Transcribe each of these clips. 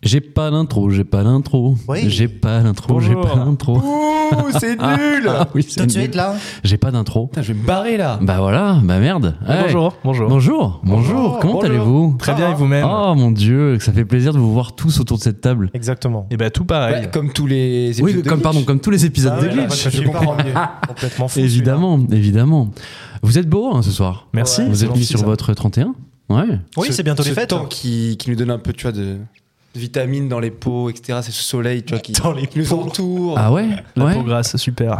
J'ai pas l'intro, j'ai pas l'intro. Oui. J'ai pas l'intro, j'ai Bonjour. pas l'intro. Ouh, c'est nul Ah oui, c'est Tout de nul. suite là J'ai pas d'intro. Putain, je vais me barrer là. Bah voilà, bah merde. Ouais. Bonjour, bonjour. Bonjour. Bonjour. Comment Bonjour. allez-vous Très bien et vous-même Oh mon dieu, ça fait plaisir de vous voir tous autour de cette table. Exactement. Et bah tout pareil. Bah, comme tous les épisodes Oui, de comme Glitch. pardon, comme tous les épisodes Ah de ouais, la Glitch. vache, je pars en mieux. Complètement fou. Évidemment, évidemment. Vous êtes beau hein, ce soir. Merci. Vous c'est êtes mis gentil, sur ça. votre 31 Ouais. celui-là. Oui, Ce- c'est bientôt les ce fêtes. hein. temps qui, qui nous donne un peu, tu vois, de de vitamines dans les peaux, etc. C'est ce soleil, tu vois, qui Dans les qui nous entoure. Ah ouais Oh. La Ouais. peau grasse, super.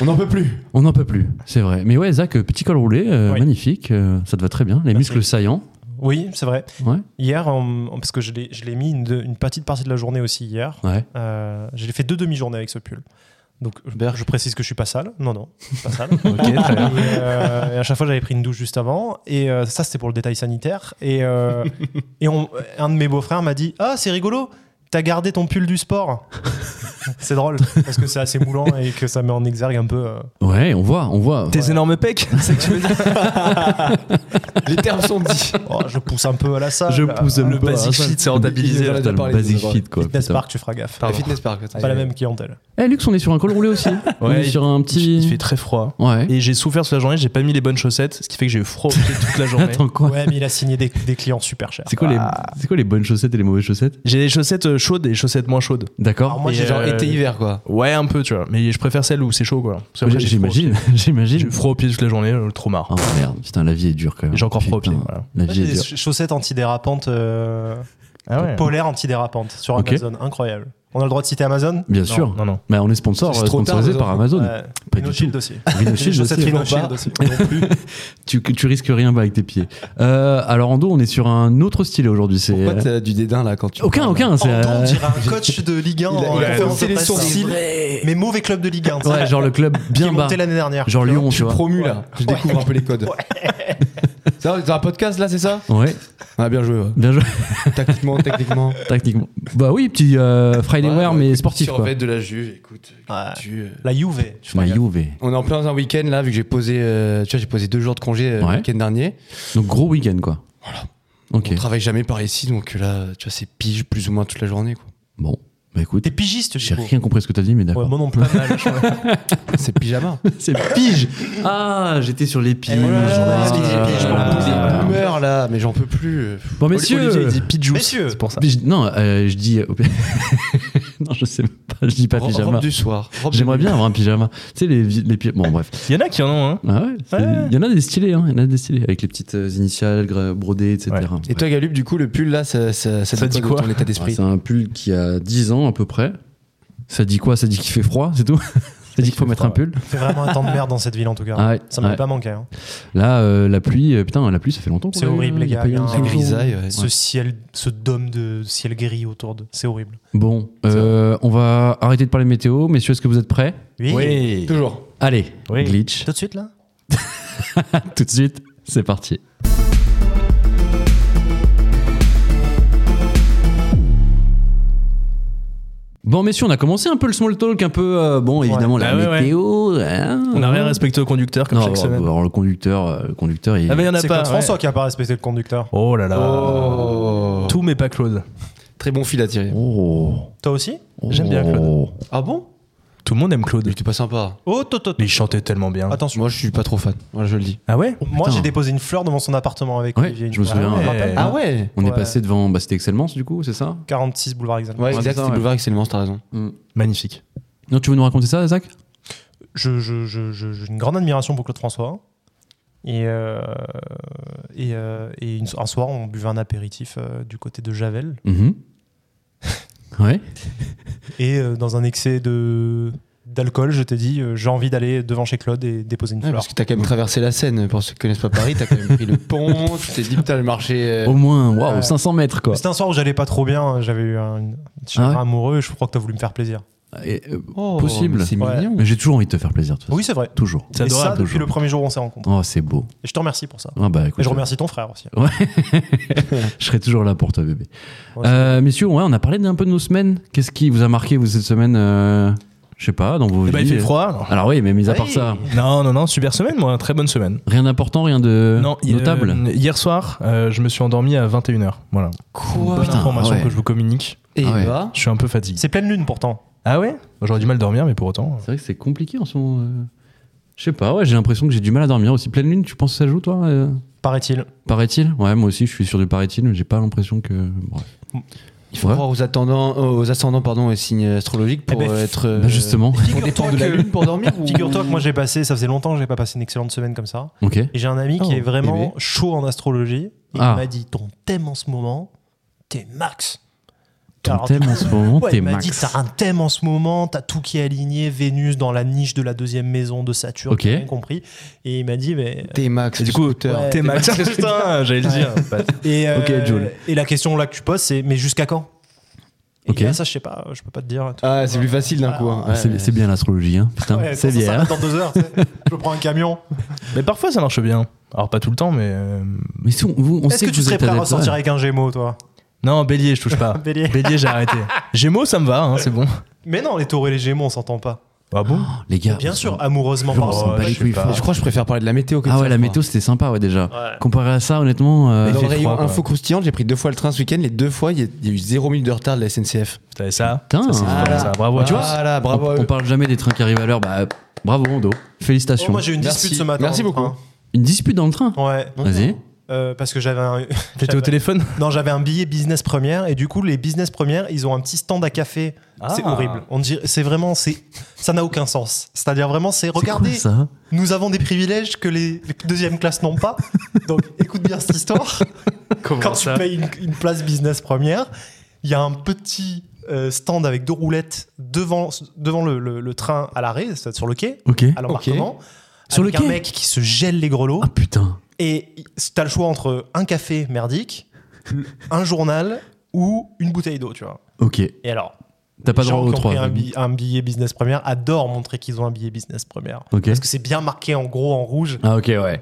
On n'en peut plus. On n'en peut plus, c'est vrai. Mais ouais, Zach, euh, petit col roulé, euh, Oui. magnifique, euh, ça te va très bien. Les muscles saillants. Oui, c'est vrai. Ouais. Hier, en- en- parce que je l'ai je l'ai mis une, de- une petite partie de la journée aussi hier. Ouais. Euh, J'ai fait deux demi-journées avec ce pull. Donc, je, je précise que je suis pas sale. Non, non, je suis pas sale. ok, très bien. et, euh, et à chaque fois, j'avais pris une douche juste avant. Et euh, ça, c'était pour le détail sanitaire. Et, euh, et on- un de mes beaux-frères m'a dit Ah, c'est rigolo, t'as gardé ton pull du sport. c'est drôle, parce que c'est assez moulant et que ça met en exergue un peu. euh, Ouais, on voit, on voit. Tes énormes pecs, c'est que tu veux dire Les termes sont dits. Oh, je pousse un peu à la salle. Je pousse à un le peu à basic ça. fit, c'est rentabilisé, Putain, là, de le parler basic des autres. fit, quoi. Fitness putain. Park, tu feras gaffe. Le fitness park. attends. C'est pas la même clientèle. Eh, Lux, on est sur un col roulé aussi. on est Ouais, sur un petit. Il fait très froid. Ouais. Et j'ai souffert toute la journée, j'ai pas mis les bonnes chaussettes, ce qui fait que j'ai eu froid toute la journée. Attends, quoi Ouais, mais il a signé des, des clients super chers. C'est quoi, les... Ah. c'est quoi les bonnes chaussettes et les mauvaises chaussettes J'ai des chaussettes euh, chaudes et des chaussettes moins chaudes. Alors D'accord moi, Et, j'ai genre euh, été Été-hiver, quoi. Ouais, un peu, tu vois. Mais je préfère celle où c'est chaud, quoi. Parce que après, j'ai froid. J'imagine, J'ai eu j'imagine. froid aux pieds toute la journée, euh, trop marre. Oh merde, putain, la vie est dure quand même. J'ai encore froid aux Putain, pieds, voilà. La Moi, vie j'ai est des dure. cha- chaussettes antidérapantes, euh, Ah ouais polaires antidérapantes sur Ok. Amazon. Incroyable. On a le droit de citer Amazon Bien Non, sûr. Non, non. Bah, on est sponsor, C'est trop tard, sponsorisé les par enfants. Amazon. Ouais. Pas du Rhinoshield tout. aussi. Rhinoshield Les chaussettes aussi, Rhinoshield aussi. Non plus. Tu, tu risques rien bah, avec tes pieds. Euh, alors, Ando, on est sur un autre style aujourd'hui. C'est euh, Pourquoi t'as du dédain, là, quand tu. aucun, aucun. C'est Entends, on dirait un coach de Ligue 1 Il a- en il a conférence froncé de les presse. sourcils. Mais mauvais club de Ligue 1. tu sais, ouais, genre le club qui est bien bas, monté l'année dernière. genre Tu vois. Lyon, Je tu suis vois. promu, là. Je découvre un peu les codes. Ça va, C'est un podcast, là, c'est ça Ouais, Ah, bien joué, ouais. bien joué Tactiquement, techniquement. tactiquement. Bah oui, petit euh, Friday Ouais, wear ouais, mais petit sportif quoi. survêt de la Juve, écoute. Ouais. tu, euh, La Juve. tu feras La gaffe. Bah, Juve. On est en plein dans un week-end là, vu que j'ai posé, euh, tu vois, j'ai posé deux jours de congé euh, Ouais. le week-end dernier. Donc gros week-end quoi. Ok. On travaille jamais par ici, donc euh, là, tu vois, c'est pige plus ou moins toute la journée. quoi. Bon, bah écoute, T'es pigiste, du j'ai coup. rien compris à ce que t'as dit, mais Ouais, d'accord. moi non plus. C'est pyjama. C'est pige. Ah, j'étais sur les piges. Eh ouais, Ah. ce qu'il dit, pige, je J'en m'en peux pose des euh, Ah. boomers là, mais j'en peux plus. Bon Olivier, il messieurs. dit pijous. Messieurs. C'est pour ça. Pige- Non, euh, je dis. non, je sais pas. Je dis pas Ro- pyjama. Robe du soir. robe de J'aimerais nuit. bien avoir un pyjama. Tu sais les vi- les pi- Bon bref. Il y en a qui en ont, hein. Ah ouais. c'est- Il Ouais. y en a des stylés, hein. Il y en a des stylés avec les petites euh, initiales gra- brodées, etc. Ouais. Et toi, Galup, du coup, le pull là, ça, ça, ça, Ça dit de quoi ton état Ouais, d'esprit Ah, c'est un pull qui a 10 ans à peu près. Ça dit quoi Ça dit qu'il fait froid, c'est tout Ça dit qu'il faut mettre un pull Fait vraiment un temps de merde dans cette ville, en tout cas. Ah ouais, Ça m'a ouais. pas manqué. hein. Là, euh, la pluie, euh, putain, la pluie, ça fait longtemps qu'on C'est l'a eu, horrible, hein, les il y a gars, pas il y a eu un un jour. grisaille. ouais. Ce ciel, ce dôme de ciel gris autour de. C'est horrible. Bon, euh, on va arrêter de parler météo. Messieurs, est-ce que vous êtes prêts Oui. Toujours. Allez, Oui. glitch. Tout de suite, là Tout de suite, c'est parti. Bon, messieurs, on a commencé un peu le small talk, un peu, euh, bon, évidemment, la Bah ouais, ouais. météo. hein. On n'a rien respecté au conducteur comme Non, chaque bah, semaine. bah, alors, le conducteur, euh, le conducteur, il... Ah, mais il y en a C'est pas. Claude ouais. François qui a pas respecté le conducteur. Oh Ah. là là. Oh. Tout mais pas Claude. Très bon fil à tirer. Oh. Toi aussi J'aime bien Claude. Ah bon Tout le monde aime Mais Claude. J'étais pas sympa. Oh, toto. Mais il chantait tellement bien. Attention. Moi, je suis pas trop fan. Voilà, je le dis. Ah ouais Moi, Ah. putain. j'ai déposé une fleur devant son appartement avec Ouais, Olivier. je me Ah souviens. ouais, je me rappelle. Eh. Ah ouais On est Ouais. passé devant, bah, c'était Excellence du coup, c'est ça 46 boulevard Examen. Ouais, c'est exact, ça, c'est ouais. Boulevard Excellence, t'as raison. Magnifique. Non, tu veux nous raconter ça, Zach Je, je- je- je- j'ai une grande admiration pour Claude François. Et, euh, et, euh, et une so- un soir, on buvait un apéritif euh, du côté de Javel. Mhm. Ouais. Et euh, dans un excès de d'alcool, je t'ai dit, euh, j'ai envie d'aller devant chez Claude et déposer une Ouais, fleur. parce que t'as quand même traversé la Seine, pour ceux qui connaissent pas Paris, t'as quand même pris le pont, tu t'es dit putain le marché. euh, Au moins, waouh, Ouais. 500 mètres quoi. C'était un soir où j'allais pas trop bien, hein. j'avais eu un, une- un chagrin Ah ouais amoureux et je crois que t'as voulu me faire plaisir. Et, euh, oh, possible. mais C'est Ouais. mignon. mais j'ai toujours envie de te faire plaisir, de toute façon. Oui, c'est vrai. Toujours. C'est et ça, adorable. depuis le premier jour où on s'est rencontrés. Oh, c'est beau. Et je te remercie pour ça. Ah bah écoute, Et je remercie ton frère aussi. je serai toujours là pour toi, bébé. Ouais, Euh, messieurs, ouais, on a parlé d'un peu de nos semaines. Qu'est-ce qui vous a marqué, vous, cette semaine euh, Je sais pas, dans vos Eh ben, il vies. euh. fait froid. alors. Alors oui, mais mis à part ça, Non, non, non, super semaine, moi, très bonne semaine. rien d'important, rien de non, il- notable. euh, hier soir, euh, je me suis endormi à 21h. Voilà. Quoi Bonne information ouais. que je vous communique. Et Ah ouais. bah, Je suis un peu fatigué. C'est pleine lune pourtant. Ah ouais J'aurais du mal à dormir, mais pour autant. euh, C'est vrai que c'est compliqué en ce moment. euh. Je sais pas, ouais, j'ai l'impression que j'ai du mal à dormir aussi. Pleine lune, tu penses que ça joue, toi euh, Paraît-il. Paraît-il Ouais, moi aussi, je suis sur du paraît-il, mais j'ai pas l'impression que. Bref. il faut Ouais. croire aux, attendants, euh, aux ascendants pardon, et signes astrologiques pour Eh ben, euh, être. euh, Bah, justement. On dépend Figure-toi de la que- lune pour dormir ou... Figure-toi que moi j'ai passé, ça faisait longtemps que j'ai pas passé une excellente semaine comme ça. Ok. Et j'ai un ami qui Oh, est vraiment bébé. chaud en astrologie. Et eh ben. Ah. il m'a dit Ton thème en ce moment, t'es max. Ton Alors, thème en ce moment, Ouais, t'es il m'a max. dit T'as un thème en ce moment, t'as tout qui est aligné, Vénus dans la niche de la deuxième maison de Saturne, Ok. j'ai rien compris. Et il m'a dit Mais. T'es Max. Et du du coup, coup, Ouais. T'es max, putain, j'allais le dire. Et, euh, Ok, Jules. et la question là que tu poses, c'est Mais jusqu'à quand Et Ok. là, ça, je sais pas, je peux pas te dire. Ah, c'est plus facile d'un coup. hein. Ah, c'est Ouais. c'est bien l'astrologie, hein. Putain, Ouais, c'est attends, ça bien. s'arrête dans deux heures, tu sais. je prends un camion. mais parfois, ça marche bien. Alors, pas tout le temps, mais. euh, Mais si on, vous, on Est-ce sait que que, tu vous serais êtes prêt à adepte, ressortir ouais. avec un Gémeaux, toi Non, bélier, je touche pas. Bélier. bélier, j'ai arrêté. Gémeaux, ça me va, hein, c'est bon. Mais non, les taureaux et les gémeaux, on s'entend pas. Ah bon Les gars. Bien sûr, Oh, amoureusement on s'en parlant. bat les je sais couilles, pas. faut- Mais Ah, Je crois que je préfère parler de la météo que de Ah ouais, ça, la je météo, c'était sympa, ouais, déjà. Comparé à ça, honnêtement. euh, crois. Dans il le fait rayon froid, quoi. info croustillante, j'ai pris deux fois le train ce week-end. Les deux fois, il y a- il y a eu zéro minute de retard de la SNCF. Putain, ça, Putain. ça, c'est fort, Voilà. ça. Bravo. tu vois Ah, Voilà, bravo. à on, eux. on parle jamais des trains qui arrivent à l'heure. Bah, bravo, Rondo. Félicitations. Oh, moi j'ai eu une Merci. dispute ce matin. Merci beaucoup. Hein. Une dispute dans le train. Ouais, Vas-y. euh, parce que j'avais un... T'étais au téléphone non j'avais un billet business première et du coup les business premières ils ont un petit stand à café. C'est Ah. horrible. On dirait, c'est vraiment c'est ça n'a aucun sens. C'est-à-dire vraiment c'est regardez C'est quoi, ça nous avons des privilèges que les les deuxièmes classes n'ont pas. Donc écoute bien cette histoire. Quand tu payes une, une place business première, il y a un petit euh, stand avec deux roulettes devant devant le, le- le train à l'arrêt c'est sur le quai Ok. à l'embarquement. Sur avec le quai un mec qui se gèle les grelots. Ah putain. Et il- t'as le choix entre un café merdique, un journal ou une bouteille d'eau, tu vois. Ok. Et alors T'as pas les droit gens aux qui ont trois. pris Un, bi- un billet business première adorent montrer qu'ils ont un billet business première. Ok. Parce que c'est bien marqué en gros en rouge. Ah ok, ouais.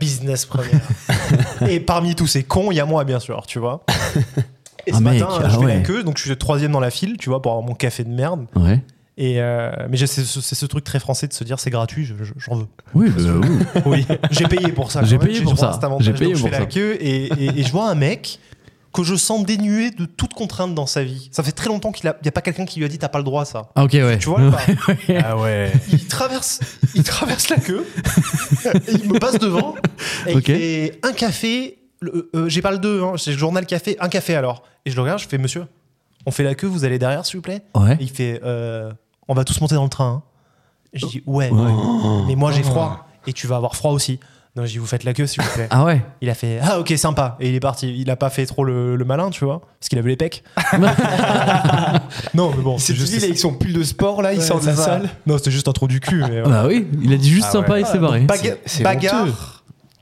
Business première. et parmi tous ces cons, il y a moi, bien sûr, tu vois. Et ce Ah, mec, matin, ah je fais ouais. la queue, donc je suis le troisième dans la file, tu vois, pour avoir mon café de merde. Ouais. Et euh, mais j'ai- c'est ce, c'est ce truc très français de se dire c'est gratuit, je- je- j'en veux. Oui, bah, oui. Oui, j'ai payé pour ça. quand J'ai même, payé pour droit ça. à cet avantage. J'ai payé Donc, je pour fais ça. la queue et, et- et je vois un mec que je sens dénué de toute contrainte dans sa vie. Ça fait très longtemps qu'il n'y a, pas quelqu'un qui lui a dit t'as pas le droit à ça. Ah ok, ouais. Tu vois ou pas Ah ouais. il traverse, il traverse la queue, et il me passe devant et Ok. il fait un café. le- euh, j'ai pas le deux, hein, c'est le journal café, un café alors. Et je le regarde, je fais monsieur, on fait la queue, vous allez derrière s'il vous plaît. Ouais. Et il fait euh, on va tous monter dans le train. hein. Je dis ouais, Ouais. mais moi j'ai Oh. froid et tu vas avoir froid aussi. Non, j'ai dit vous faites la queue s'il vous plaît. Ah ouais. Il a fait ah ok sympa et il est parti. Il a pas fait trop le, le malin tu vois parce qu'il avait les pecs. non mais bon C'est c'est juste juste il est avec son pull de sport là, il Ouais, sort de la c'est ça. salle. Non c'était juste un trou du cul. Mais, Ah, voilà. Bah oui, il a dit juste Ah sympa ouais. et c'est barré. Baga- c'est bagarre honteux.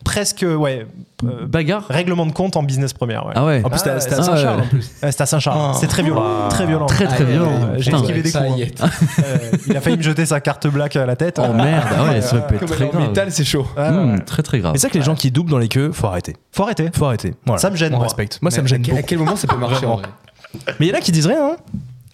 presque ouais euh, Bagarre. règlement de compte en business première. Ouais. Ah ouais. En plus, Ah, t'as- c'était à ouais. Saint-Charles. en plus. Ouais, c'est à Saint-Charles. Ah. C'est très violent, très violent. Très très Ah, ouais, violent. ouais, j'ai Putain. esquivé. des Ça coups, y hein. est. Euh, il a failli me jeter sa carte black à la tête. Oh merde. Ah ouais, ça peut être Comme très elle est en grave. métal, c'est chaud. Ouais, ouais, ouais. Hum, Très très grave. Mais c'est vrai que les gens qui doublent dans les queues, faut arrêter. Faut arrêter. Faut arrêter. Voilà. Ça me gêne, On moi. respecte. Moi, ça me gêne à, quel- à beaucoup. quel moment ça peut marcher en vrai Mais il y en a qui disent rien. Hein.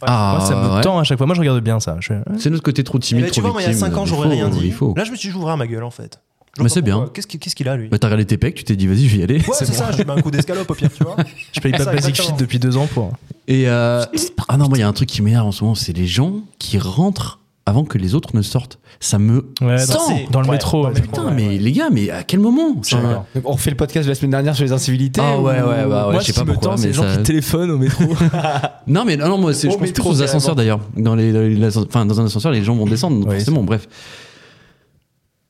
Ah, moi, ça me ouais. tend à chaque fois. Moi, je regarde bien ça. Je... fais, C'est notre côté trop Et timide. là, Eh, tu trop vois, moi, il y a victime, 5 ans, il j'aurais faut, rien dit. Il faut. Là, je me suis dit, j'ouvrais ma gueule, en fait. Je Mais vois c'est pas bien. pourquoi. Qu'est-ce qui- qu'est-ce qu'il a, lui Bah, t'as regardé tes pecs, tu t'es dit, vas-y, je vais y aller. Ouais, c'est ça, je lui mets un coup d'escalope au pire, tu vois. Je paye pas Ça, Basic exactement. Fit depuis deux ans pour. Et euh, ah non, moi il y a un truc qui m'énerve en ce moment, c'est les gens qui rentrent avant que les autres ne sortent. Ça me Ouais, Sans. dans, dans le Ouais, métro. dans le ouais. métro. putain, mais les gars, mais à quel moment Je suis d'accord. Donc, On refait le podcast de la semaine dernière sur les incivilités. Ah ou- ouais, ouais, ouais, ouais, Moi, je ce sais qui pas me pourquoi, tend, c'est mais les gens ça- qui téléphonent au métro. Non mais ah non, moi Oh, c'est- je Au pense métro, plus aux ascenseurs d'ailleurs. Dans les, dans les ascen- enfin dans un ascenseur, les gens vont descendre donc Ouais, forcément. Bref,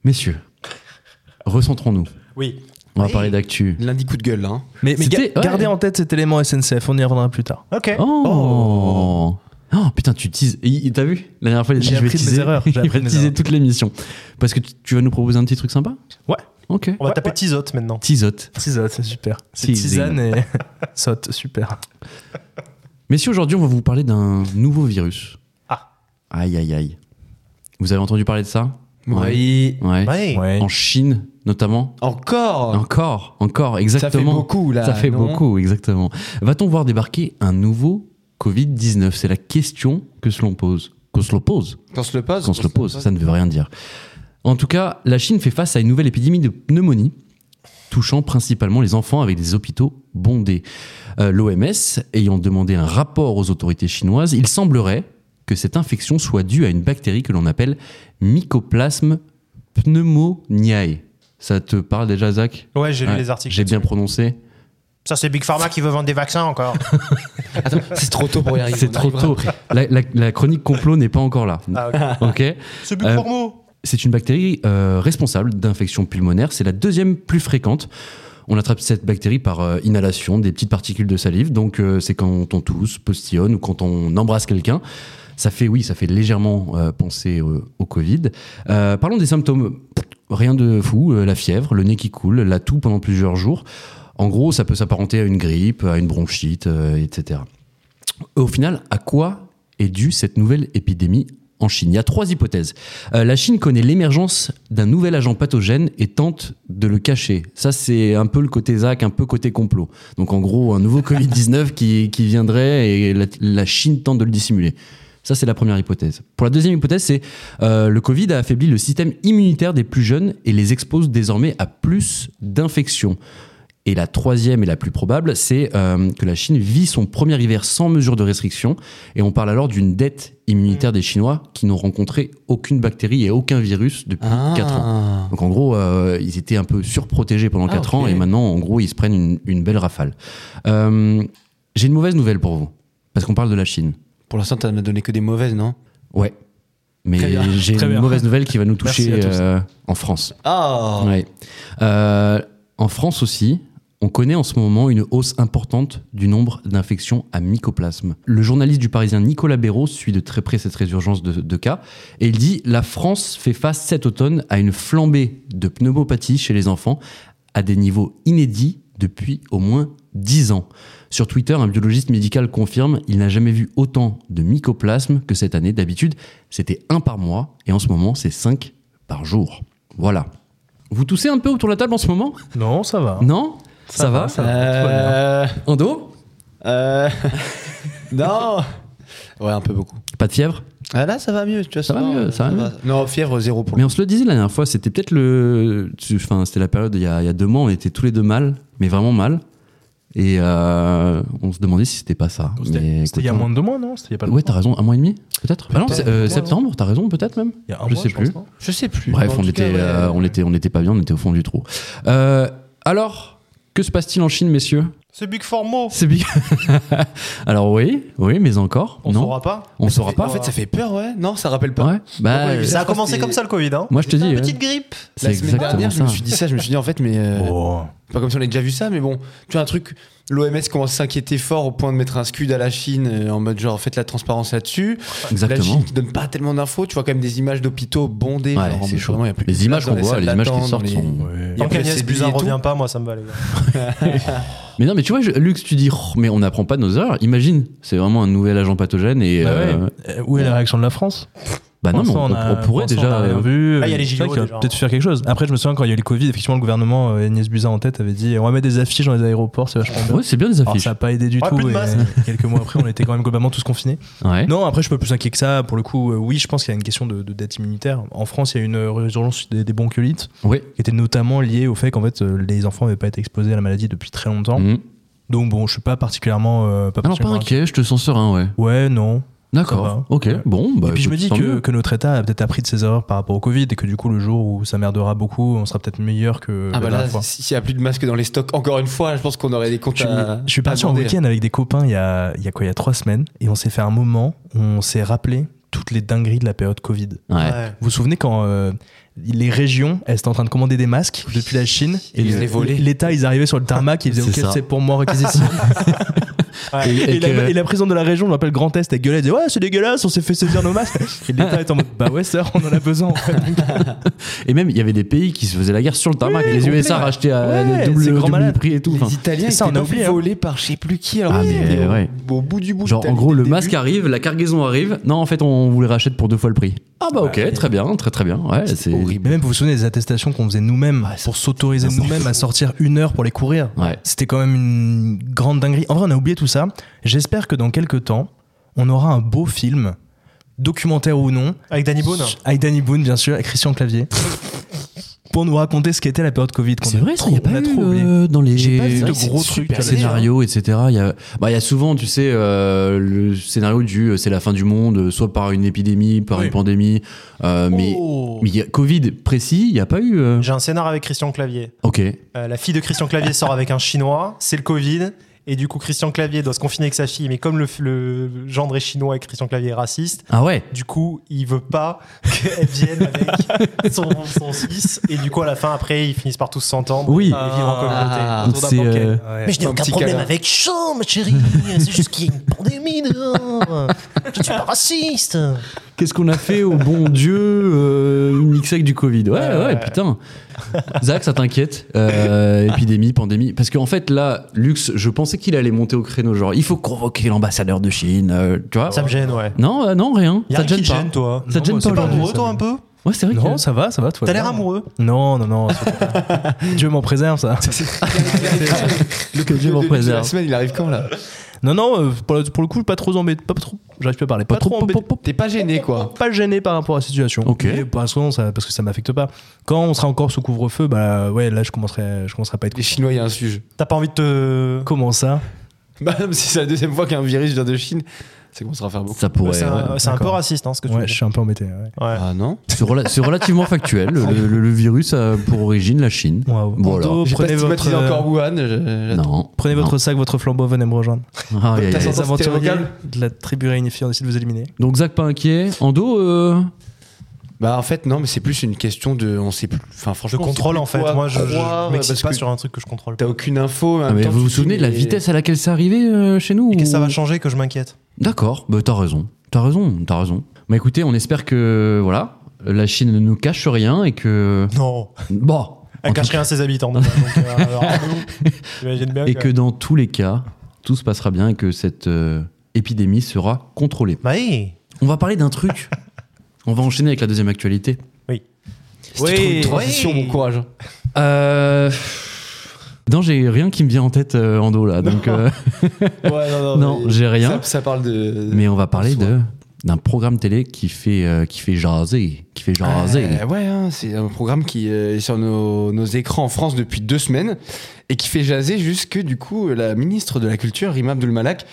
messieurs, recentrons-nous. Oui. On va Oui. parler d'actu. Lundi coup de gueule là. hein. mais mais C'était- ga- ouais. gardez en tête cet élément SNCF. On y reviendra plus tard. Ok. Oh. Oh, putain, tu teases. Et- et T'as vu La dernière fois, il a dit, J'ai je vais appris de mes teaser. erreurs, j'ai Il appris va de mes teaser erreurs. toute l'émission. Parce que tu, tu vas nous proposer un petit truc sympa Ouais. Ok. On va taper Tisote maintenant. Tisote. Tisane, c'est super. C'est Tisane. tisane et saute, super. Mais si aujourd'hui on va vous parler d'un nouveau virus. Ah. Aïe aïe aïe. Vous avez entendu parler de ça Oui. Ouais. Ouais. Ouais. En Chine notamment. Encore Encore, encore, Oh. Ça fait exactement. beaucoup là. Ça fait non beaucoup, exactement. Va-t-on voir débarquer un nouveau Covid-19 C'est la question que se l'on pose qu'on se l'oppose. Qu'on se le pose. Qu'on se l'oppose, ça ne veut rien dire. En tout cas, la Chine fait face à une nouvelle épidémie de pneumonie touchant principalement les enfants avec des hôpitaux bondés. Euh, L'OMS ayant demandé un rapport aux autorités chinoises, il semblerait que cette infection soit due à une bactérie que l'on appelle Mycoplasme pneumoniae. Ça te parle déjà, Zach Ouais, j'ai Ouais, lu les articles. J'ai bien prononcé. Ça, c'est Big Pharma qui veut vendre des vaccins encore. Attends, c'est trop tôt pour y arriver. C'est on trop arrivera tôt. après. La, la- la chronique complot n'est pas encore là. Ah, ok. Ok. C'est Big Euh, Pharma. C'est une bactérie euh, responsable d'infections pulmonaires. C'est la deuxième plus fréquente. On attrape cette bactérie par euh, inhalation des petites particules de salive. Donc, euh, c'est quand on tousse, postillonne ou quand on embrasse quelqu'un. Ça fait, oui, ça fait légèrement euh, penser au, au Covid. Euh, parlons des symptômes. Rien de fou. euh, la fièvre, le nez qui coule, la toux pendant plusieurs jours. En gros, ça peut s'apparenter à une grippe, à une bronchite, euh, etc. Au final, à quoi est due cette nouvelle épidémie en Chine Il y a trois hypothèses. Euh, la Chine connaît l'émergence d'un nouvel agent pathogène et tente de le cacher. Ça, c'est un peu le côté ZAC, un peu côté complot. Donc, en gros, un nouveau Covid-19 qui, qui viendrait et la, la Chine tente de le dissimuler. Ça, c'est la première hypothèse. Pour la deuxième hypothèse, c'est euh, le Covid a affaibli le système immunitaire des plus jeunes et les expose désormais à plus d'infections. Et la troisième et la plus probable, c'est euh, que la Chine vit son premier hiver sans mesure de restriction. Et on parle alors d'une dette immunitaire des Chinois qui n'ont rencontré aucune bactérie et aucun virus depuis Ah. 4 ans. Donc en gros, euh, ils étaient un peu surprotégés pendant Ah, 4 ok. ans et maintenant, en gros, ils se prennent une, une belle rafale. Euh, J'ai une mauvaise nouvelle pour vous, parce qu'on parle de la Chine. Pour l'instant, t'en as donné que des mauvaises, non Ouais. Mais Très bien, j'ai très une bien. mauvaise nouvelle qui va nous toucher Merci à tous. euh, en France. Ah Ouais. Euh, en France aussi, on connaît en ce moment une hausse importante du nombre d'infections à mycoplasme. Le journaliste du Parisien Nicolas Béraud suit de très près cette résurgence de, de cas et il dit La France fait face cet automne à une flambée de pneumopathie chez les enfants à des niveaux inédits depuis au moins 10 ans. Sur Twitter, un biologiste médical confirme il n'a jamais vu autant de mycoplasmes que cette année. D'habitude, c'était un par mois et en ce moment, c'est 5 par jour. Voilà. Vous toussez un peu autour de la table en ce moment Non, ça va. Non Ça, va, Euh, ça va, tout va bien. Ando Euh... non Ouais, un peu beaucoup. Pas de fièvre Ah, là, ça va mieux, tu vois. Ça va mieux, ça va Non, fièvre, zéro pour Mais le on se le disait la dernière fois, c'était peut-être le. tu- Enfin, c'était la période il y, a, il y a deux mois, on était tous les deux mal, mais vraiment mal. Et euh, on se demandait si c'était pas ça. Mais C'était c'était il écoute, y a hein. moins de deux mois, non C'était il y a pas Ouais, t'as raison, un mois et demi Peut-être Ah non, c'est, euh, Ouais, septembre, t'as raison, peut-être même Il y a un je mois, sais plus. pense, hein. non Je sais plus. Bref, En on tout était, cas, ouais. euh, on, était, on était pas bien, on était au fond du trou. Euh, alors, que se passe-t-il en Chine, messieurs C'est Big Pharma. C'est bien. alors, oui, oui, mais encore. On non, saura pas. on saura En pas. fait, ça fait peur, ouais. Non, ça rappelle pas. Ouais, bah, Ouais, Ça a je pense commencé que- comme ça le Covid. Hein. moi je te dis, euh, Une ouais, petite grippe. c'est La semaine exactement dernière, je ça. me suis dit ça, je me suis dit en fait, mais euh, Oh. pas comme si on avait déjà vu ça, mais bon, tu vois un truc, l'OMS commence à s'inquiéter fort au point de mettre un scud à la Chine euh, en mode genre faites la transparence là-dessus. La Exactement. Chine qui donne pas tellement d'infos, tu vois quand même des images d'hôpitaux bondés. Ouais, genre, en c'est mode, chaud. vraiment, il y a plus de Les place images dans qu'on voit, salles les images qui d'attente, dans sortent les- sont. Ouais. Il y a Tant qu'Agnès PCB Buzyn et tout. revient pas, moi ça me va les gars. Mais non, mais tu vois, je- Lux, tu dis, Oh, mais on n'apprend pas nos erreurs. Imagine, c'est vraiment un nouvel agent pathogène et. Bah euh, ouais. Euh, Où est la réaction de la France bah non, mais Pour on, l'instant, a- on pourrait pour l'instant, on déjà. a rien euh, vu. Ah, il y a les C'est vrai JO qu'il va déjà. Peut-être faire quelque chose. Après, je me souviens quand il y a eu le Covid, effectivement, le gouvernement, euh, Agnès Buzyn en tête, avait dit on va mettre des affiches dans les aéroports, c'est vachement bien. euh, Ouais, c'est bien des Alors, affiches. ça n'a pas aidé du Ouais, tout. plus de et masques. quelques mois après, on était quand même globalement tous confinés. Ouais. Non, après, je suis pas plus inquiet que ça. Pour le coup, euh, oui, je pense qu'il y a une question de, de dette immunitaire. En France, il y a une euh, résurgence des, des bronchiolites Ouais. qui était notamment liée au fait qu'en fait, euh, les enfants n'avaient pas été exposés à la maladie depuis très longtemps. Mhm. Donc, bon, je suis pas particulièrement. euh, pas Ah non, pas particulièrement- inquiet, je te sens serein, ouais. Ouais, non. D'accord. va. Ok, Ouais. bon, bah. et puis, je me écoute, dis tant que, mieux. que notre État a peut-être appris de ses erreurs par rapport au Covid et que du coup, le jour où ça merdera beaucoup, on sera peut-être meilleur que Ah la bah dernière là, fois. s'il y a plus de masques dans les stocks, encore une fois, je pense qu'on aurait des comptes Je, à. je suis parti à en aborder. week-end avec des copains il y a, il y a quoi, il y a trois semaines, et on s'est fait un moment où on s'est rappelé toutes les dingueries de la période Covid. Ouais. Vous vous souvenez quand euh, les régions, elles étaient en train de commander des masques depuis la Chine Et ils les volaient. L'État, ils arrivaient sur le tarmac, ils C'est faisaient ça. OK, c'est pour moi, requisez ici. Et, Et, et que- la, et la présidente de la région, on l'appelle Grand Est, elle gueulait, elle disait Ouais, c'est dégueulasse, on s'est fait saisir nos masques. Et l'État est en mode Bah ouais, sœur, on en a besoin. en fait. et même, il y avait des pays qui se faiaientfaisaient la guerre sur le tarmac. Oui, les complet. USA rachetaient à Ouais, double, c'est grand double malade. prix et tout. enfin. Les Italiens, C'est ça, ils on a étaient oublié, hein. volés par je sais plus qui. Alors, Ah, ils mais, étaient au- ouais. au, bout du bout. de Genre, ta en vie gros, dès le début. masque arrive, la cargaison arrive. Non, en fait, on vous les rachète pour deux fois le prix. Ah, bah, ok, Ouais. très bien, très très bien. Ouais, Ah, c'est. horrible. Mais même, vous vous souvenez des attestations qu'on faisait nous-mêmes pour s'autoriser nous-mêmes à sortir une heure pour les courir Ouais. C'était quand même une grande dinguerie. En vrai, on a oublié tout ça. J'espère que dans quelques temps, on aura un beau film documentaire ou non, Avec Danny Boone avec Danny Boone, bien sûr, et Christian Clavier, pour nous raconter ce qu'était la période Covid. qu'on C'est a vrai, ça, trop- y a on pas a eu, trop oublié. euh, dans les J'ai pas vu de les gros trucs. super scénarios, etc. Il y a, bah, il y a souvent, tu sais, euh, le scénario du euh, c'est la fin du monde, euh, soit par une épidémie, par Oui. une pandémie, euh, mais Oh. mais il y a Covid précis, il n'y a pas eu. euh, J'ai un scénar avec Christian Clavier. Ok. Euh, la fille de Christian Clavier sort avec un chinois, c'est le Covid. Et du coup, Christian Clavier doit se confiner avec sa fille, mais comme le, le gendre est chinois et Christian Clavier est raciste, Ah ouais. du coup, il veut pas qu'elle vienne avec son, son fils. Et du coup, à la fin, après, ils finissent par tous s'entendre Oui. et vivre en communauté. Ah. Donc c'est, euh, Mais Mais je n'ai Un aucun petit problème câlin. avec Sean, ma chérie. C'est juste qu'il y a une pandémie dehors. Je ne suis pas raciste. Qu'est-ce qu'on a fait au bon Dieu euh, mixé avec du Covid Ouais, ouais, Ouais, ouais. putain. Zach, ça t'inquiète Euh, Épidémie, pandémie. Parce qu'en fait, là, Lux, je pensais qu'il allait monter au créneau. Genre, il faut convoquer l'ambassadeur de Chine, euh, tu vois Ça me gêne, ouais. Non, euh, non, rien. Y a Ça te rien gêne qui te pas. gêne, toi. Ça te Non, gêne moi, pas c'est T'es pas aujourd'hui, amoureux, ça toi, me- un peu Ouais, c'est vrai. Non, que- ça va, ça va, toi. T'as l'air amoureux. Non, non, non. ça va. Dieu m'en préserve, ça. Le que Dieu Le m'en début de La préserve. semaine, il arrive quand là Non, non, euh, pour, le- pour le coup, pas trop embêté. Pas trop. J'arrive plus à parler. Pas, trop, embêté. T'es pas gêné quoi. Pas gêné par rapport à la situation. Ok. Mais pour l'instant, ça- parce que ça m'affecte pas. Quand on sera encore sous couvre-feu, bah ouais, là, je commencerai, je commencerai à pas être. Les Chinois, il y a un sujet. T'as pas envie de te. Comment ça Bah, non, mais si c'est la deuxième fois qu'un virus vient de Chine, c'est qu'on sera faire beaucoup. Ça pourrait. c'est ouais. un, c'est un peu d'accord. raciste, hein, ce que tu Ouais, dis. je suis un peu embêté. ouais. Ouais. Ah non C'est rela- c'est relativement factuel. Le, le- le virus a pour origine la Chine. Waouh. Voilà. Bordeaux, J'ai pas prenez votre, stigmatisé euh, encore Wuhan. je- j'attends. Non. prenez votre sac, votre flambeau, venez me rejoindre. Ah, aïe, aïe, aïe. T'as Les senti aventuriers vocal de la tribu réunifiée, on essaie de vous éliminer. Donc Zach pas inquiet. Ando, euh, Bah en fait non, mais c'est plus une question de, on sait plus. Enfin Je franchement, on sait contrôle euh, plus en fait. quoi Moi, je, je croire, m'excite parce pas que sur un truc que je contrôle. pas. T'as aucune info. en ah, même mais temps, vous tu vous te dis, souvenez de la mais- vitesse à laquelle c'est arrivé euh, chez nous Et qu'est-ce que ça ou- va changer que je m'inquiète D'accord, bah, t'as raison, t'as raison, t'as raison. Bah écoutez, on espère que voilà, la Chine ne nous cache rien et que Non. bon, Elle en cache tout cas- rien à ses habitants. donc, euh, alors, J'imagine bien et que- que dans tous les cas, tout se passera bien et que cette euh, épidémie sera contrôlée. Bah oui. On va parler d'un truc. on va enchaîner avec la deuxième actualité. Si tu trouves une transition, oui. bon courage. Euh... Non, j'ai rien qui me vient en tête euh, en dos là, donc euh, Ouais, non, non, mais- j'ai rien. Ça, ça parle de. Mais on va parler soi. de d'un programme télé qui fait euh, qui fait jaser, qui fait jaser. Euh, ouais, hein, c'est un programme qui euh, est sur nos, nos écrans en France depuis deux semaines et qui fait jaser jusque du coup la ministre de la Culture, Rima Abdulmalak,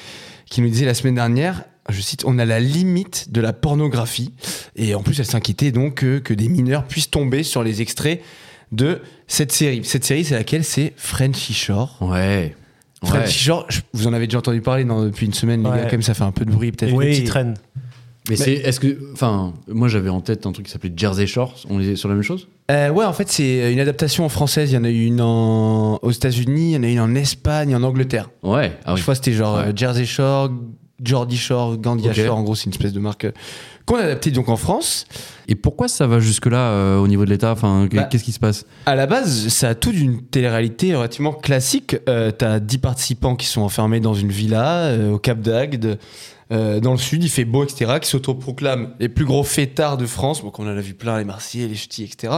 qui nous disait la semaine dernière, je cite, on a la limite de la pornographie. Et en plus, elle s'inquiétait donc euh, que, que des mineurs puissent tomber sur les extraits de cette série. Cette série, c'est laquelle C'est Frenchy Shore. Ouais. Ouais. Frenchy Shore, je- vous en avez déjà entendu parler non, depuis une semaine, les Ouais. gars, comme ça fait un peu de bruit Il peut-être. y a une petite reine. Mais, c'est est-ce que enfin moi j'avais en tête un truc qui s'appelait Jersey Shore, on est sur la même chose Euh, ouais, en fait, c'est une adaptation en française. Il y en a eu une en- aux États-Unis, il y en a eu une en Espagne, en Angleterre. Ouais. Ah oui. Je crois que c'était genre Ouais. euh, Jersey Shore, Geordie Shore, Gandia Ok. Shore. En gros, c'est une espèce de marque euh, qu'on a adaptée donc en France. Et pourquoi ça va jusque là au niveau de l'État Enfin Bah- qu'est-ce qui se passe À la base, ça a tout d'une télé-réalité relativement classique. Euh, T'as 10 participants qui sont enfermés dans une villa euh, au Cap d'Agde. euh, dans le sud, il fait beau, etc., qui s'autoproclament les plus gros fêtards de France. Donc, on en a vu plein, les Marseillais, les Ch'tis, etc.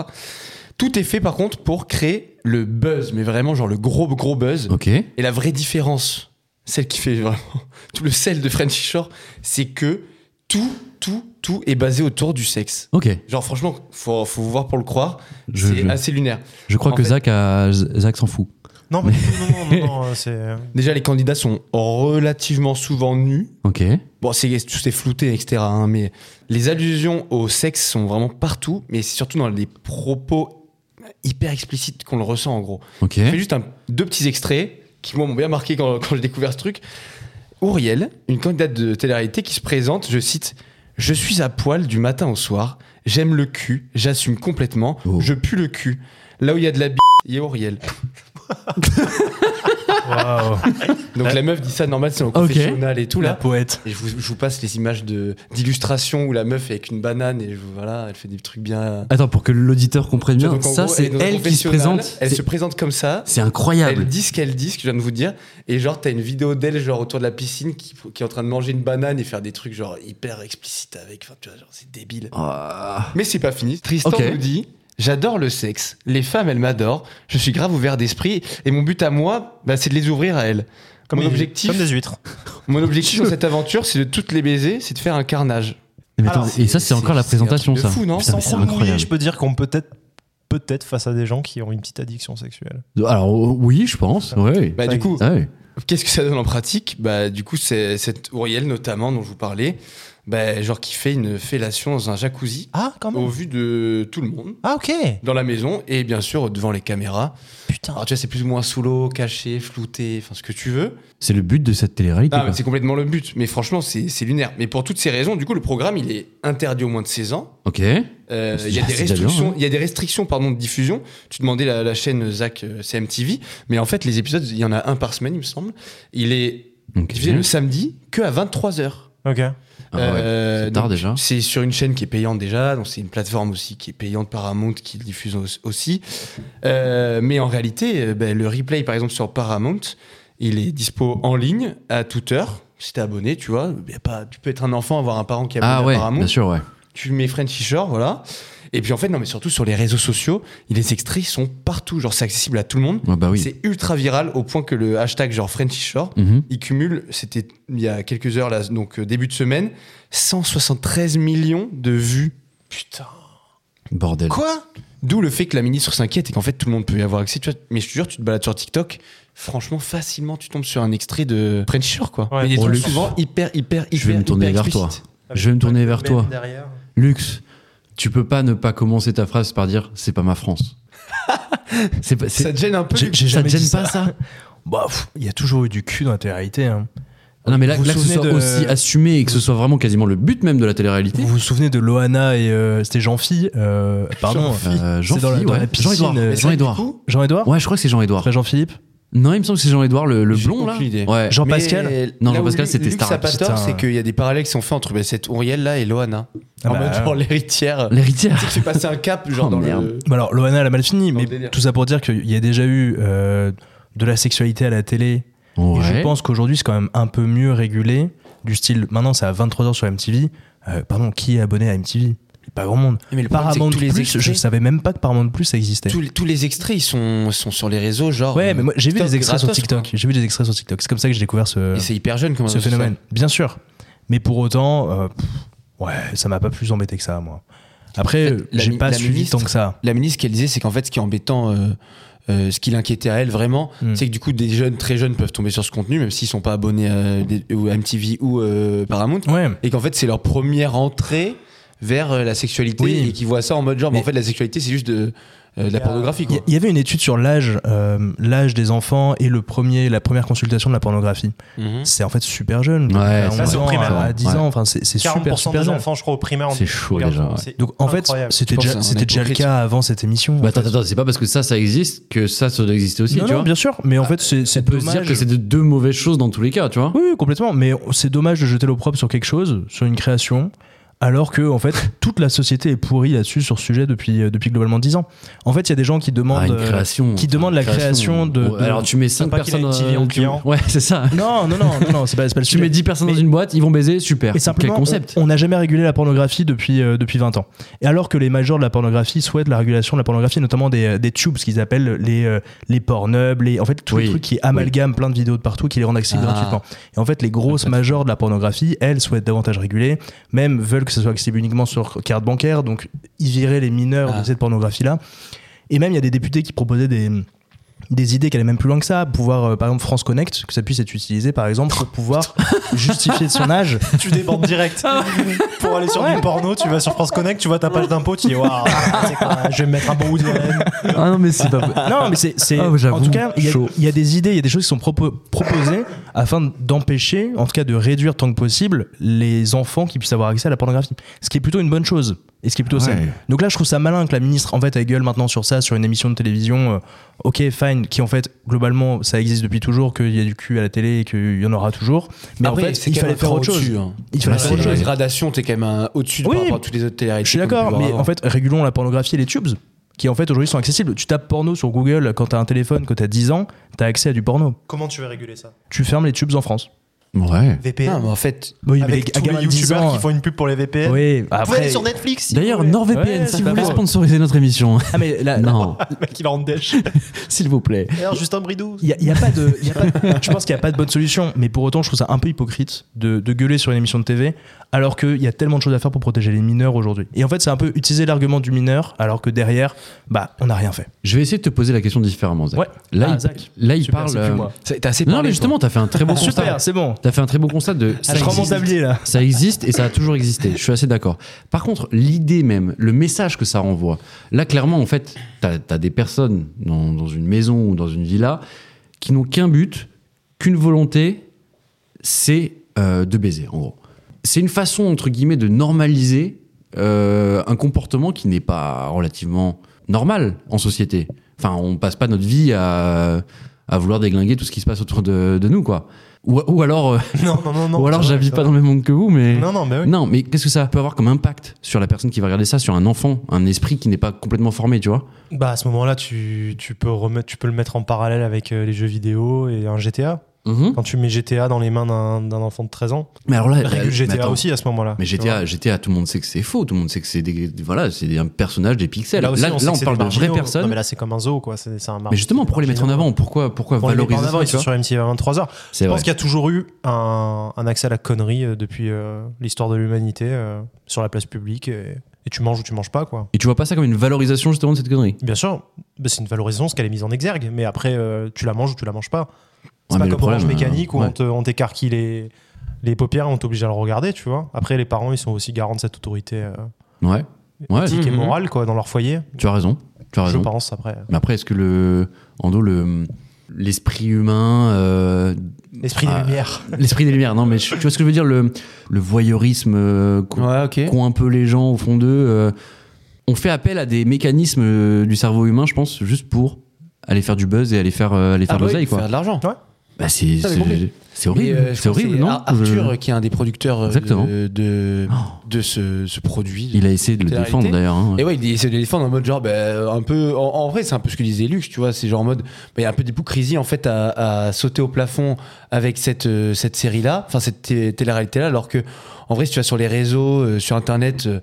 Tout est fait, par contre, pour créer le buzz, mais vraiment, genre le gros, gros buzz. Ok. Et la vraie différence, celle qui fait vraiment tout le sel de Frenchy Shore, c'est que tout, tout, tout est basé autour du sexe. Ok. Genre, franchement, faut, faut vous voir pour le croire. Je, C'est je, assez lunaire. je crois en que fait- Zach a- Zach s'en fout. Non, mais non, non, non, non, euh, c'est. Déjà, les candidats sont relativement souvent nus. Ok. Bon, c'est tout est flouté, etc. hein, mais les allusions au sexe sont vraiment partout, mais c'est surtout dans des propos hyper explicites qu'on le ressent en gros. Ok. Je fais juste un- deux petits extraits qui, moi, m'ont bien marqué quand, quand j'ai découvert ce truc. Ouriel, une candidate de télé-réalité qui se présente, je cite Je suis à poil du matin au soir, j'aime le cul, j'assume complètement, Oh. je pue le cul. Là où il y a de la b, il y a Auriel. Waouh. Donc la meuf dit ça normal, c'est en confessionnal et tout La là. poète. Et je vous, je vous passe les images de- d'illustrations où la meuf est avec une banane et je vous- voilà, elle fait des trucs bien. Attends pour que l'auditeur comprenne bien. Donc, en ça gros, c'est est dans un elle qui se confessionnal, présente. Elle C'est- se présente comme ça, C'est incroyable. Elle dit ce qu'elle dit, ce que je viens de vous dire. Et genre, t'as une vidéo d'elle, genre autour de la piscine, qui, qui est en train de manger une banane et faire des trucs, genre, hyper explicites avec. Enfin, tu vois, genre, c'est débile. Ah. Mais c'est pas fini. Tristan Ok. nous dit J'adore le sexe. Les femmes, elles m'adorent. Je suis grave ouvert d'esprit. Et mon but à moi, bah, c'est de les ouvrir à elles. Comme mon, des- objectif, Comme des huîtres. mon objectif dans cette aventure, c'est de toutes les baiser, c'est de faire un carnage. Mais attends, Alors, et ça, c'est encore la présentation, c'est un truc ça. de fou, non Putain, mais Sans c'est trop me mouiller, incroyable. je peux dire qu'on peut être peut-être face à des gens qui ont une petite addiction sexuelle. Alors, oh, oui, je pense. Ouais. Bah, du coup, Ah ouais. Qu'est-ce que ça donne en pratique Bah du coup c'est cette Uriel notamment dont je vous parlais, bah, genre qui fait une fellation dans un jacuzzi Ah, quand au même. vu de tout le monde Ah, ok. dans la maison et bien sûr devant les caméras. Putain. Alors tu vois c'est plus ou moins sous l'eau, caché, flouté, enfin ce que tu veux. C'est le but de cette télé-réalité. Ah, mais quoi. c'est complètement le but, mais franchement c'est c'est lunaire. Mais pour toutes ces raisons, du coup le programme il est interdit au moins de 16 ans. Ok. Euh, C'est Il y a déjà- des c'est déjà restrictions, bien, hein. il y a des restrictions pardon de diffusion. Tu demandais la, la chaîne Zach euh, CMTV, mais en fait les épisodes il y en a un par semaine il me semble. Il est Ok. diffusé le samedi que à 23 h Ok. Ah ouais. Euh, C'est tard donc, déjà. C'est sur une chaîne qui est payante déjà, donc c'est une plateforme aussi qui est payante Paramount qui le diffuse au- aussi. Euh, mais en réalité, euh, ben, le replay par exemple sur Paramount, il est dispo en ligne à toute heure. Si t'es abonné, tu vois, y a pas, tu peux être un enfant, avoir un parent qui est abonné Ah à ouais, Paramount. bien sûr, ouais. Tu mets Frenchy Shore, voilà. Et puis en fait, non, mais surtout sur les réseaux sociaux, et les extraits sont partout. Genre, c'est accessible à tout le monde. Ah bah oui. C'est ultra viral au point que le hashtag genre Frenchy Shore, Mhm. il cumule, c'était il y a quelques heures, là, donc euh, début de semaine, 173 millions de vues. Putain. Bordel. Quoi D'où le fait que la ministre s'inquiète et qu'en fait tout le monde peut y avoir accès. Tu vois, mais je te jure, tu te balades sur TikTok, franchement, facilement, tu tombes sur un extrait de French Shore, quoi. Ouais. mais des Oh, trucs luxe. souvent hyper, hyper, hyper. Je vais me tourner hyper vers toi. explicites. Je vais me tourner vers toi. Derrière. Lux, tu peux pas ne pas commencer ta phrase par dire c'est pas ma France. c'est pas. c'est- Ça te gêne un peu. J'ai- Luc j'ai jamais ça te dit gêne pas ça Bah, pff, il y a toujours eu du cul dans la télé-réalité. hein. Ah Non mais là, Vous là, que vous ce soit souvenez de- aussi assumé et que ce soit vraiment quasiment le but même de la télé-réalité. Vous vous souvenez de Loana et euh, c'était Jean-Phi euh, Pardon. Euh, C'est dans la- Jean-Philippe, dans la ouais. piscine, Jean-Édouard. euh, Jean-Édouard. Jean-Edouard Ouais, je crois que c'est Jean-Édouard. Pas Jean-Philippe Non, il me semble que c'est Jean-Édouard, le, le J'ai blond là. aucune idée. Ouais. Jean-Pascal Non, là où Jean-Pascal, Luc- c'était Luc Star Sapator, Putain. c'est qu'il y a des parallèles qui sont faits entre ben, cette Ouriel là et Loana. Ah en bah, même temps, l'héritière. L'héritière. C'est passé un cap, genre Oh, dans merde. le. Bah alors, Loana, elle a mal fini, Dans le mais délire. tout ça pour dire qu'il y a déjà eu euh, de la sexualité à la télé. Et Ouais. je pense qu'aujourd'hui, c'est quand même un peu mieux régulé. Du style, maintenant, c'est à 23h sur MTV. Euh, pardon, qui est abonné à MTV Pas grand monde. Mais le problème, c'est que Paramount tous les Plus, extraits- je savais même pas que Paramount Plus ça existait. tous, les- tous les extraits, ils sont, sont sur les réseaux, genre. Ouais, euh, mais moi, j'ai vu TikTok des extraits sur gratos, TikTok. J'ai vu des extraits sur TikTok. C'est comme ça que j'ai découvert quoi. ce, Et c'est hyper jeune comme ce phénomène. Bien sûr. Mais pour autant, euh, pff, ouais, ça m'a pas plus embêté que ça, moi. Après, En fait, la j'ai mi- pas la suivi ministre- tant que ça. La ministre, ce qu'elle disait, c'est qu'en fait, ce qui est embêtant, euh, euh, ce qui l'inquiétait à elle vraiment, Hmm. c'est que du coup, des jeunes, très jeunes, peuvent tomber sur ce contenu, même s'ils sont pas abonnés à, des- ou à MTV ou euh, Paramount. Ouais. Et qu'en fait, c'est leur première entrée vers euh, la sexualité Oui. et qu'ils voient ça en mode genre, mais, Mais- en fait, la sexualité, c'est juste de, euh, de Y a- la pornographie, Il quoi. y- il y avait une étude sur l'âge, euh, l'âge des enfants et le premier, la première consultation de la pornographie. Mhm. C'est en fait super jeune. Ouais, À c'est 11 vrai. ans, Au primaire. à, à 10 Mmh. Ouais. ans, enfin c'est c'est 40% super super des jeune. enfants, je crois, au primaire. en C'est chaud, perdent- déjà, ouais. c'est Donc en fait, incroyable. c'était Je pense déjà, que c'est un c'était déjà le hypocrite. cas avant cette émission. en Bah, fait. attends, attends, c'est pas parce que ça, ça existe que ça, ça doit exister aussi, non, tu non, vois. bien sûr, mais en fait c'est c'est Bah, On peut se dire dommage. que c'est de- deux mauvaises choses dans tous les cas, tu vois. Oui, oui, complètement. Mais c'est dommage de jeter l'opprobre sur quelque chose, sur une création, alors que en fait toute la société est pourrie là-dessus sur ce sujet depuis euh, depuis globalement 10 ans. En fait, il y a des gens qui demandent. Ah, une euh, création. qui demande la création de- Ouais, Alors, tu mets 5 pas qu'il personnes ait dans une TV tu- en client. Ouais, c'est ça. Non, non, non, non, non, c'est pas, c'est pas le Tu sujet. mets 10 personnes dans Bah, Mais- une boîte, ils vont baiser, super. Et simplement, Quel concept on on n'a jamais régulé la pornographie depuis, euh, depuis 20 ans. Et alors que les majors de la pornographie souhaitent la régulation de la pornographie, notamment des, euh, des tubes, ce qu'ils appellent les, euh, les pornubs, les, en fait, tous Oui. les trucs qui amalgament plein de vidéos de partout, qui les rendent accessibles Ah. gratuitement. Et en fait, les grosses majors de la pornographie, elles souhaitent davantage réguler, même veulent que ça soit accessible uniquement sur carte bancaire, donc ils viraient les mineurs Ah. de cette pornographie-là. Et même, il y a des députés qui proposaient des des idées qui allaient même plus loin que ça, pouvoir euh, par exemple France Connect, que ça puisse être utilisé par exemple pour pouvoir justifier son âge Tu débordes direct. Pour aller sur du porno, tu vas sur France Connect, tu vois ta page d'impôt, tu dis Waouh, c'est quoi, je vais me mettre un bon Woody Allen. Ah non, mais c'est pas. Non, mais c'est. c'est- Ah, j'avoue, en tout cas, il y a- chaud. il y, a des idées, il y a des choses qui sont propo- proposées afin d'empêcher, en tout cas de réduire tant que possible, les enfants qui puissent avoir accès à la pornographie. Ce qui est plutôt une bonne chose. Et ce qui est plutôt Ouais. sain. Donc là, je trouve ça malin que la ministre, en fait, elle gueule maintenant sur ça, sur une émission de télévision. euh, ok, fine, qui en fait, globalement, ça existe depuis toujours, qu'il y a du cul à la télé et qu'il y en aura toujours. Mais Après, en fait, c'est il quand fallait même faire encore autre chose. au-dessus, hein. Il fallait Ouais, faire autre c'est- chose. La gradation, t'es quand même un- au-dessus de Oui. par rapport à toutes les autres télé Je suis d'accord, mais en fait, régulons la pornographie et les tubes, qui en fait aujourd'hui sont accessibles. Tu tapes porno sur Google quand t'as un téléphone, quand t'as 10 ans, t'as accès à du porno. Comment tu vas réguler ça Tu fermes les tubes en France. Ouais. Non, VPN. mais en fait, Oui, mais les avec gars, tous les gamins de 10 youtubeurs ans. qui font une pub pour les VPN. Oui, bah, Vous pouvez aller après. sur Netflix. si D'ailleurs, vous voulez. NordVPN, Ouais, si c'est vous pas voulez mal. sponsoriser notre émission. Ah, mais là, là, non, Le mec, il est en dèche. s'il vous plaît. D'ailleurs, Justin Bridou. Il y a, il y a pas de, il y a pas de- je pense qu'il n'y a pas de bonne solution, mais pour autant, je trouve ça un peu hypocrite de, de gueuler sur une émission de TV alors qu'il y a tellement de choses à faire pour protéger les mineurs aujourd'hui. Et en fait, c'est un peu utiliser l'argument du mineur alors que derrière, bah, on n'a rien fait. Je vais essayer de te poser la question différemment, Zach. Ouais. Là, Ah, il, Zach. là, il Super, parle. c'est plus euh, moi. c'est- t'as assez Non, parlé, mais justement, t'as fait un très bon constat. Super, c'est bon. T'as fait un très beau constat de. Ah, je remonte existe. à Blier, là. Ça existe et ça a toujours existé. Je suis assez d'accord. Par contre, l'idée même, le message que ça renvoie, là, clairement, en fait, t'as as des personnes dans, dans une maison ou dans une villa qui n'ont qu'un but, qu'une volonté, c'est euh, de baiser, en gros. C'est une façon, entre guillemets, de normaliser euh, un comportement qui n'est pas relativement normal en société. Enfin, on passe pas notre vie à, à vouloir déglinguer tout ce qui se passe autour de, de nous, quoi. Ou, ou alors, euh, Non, non, non, non. ou alors ça va, j'habite ça pas va. dans le même monde que vous, mais... Non, non, mais oui. Non, mais qu'est-ce que ça peut avoir comme impact sur la personne qui va regarder ça, sur un enfant, un esprit qui n'est pas complètement formé, tu vois Bah, à ce moment-là, tu, tu, peux remettre, tu peux le mettre en parallèle avec euh, les jeux vidéo et un GTA. Quand tu mets GTA dans les mains d'un d'un enfant de 13 ans, Mais alors là, régule Bah, mais GTA attends. aussi à ce moment-là. Mais tu vois. GTA, GTA, tout le monde sait que c'est faux, tout le monde sait que c'est des, voilà, c'est des- un personnage des pixels. Là, aussi, on, sait que c'est parle des de vraies marginaux. Non, personnes. mais mais, là, c'est comme un zoo, quoi. C'est c'est un mar- justement, c'est pourquoi les mettre en marginaux. avant Pourquoi, pourquoi Pour les mettre valoriser en avant, ça, ils tu sont vois sur MTV à 23h. C'est Je vrai. pense qu'il y a toujours eu un, un accès à la connerie euh, depuis euh, l'histoire de l'humanité euh, sur la place publique. Et, et tu manges ou tu manges pas, quoi. Et tu vois pas ça comme une valorisation justement de cette connerie Bien sûr, bah, c'est une valorisation, ce qu'elle est mise en exergue. Mais après, euh, tu la manges ou tu la manges pas. C'est Ouais, pas mais le comme Orange problème, euh, Mécanique où ouais. on te- on t'écarquille les, les paupières et on t'oblige à le regarder, tu vois. Après, les parents, ils sont aussi garants de cette autorité euh, Ouais, ouais, éthique et Mhm. morale, quoi, dans leur foyer. tu as raison, tu as Je raison. pense, après. Mais après, est-ce que le, en dos, le l'esprit humain euh, L'esprit Ah. des Lumières. L'esprit des lumières, non, mais je- tu vois ce que je veux dire, le, le voyeurisme euh, qu'ont Ouais, ok. qu'ont un peu les gens au fond d'eux. euh, on fait appel à des mécanismes euh, du cerveau humain, je pense, juste pour aller faire du buzz et aller faire, euh, aller faire Ah de bah oui, l'oseille, quoi. Faire de l'argent. Bah, c'est Ça, j'ai c'est- compris. c'est Mais, horrible, euh, je c'est crois que horrible, non Ar- Arthur, Je- euh, qui est un des producteurs euh, Exactement. de, de, Oh. de ce, ce produit. Il a essayé de le C'est la défendre réalité. d'ailleurs. hein. Et ouais, il essaie de les défendre en mode genre, bah, un peu. En, en vrai, c'est un peu ce que disait Lux, tu vois. C'est genre en mode, bah, il y a un peu d'hypocrisie en fait à, à sauter au plafond avec cette, euh, cette série-là, enfin cette té- télé-réalité-là, alors que en vrai, si tu vas sur les réseaux, euh, sur internet. euh,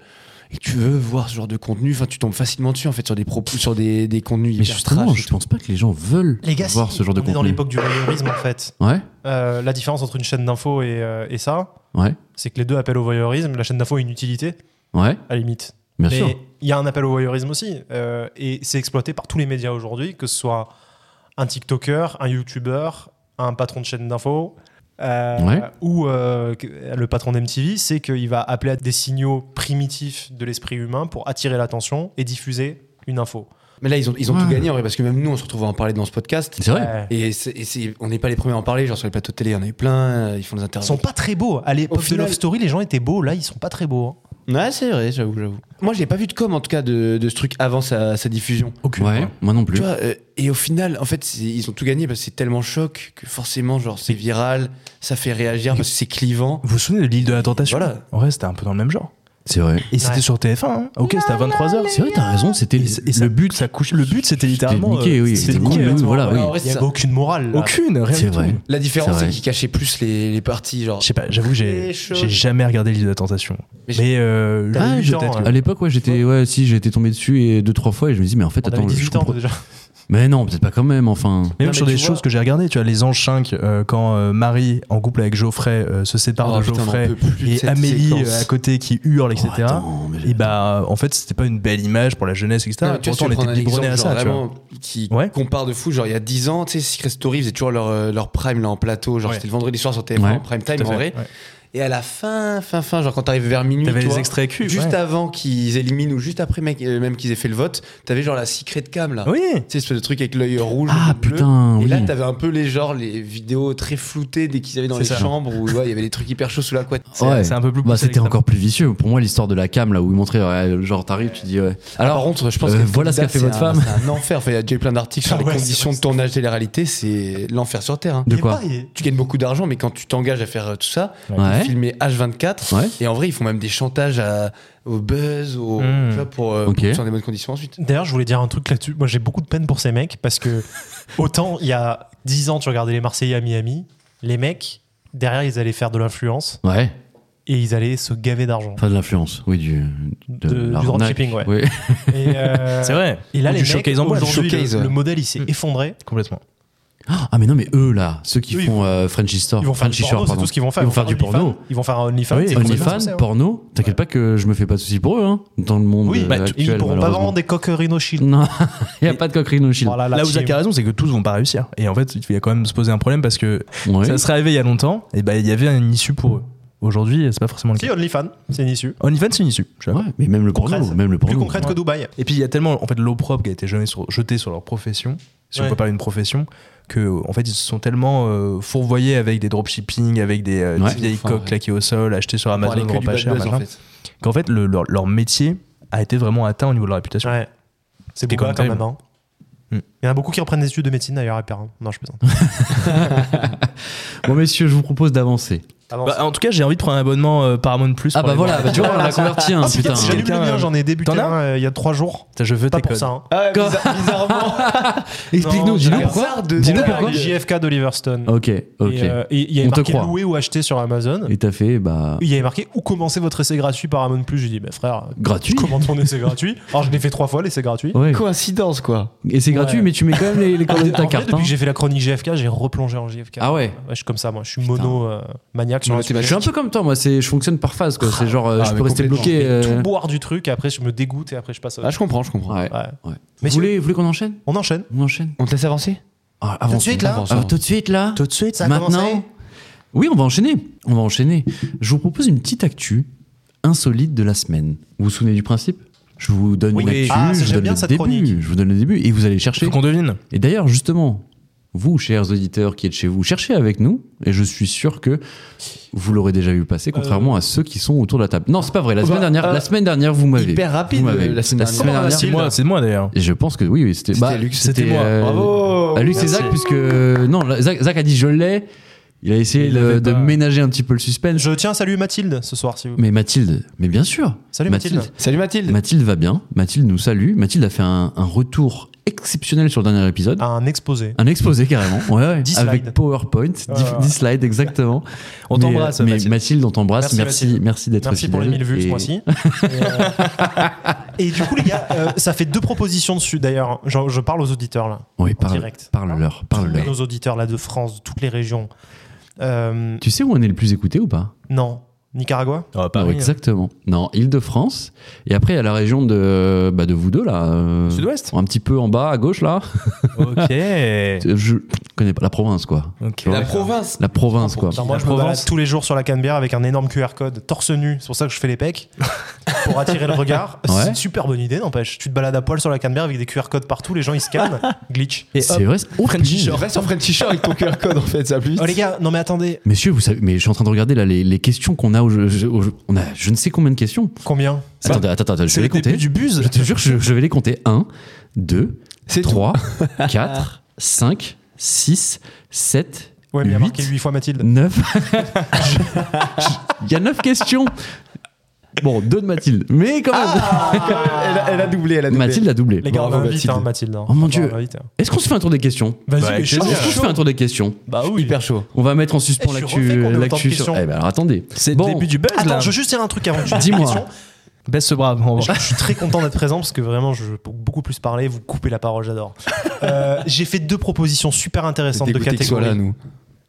et que tu veux voir ce genre de contenu, enfin tu tombes facilement dessus en fait sur des propos, sur des, des contenus Mais hyper justement, trash et je pense pas que les gens veulent Les gars, voir si, ce genre de on est dans contenu. l'époque du voyeurisme, en fait. Ouais, Euh, la différence entre une chaîne d'info et, euh, et ça, ouais, c'est que les deux appellent au voyeurisme. La chaîne d'info a une utilité, ouais, à la limite. bien mais sûr. il y a un appel au voyeurisme aussi. euh, et c'est exploité par tous les médias aujourd'hui, que ce soit un TikToker, un YouTuber, un patron de chaîne d'info. euh, Ouais. Ou euh, que- le patron d'MTV, c'est qu'il va appeler à des signaux primitifs de l'esprit humain pour attirer l'attention et diffuser une info. Mais là, ils ont, ils ont Ouais. tout gagné en vrai, parce que même nous, on se retrouve à en parler dans ce podcast. C'est vrai. Ouais. Et, c'est- et c'est- on n'est pas les premiers à en parler, genre sur les plateaux de télé, il y en a eu plein, euh, ils font des Ils interviews. sont pas très beaux. À l'époque Au final- de Love Story, les gens étaient beaux. Là, ils sont pas très beaux. hein. Ouais, c'est vrai, j'avoue, j'avoue. Moi, j'ai pas vu de com en tout cas de, de ce truc avant sa, sa diffusion. Ouais, moi non plus. Tu vois, euh, et au final, en fait, c'est- ils ont tout gagné parce que c'est tellement choc que forcément, genre, c'est viral, ça fait réagir parce que c'est clivant. Vous vous souvenez de l'île de la tentation Voilà. Ouais, c'était un peu dans le même genre. C'est vrai. Et c'était Ouais. sur TF1. hein. Ok, c'était à 23h. C'est vrai, t'as raison, c'était Et le but, ça couche. Le but, c'était littéralement. niqué, euh, oui, c'était c'était niqué, cool, ouais. oui, voilà, oui. Alors, en vrai, Il n'y ça- avait aucune morale. là. Aucune, rien C'est du vrai. tout. La différence, C'est c'est vrai. qu'ils cachaient plus les, les parties, genre. Je sais pas, j'avoue, que j'ai Les j'ai choses. jamais regardé l'île de la tentation. Mais Mais, j'ai- euh, T'avais je- huit peut-être ans, hein. que- À l'époque, ouais, j'étais, ouais, si, j'ai été tombé dessus et deux, trois fois, et je me dis, mais en fait, On attends, avait je 18 ans comprends- déjà. Mais non, peut-être pas quand même, enfin. Mais Non, même sur mais des tu choses vois- que j'ai regardées, tu vois, les anges 5, euh, quand euh, Marie, en couple avec Geoffrey, euh, se sépare Oh, de putain, on en Geoffrey, peut plus de et cette Amélie séquence. euh, à côté qui hurle, etc. Oh, attends, mais j'ai- et bah, euh, en fait, c'était pas une belle image pour la jeunesse, etc. Non, mais Et tu vois, si Pourtant, tu on prends était un exemple, biberonnés à genre, ça, tu vois. vraiment, qui Ouais. compare de fou. Genre, il y a 10 ans, tu sais, Secret Story faisait toujours leur, euh, leur prime là en plateau. Genre, Ouais. c'était le vendredi soir sur TF1 Ouais. en prime Tout time à en fait, vrai. ouais. Et à la fin, fin, fin, genre quand t'arrives vers minuit, T'avais tu les vois, extraits cul. juste ouais. avant qu'ils éliminent ou juste après mec, euh, même qu'ils aient fait le vote, t'avais genre la secret cam là. Oui. Tu sais, espèce de truc avec l'œil rouge. Ah l'œil bleu. putain, Et oui. là, t'avais un peu les genres, les vidéos très floutées dès qu'ils avaient dans C'est les ça. chambres où ouais, il y avait des trucs hyper chauds sous la couette. C'est Ouais. c'est un peu plus Bah, poussé, c'était encore plus vicieux. Pour moi, l'histoire de la cam, là, où ils montraient, ouais, genre, t'arrives, tu dis, ouais. Alors, Ah, par Alors, contre, je pense euh, que voilà ce qu'a fait c'est votre un- femme. C'est un enfer. Enfin, il y a déjà eu plein d'articles sur Ah les ouais, c'est conditions vrai, de tournage télé-réalité. C'est l'enfer sur Terre. hein. de Il est quoi pas- il- Tu gagnes beaucoup d'argent, mais quand tu t'engages à faire euh, tout ça, Ouais. filmer H24. Ouais. Et en vrai, ils font même des chantages à- au buzz, au, Hmm. Mm. tu vois, pour, Ok. euh, pour que tu sois dans des bonnes conditions ensuite. D'ailleurs, je voulais dire un truc là-dessus. Moi, j'ai beaucoup de peine pour ces mecs parce que autant il y a 10 ans, tu regardais les Marseillais à Miami, les mecs, Derrière, ils allaient faire de l'influence Ouais, et ils allaient se gaver d'argent. enfin de l'influence, oui, du, de De- du l'arnaque. dropshipping, ouais. Oui. Et, euh, C'est vrai. Et là, Ou les du mecs, showcase en boîte. aujourd'hui, le- Showcase, le, ouais. modèle, il s'est Mm. effondré. Complètement. Ah, mais non, mais eux là, ceux qui Eux, ils font euh, Frenchy Store, Ils vont faire Frenchy du porno, Shore, c'est pardon. tout ce qu'ils vont faire. Ils vont faire du OnlyFans, porno. Ils vont faire un OnlyFans. Oui, c'est complètement ça, OnlyFans, ouais. porno, t'inquiète pas que je me fais pas de soucis pour eux, hein, dans le monde Oui, euh, bah, tu- actuel. ils pourront pas malheureusement. vendre des coques Rhino Shield. Non, il n'y a pas de coquerine au shield. Voilà, la Là où team. Zach a raison, c'est que tous vont pas réussir. Et en fait, il va quand même se poser un problème parce que Ouais. ça serait arrivé il y a longtemps, et ben il y avait une issue pour eux. Aujourd'hui, c'est pas forcément le Si, cas. OnlyFans, c'est une issue. OnlyFans, c'est une issue. je suis d'accord. Ouais, mais même le porno, Concrète. même le Plus porno. concrète que Dubaï. Et puis il y a tellement en fait l'opprobre qui a été jeté sur, jeté sur leur profession, si on Ouais. peut parler d'une profession, que en fait ils se sont tellement euh, fourvoyés avec des dropshipping, avec des euh, Ouais. petites vieilles Enfin, coques ouais. claquées au sol, achetées sur Pour aller Amazon que grand du pas bad cher, buzz, en machin, fait. qu'en fait le- leur, leur métier a été vraiment atteint au niveau de leur réputation. Ouais. C'est qui est beaucoup quand quand même même. hein. Hmm. Il y en a beaucoup qui reprennent des études de médecine d'ailleurs, à Perrin. Non, je plaisante. Bon, messieurs, je vous propose d'avancer. Avance. Bah, en tout cas, j'ai envie de prendre un abonnement euh, Paramount Plus. Ah, pour bah aller voilà, voir. bah tu vois, on a converti un, Ah, si, putain. si, J'allume le Quelqu'un, mien, j'en ai débuté t'en as un euh, il y a trois jours. Putain, je veux Pas tes pour codes. ça. hein. Ah, Quoi bizarre- bizarrement. Explique-nous, Non, dis-nous j'ai pourquoi. regardé ça de- Dis-nous Voilà, pourquoi. les JFK d'Oliverstone. Ok, ok. Et, euh, et il y On avait te marqué croit. louer ou acheter sur Amazon. Et t'as fait, bah. Il y avait marqué où commencer votre essai gratuit par Amazon Plus. J'ai dit, bah, frère, Gratuit comment ton essai gratuit Alors je l'ai fait trois fois l'essai gratuit. Ouais. Coïncidence, quoi. Et c'est gratuit, Ouais. mais tu mets quand même les, les coordonnées de En ta vrai, carte. depuis hein. que j'ai fait la chronique JFK, j'ai replongé en JFK. Ah ouais. Je suis comme ça, moi. Je suis mono euh, maniaque sur Non, le t'es sujet. Je suis un peu comme toi, moi, c'est, je fonctionne par phase, quoi. C'est genre, euh, Ah, je mais peux rester complètement. bloqué. Je vais euh, tout boire du truc, et après je me dégoûte et après je passe. au- Ah, je comprends, je comprends. Ouais. Ouais. ouais. Vous, Messieurs. voulez, vous voulez qu'on enchaîne On enchaîne. On enchaîne On te laisse avancer Ah, avançons. suite, là Avançons. Ah, Tout de suite, là Tout de suite. Ça a Maintenant commencé Oui, on va enchaîner. On va enchaîner. Je vous propose une petite actu insolite de la semaine. Vous vous souvenez du principe je vous donne Oui. une actu, Ah, ça, je vous j'aime donne bien le cette début, chronique. je vous donne le début et vous allez chercher. Faut qu'on devine. Ah, Et d'ailleurs, justement, vous, chers auditeurs qui êtes chez vous, cherchez avec nous, et je suis sûr que vous l'aurez déjà vu passer, contrairement à ceux qui sont autour de la table. Non, c'est pas vrai. La Bah, semaine dernière, euh, la semaine dernière, vous m'avez. hyper rapide, vous m'avez. euh, la semaine dernière. Comment dernière, C'est moi, c'est moi d'ailleurs. Et je pense que oui, oui, c'était. C'était Luc, c'était c'était moi. euh, Bravo bah, Luc, c'est Merci. Zach, puisque non, là, Zach, Zach a dit je l'ai. Il a essayé Il de- l'avait de pas. ménager un petit peu le suspense. Je tiens à saluer Mathilde ce soir, si vous Mais Mathilde, mais bien sûr. Salut, Mathilde. Salut Mathilde. Mathilde va bien. Mathilde nous salue. Mathilde a fait un, un retour exceptionnel sur le dernier épisode. Un exposé. Un exposé carrément, ouais, ouais. Ah. Dix avec slides. Ah. PowerPoint, 10 Ouais. slides exactement. On Mais, t'embrasse, mais Mathilde. on t'embrasse. Merci, Merci, merci, Mathilde. d'être Merci pour les fidèle 1000 vues et- ce mois-ci. Et, euh, et du coup, les gars, euh, ça fait deux propositions dessus d'ailleurs. Je, je parle aux auditeurs là. Oui, en parle, direct. parle-leur, Tous parle-leur. nos auditeurs là de France, de toutes les régions. Euh, Tu sais où on est le plus écouté ou pas non. Nicaragua Ah, Non, Paris, hein. Exactement. Non, Île-de-France. Et après, il y a la région de, bah, de vous deux là. euh, Sud-Ouest. Un petit peu en bas à gauche là. Ok. Je connais pas la province quoi. Ok. La province. La province quoi. Alors moi, La je me balade Provence. tous les jours sur la Canebière avec un énorme QR code, torse nu. C'est pour ça que je fais les pecs pour attirer le regard. Ouais. C'est une super bonne idée, n'empêche. Tu te balades à poil sur la Canebière avec des QR codes partout, les gens ils scannent, glitch. Et hop, C'est vrai. c'est- Oh, Frenchy putain. Shore. Reste en Frenchy Shore avec ton QR code en fait, ça plus. Oh les gars, non mais attendez, Messieurs, vous savez, mais je suis en train de regarder là les, les questions qu'on a. au jeu- jeu- au jeu- on a, je ne sais combien de questions. combien Attendez, attends, attends, je C'est vais le les compter. début du buzz. Je te jure, je, je vais les compter. 1, 2, C'est 3, 4, 5, 6, 7, Ouais, mais il y a Huit. marqué 8 fois Mathilde. 9. Il y a 9 questions. Bon, deux de Mathilde. Mais quand même, elle, a, elle a doublé, elle a doublé. Mathilde a doublé. Les gars, Bravo, on va vite, Mathilde. hein, Mathilde. hein. Oh mon Enfin, Dieu. on va vite, hein. Est-ce qu'on se fait un tour des questions Vas-y, Bah, mais avec je Est-ce plaisir. qu'on se fait un tour des questions Bah oui. Hyper chaud. On va mettre en suspens Eh, je suis l'actu. refait qu'on ait autant de l'actu sur- questions. Eh ben alors attendez. C'est le Bon. début du buzz là. Attends, je veux juste dire un truc avant que tu poses la Dis-moi. question. Baisse ce bras. on va- Je, je suis très content d'être présent parce que vraiment, je peux beaucoup plus parler. Vous coupez la parole, j'adore. Euh, J'ai fait deux propositions super intéressantes de Dégoûté que soit catégories. là, nous.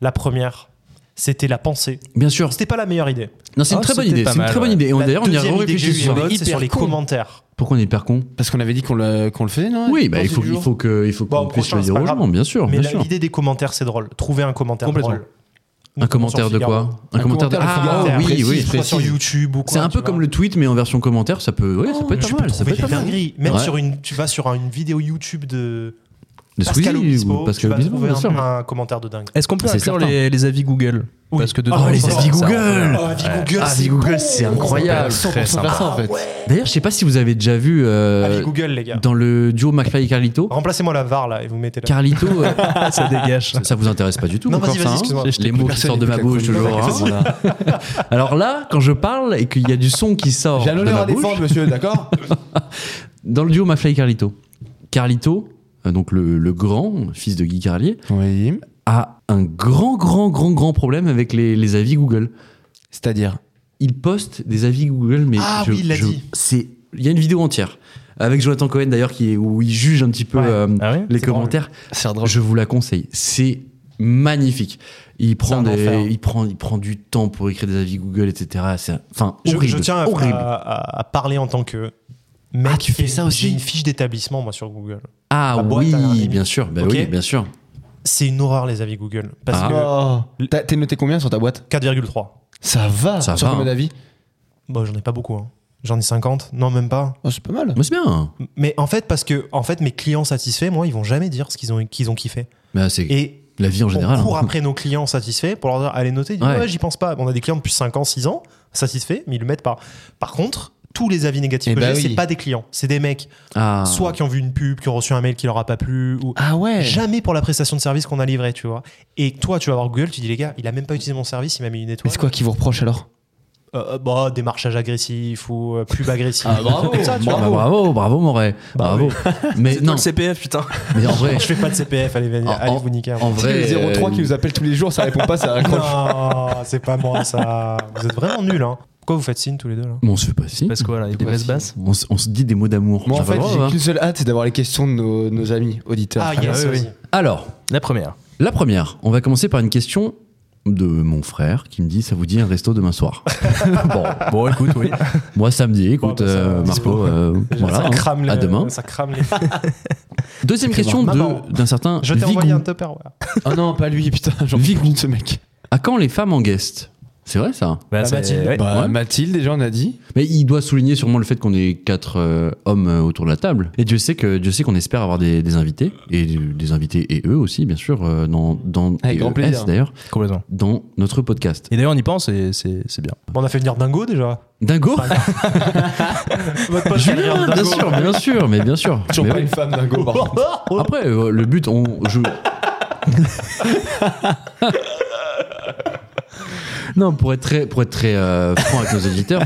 La première, c'était la pensée. Bien sûr. C'était pas la meilleure idée. Non, c'est une Oh, très bonne c'était idée. pas C'est une mal, très bonne ouais. idée. Et On, la d'ailleurs, on y a deuxième idée que réfléchi j'ai ce soir. eue, soir. c'est sur Hyper les con. commentaires. Pourquoi on est hyper con Parce qu'on avait dit qu'on le, qu'on le faisait, non Oui, bah, il faut, du il jour. faut que, il faut Bon, qu'on puisse prochain, le dire c'est pas aux gens, grave. bien sûr, Mais Oh, bien la- sûr. l'idée des commentaires, c'est drôle. Trouver un commentaire Complètement. drôle. Un commentaire de quoi Un commentaire de. commentaire de Ah Figaro, oui, précis, oui. précis. Soit sur YouTube ou quoi. C'est un peu tu comme vois. le Oh, tweet, mais en version commentaire, ça peut, ouais, ça peut être Tu pas peux mal. Ça peut être trouver pas des mal. dingueries. Même Ouais. sur une, tu vas sur une vidéo YouTube de De Pascal Squeezie Obispo, ou Pascal tu vas Obispo, trouver bien sûr. un, un commentaire de dingue. Est-ce qu'on peut C'est inclure certain. les, les avis Google Oui. Parce que Oh, dedans, les ça- avis ça- Google. Ouais. oh, Avis Google, Ah, Avis Google, c'est incroyable. Très sympa. en fait. D'ailleurs, je sais pas si vous avez déjà vu euh, Avis Google, les gars. dans le duo McFly et Carlito. Remplacez-moi la VAR là et vous mettez la. Carlito, euh, Ça dégage. ça vous intéresse pas du tout Non, encore vas-y, ça, vas-y, hein excuse-moi. Les mots qui Personne sortent de ma n'écoute bouche la toujours. chronique. hein. Alors là, quand je parle et qu'il y a du son qui sort J'ai un de honneur ma à bouche, défendre, monsieur, d'accord dans le duo McFly et Carlito. Carlito, euh, donc le, le grand fils de Guy Carlier, Oui. a un grand, grand, grand, grand problème avec les, les avis Google. C'est-à-dire Il poste des avis Google, mais Ah je- oui, il l'a je- dit. c'est- il y a une vidéo entière avec Jonathan Cohen d'ailleurs qui est- où il juge un petit peu Ouais. euh, Ah ouais les C'est drôle. commentaires. C'est drôle. Je vous la conseille. C'est magnifique. Il prend, un enfer. des, il, prend, il prend du temps pour écrire des avis Google, etc. C'est un- Enfin, Je, horrible. je tiens à, horrible. à- à- à parler en tant que mec. Ah, tu fais Et ça aussi J'ai une fiche d'établissement, moi, sur Google. Ah la boîte à oui, l'araignée. bien sûr. Bah Ok. oui, bien sûr. C'est une horreur, les avis Google. Parce Ah. T'as- T'es noté combien sur ta boîte que 4,3. Ça va Ça Sur va, combien hein. d'avis Bon, j'en ai pas beaucoup. hein. J'en ai 50. Non, même pas. oh, C'est pas mal. Mais c'est bien. Mais en fait, parce que en fait, mes clients satisfaits, moi, ils vont jamais dire ce qu'ils ont, qu'ils ont kiffé. Bah, c'est Et la vie en général. on court hein. après nos clients satisfaits pour leur dire allez noter, Ils disent, Ouais. ouais, j'y pense pas. On a des clients depuis 5 ans, 6 ans, satisfaits, mais ils le mettent pas. Par contre, tous les avis négatifs Eh que bah j'ai, oui. c'est pas des clients, c'est des mecs, ben Ah. soit qui ont vu une pub, qui ont reçu un mail qui leur a pas plu, ou Ah ouais jamais pour la prestation de service qu'on a livrée, tu vois. Et toi, tu vas voir Google, tu dis les gars, il a même pas utilisé mon service, il m'a mis une Mais étoile. c'est quoi qui vous reproche alors Euh, euh, bah, démarchage agressif ou euh, pub agressif. bravo, Comme ça, tu vois. Bah Bah, bravo. bravo, Moret. Bravo. Mais non, CPF, putain. mais en vrai, Je fais pas de CPF, allez, venez, En- allez vous niquer. en C'est vrai, le 03 euh, qui nous appelle tous les jours, ça répond pas, ça raccroche. Non, c'est pas moi ça. Vous êtes vraiment nuls, hein. Pourquoi vous faites signe tous les deux là mais on se fait pas si. Parce que voilà, il y a des Ouais, basses si. basses. On, se- on se dit des mots d'amour. Moi, Ça en va fait, le voir, j'ai hein. qu'une seule hâte, c'est d'avoir les questions de nos, nos amis auditeurs. Ah, yes, oui, oui. vas-y. Alors, La première. La première, on va commencer par une question de mon frère qui me dit ça vous dit un resto demain soir bon, bon écoute oui moi samedi écoute Bon, bah, ça euh, va. Marco euh, voilà ça hein. crame les, à demain Ça crame les. deuxième question bon. de- Maman. d'un certain Je t'ai envoyé un Ah Vigou Tupperware. Oh non, pas lui, putain, j'en peux plus de ce mec. à quand les femmes en guest c'est vrai ça Bah, c'est- Mathilde. ouais. Bah, Eh Ouais. Mathilde, déjà, on a dit. mais il doit souligner sûrement le fait qu'on est quatre euh, hommes euh, autour de la table et Dieu sait que Dieu sait qu'on espère avoir des, des invités et des invités et eux aussi bien sûr euh, dans dans Avec grand EES, plaisir. d'ailleurs Complètement. dans notre podcast Et d'ailleurs, on y pense et c'est c'est bien. Bon, on a fait venir Dingo déjà. Dingo Votre pote Julien, bien sûr bien sûr mais bien sûr Toujours Mais pas oui. une femme d'un go, par contre. Après, euh, le but, on. Je... non, pour être très, pour être très euh, franc avec nos auditeurs,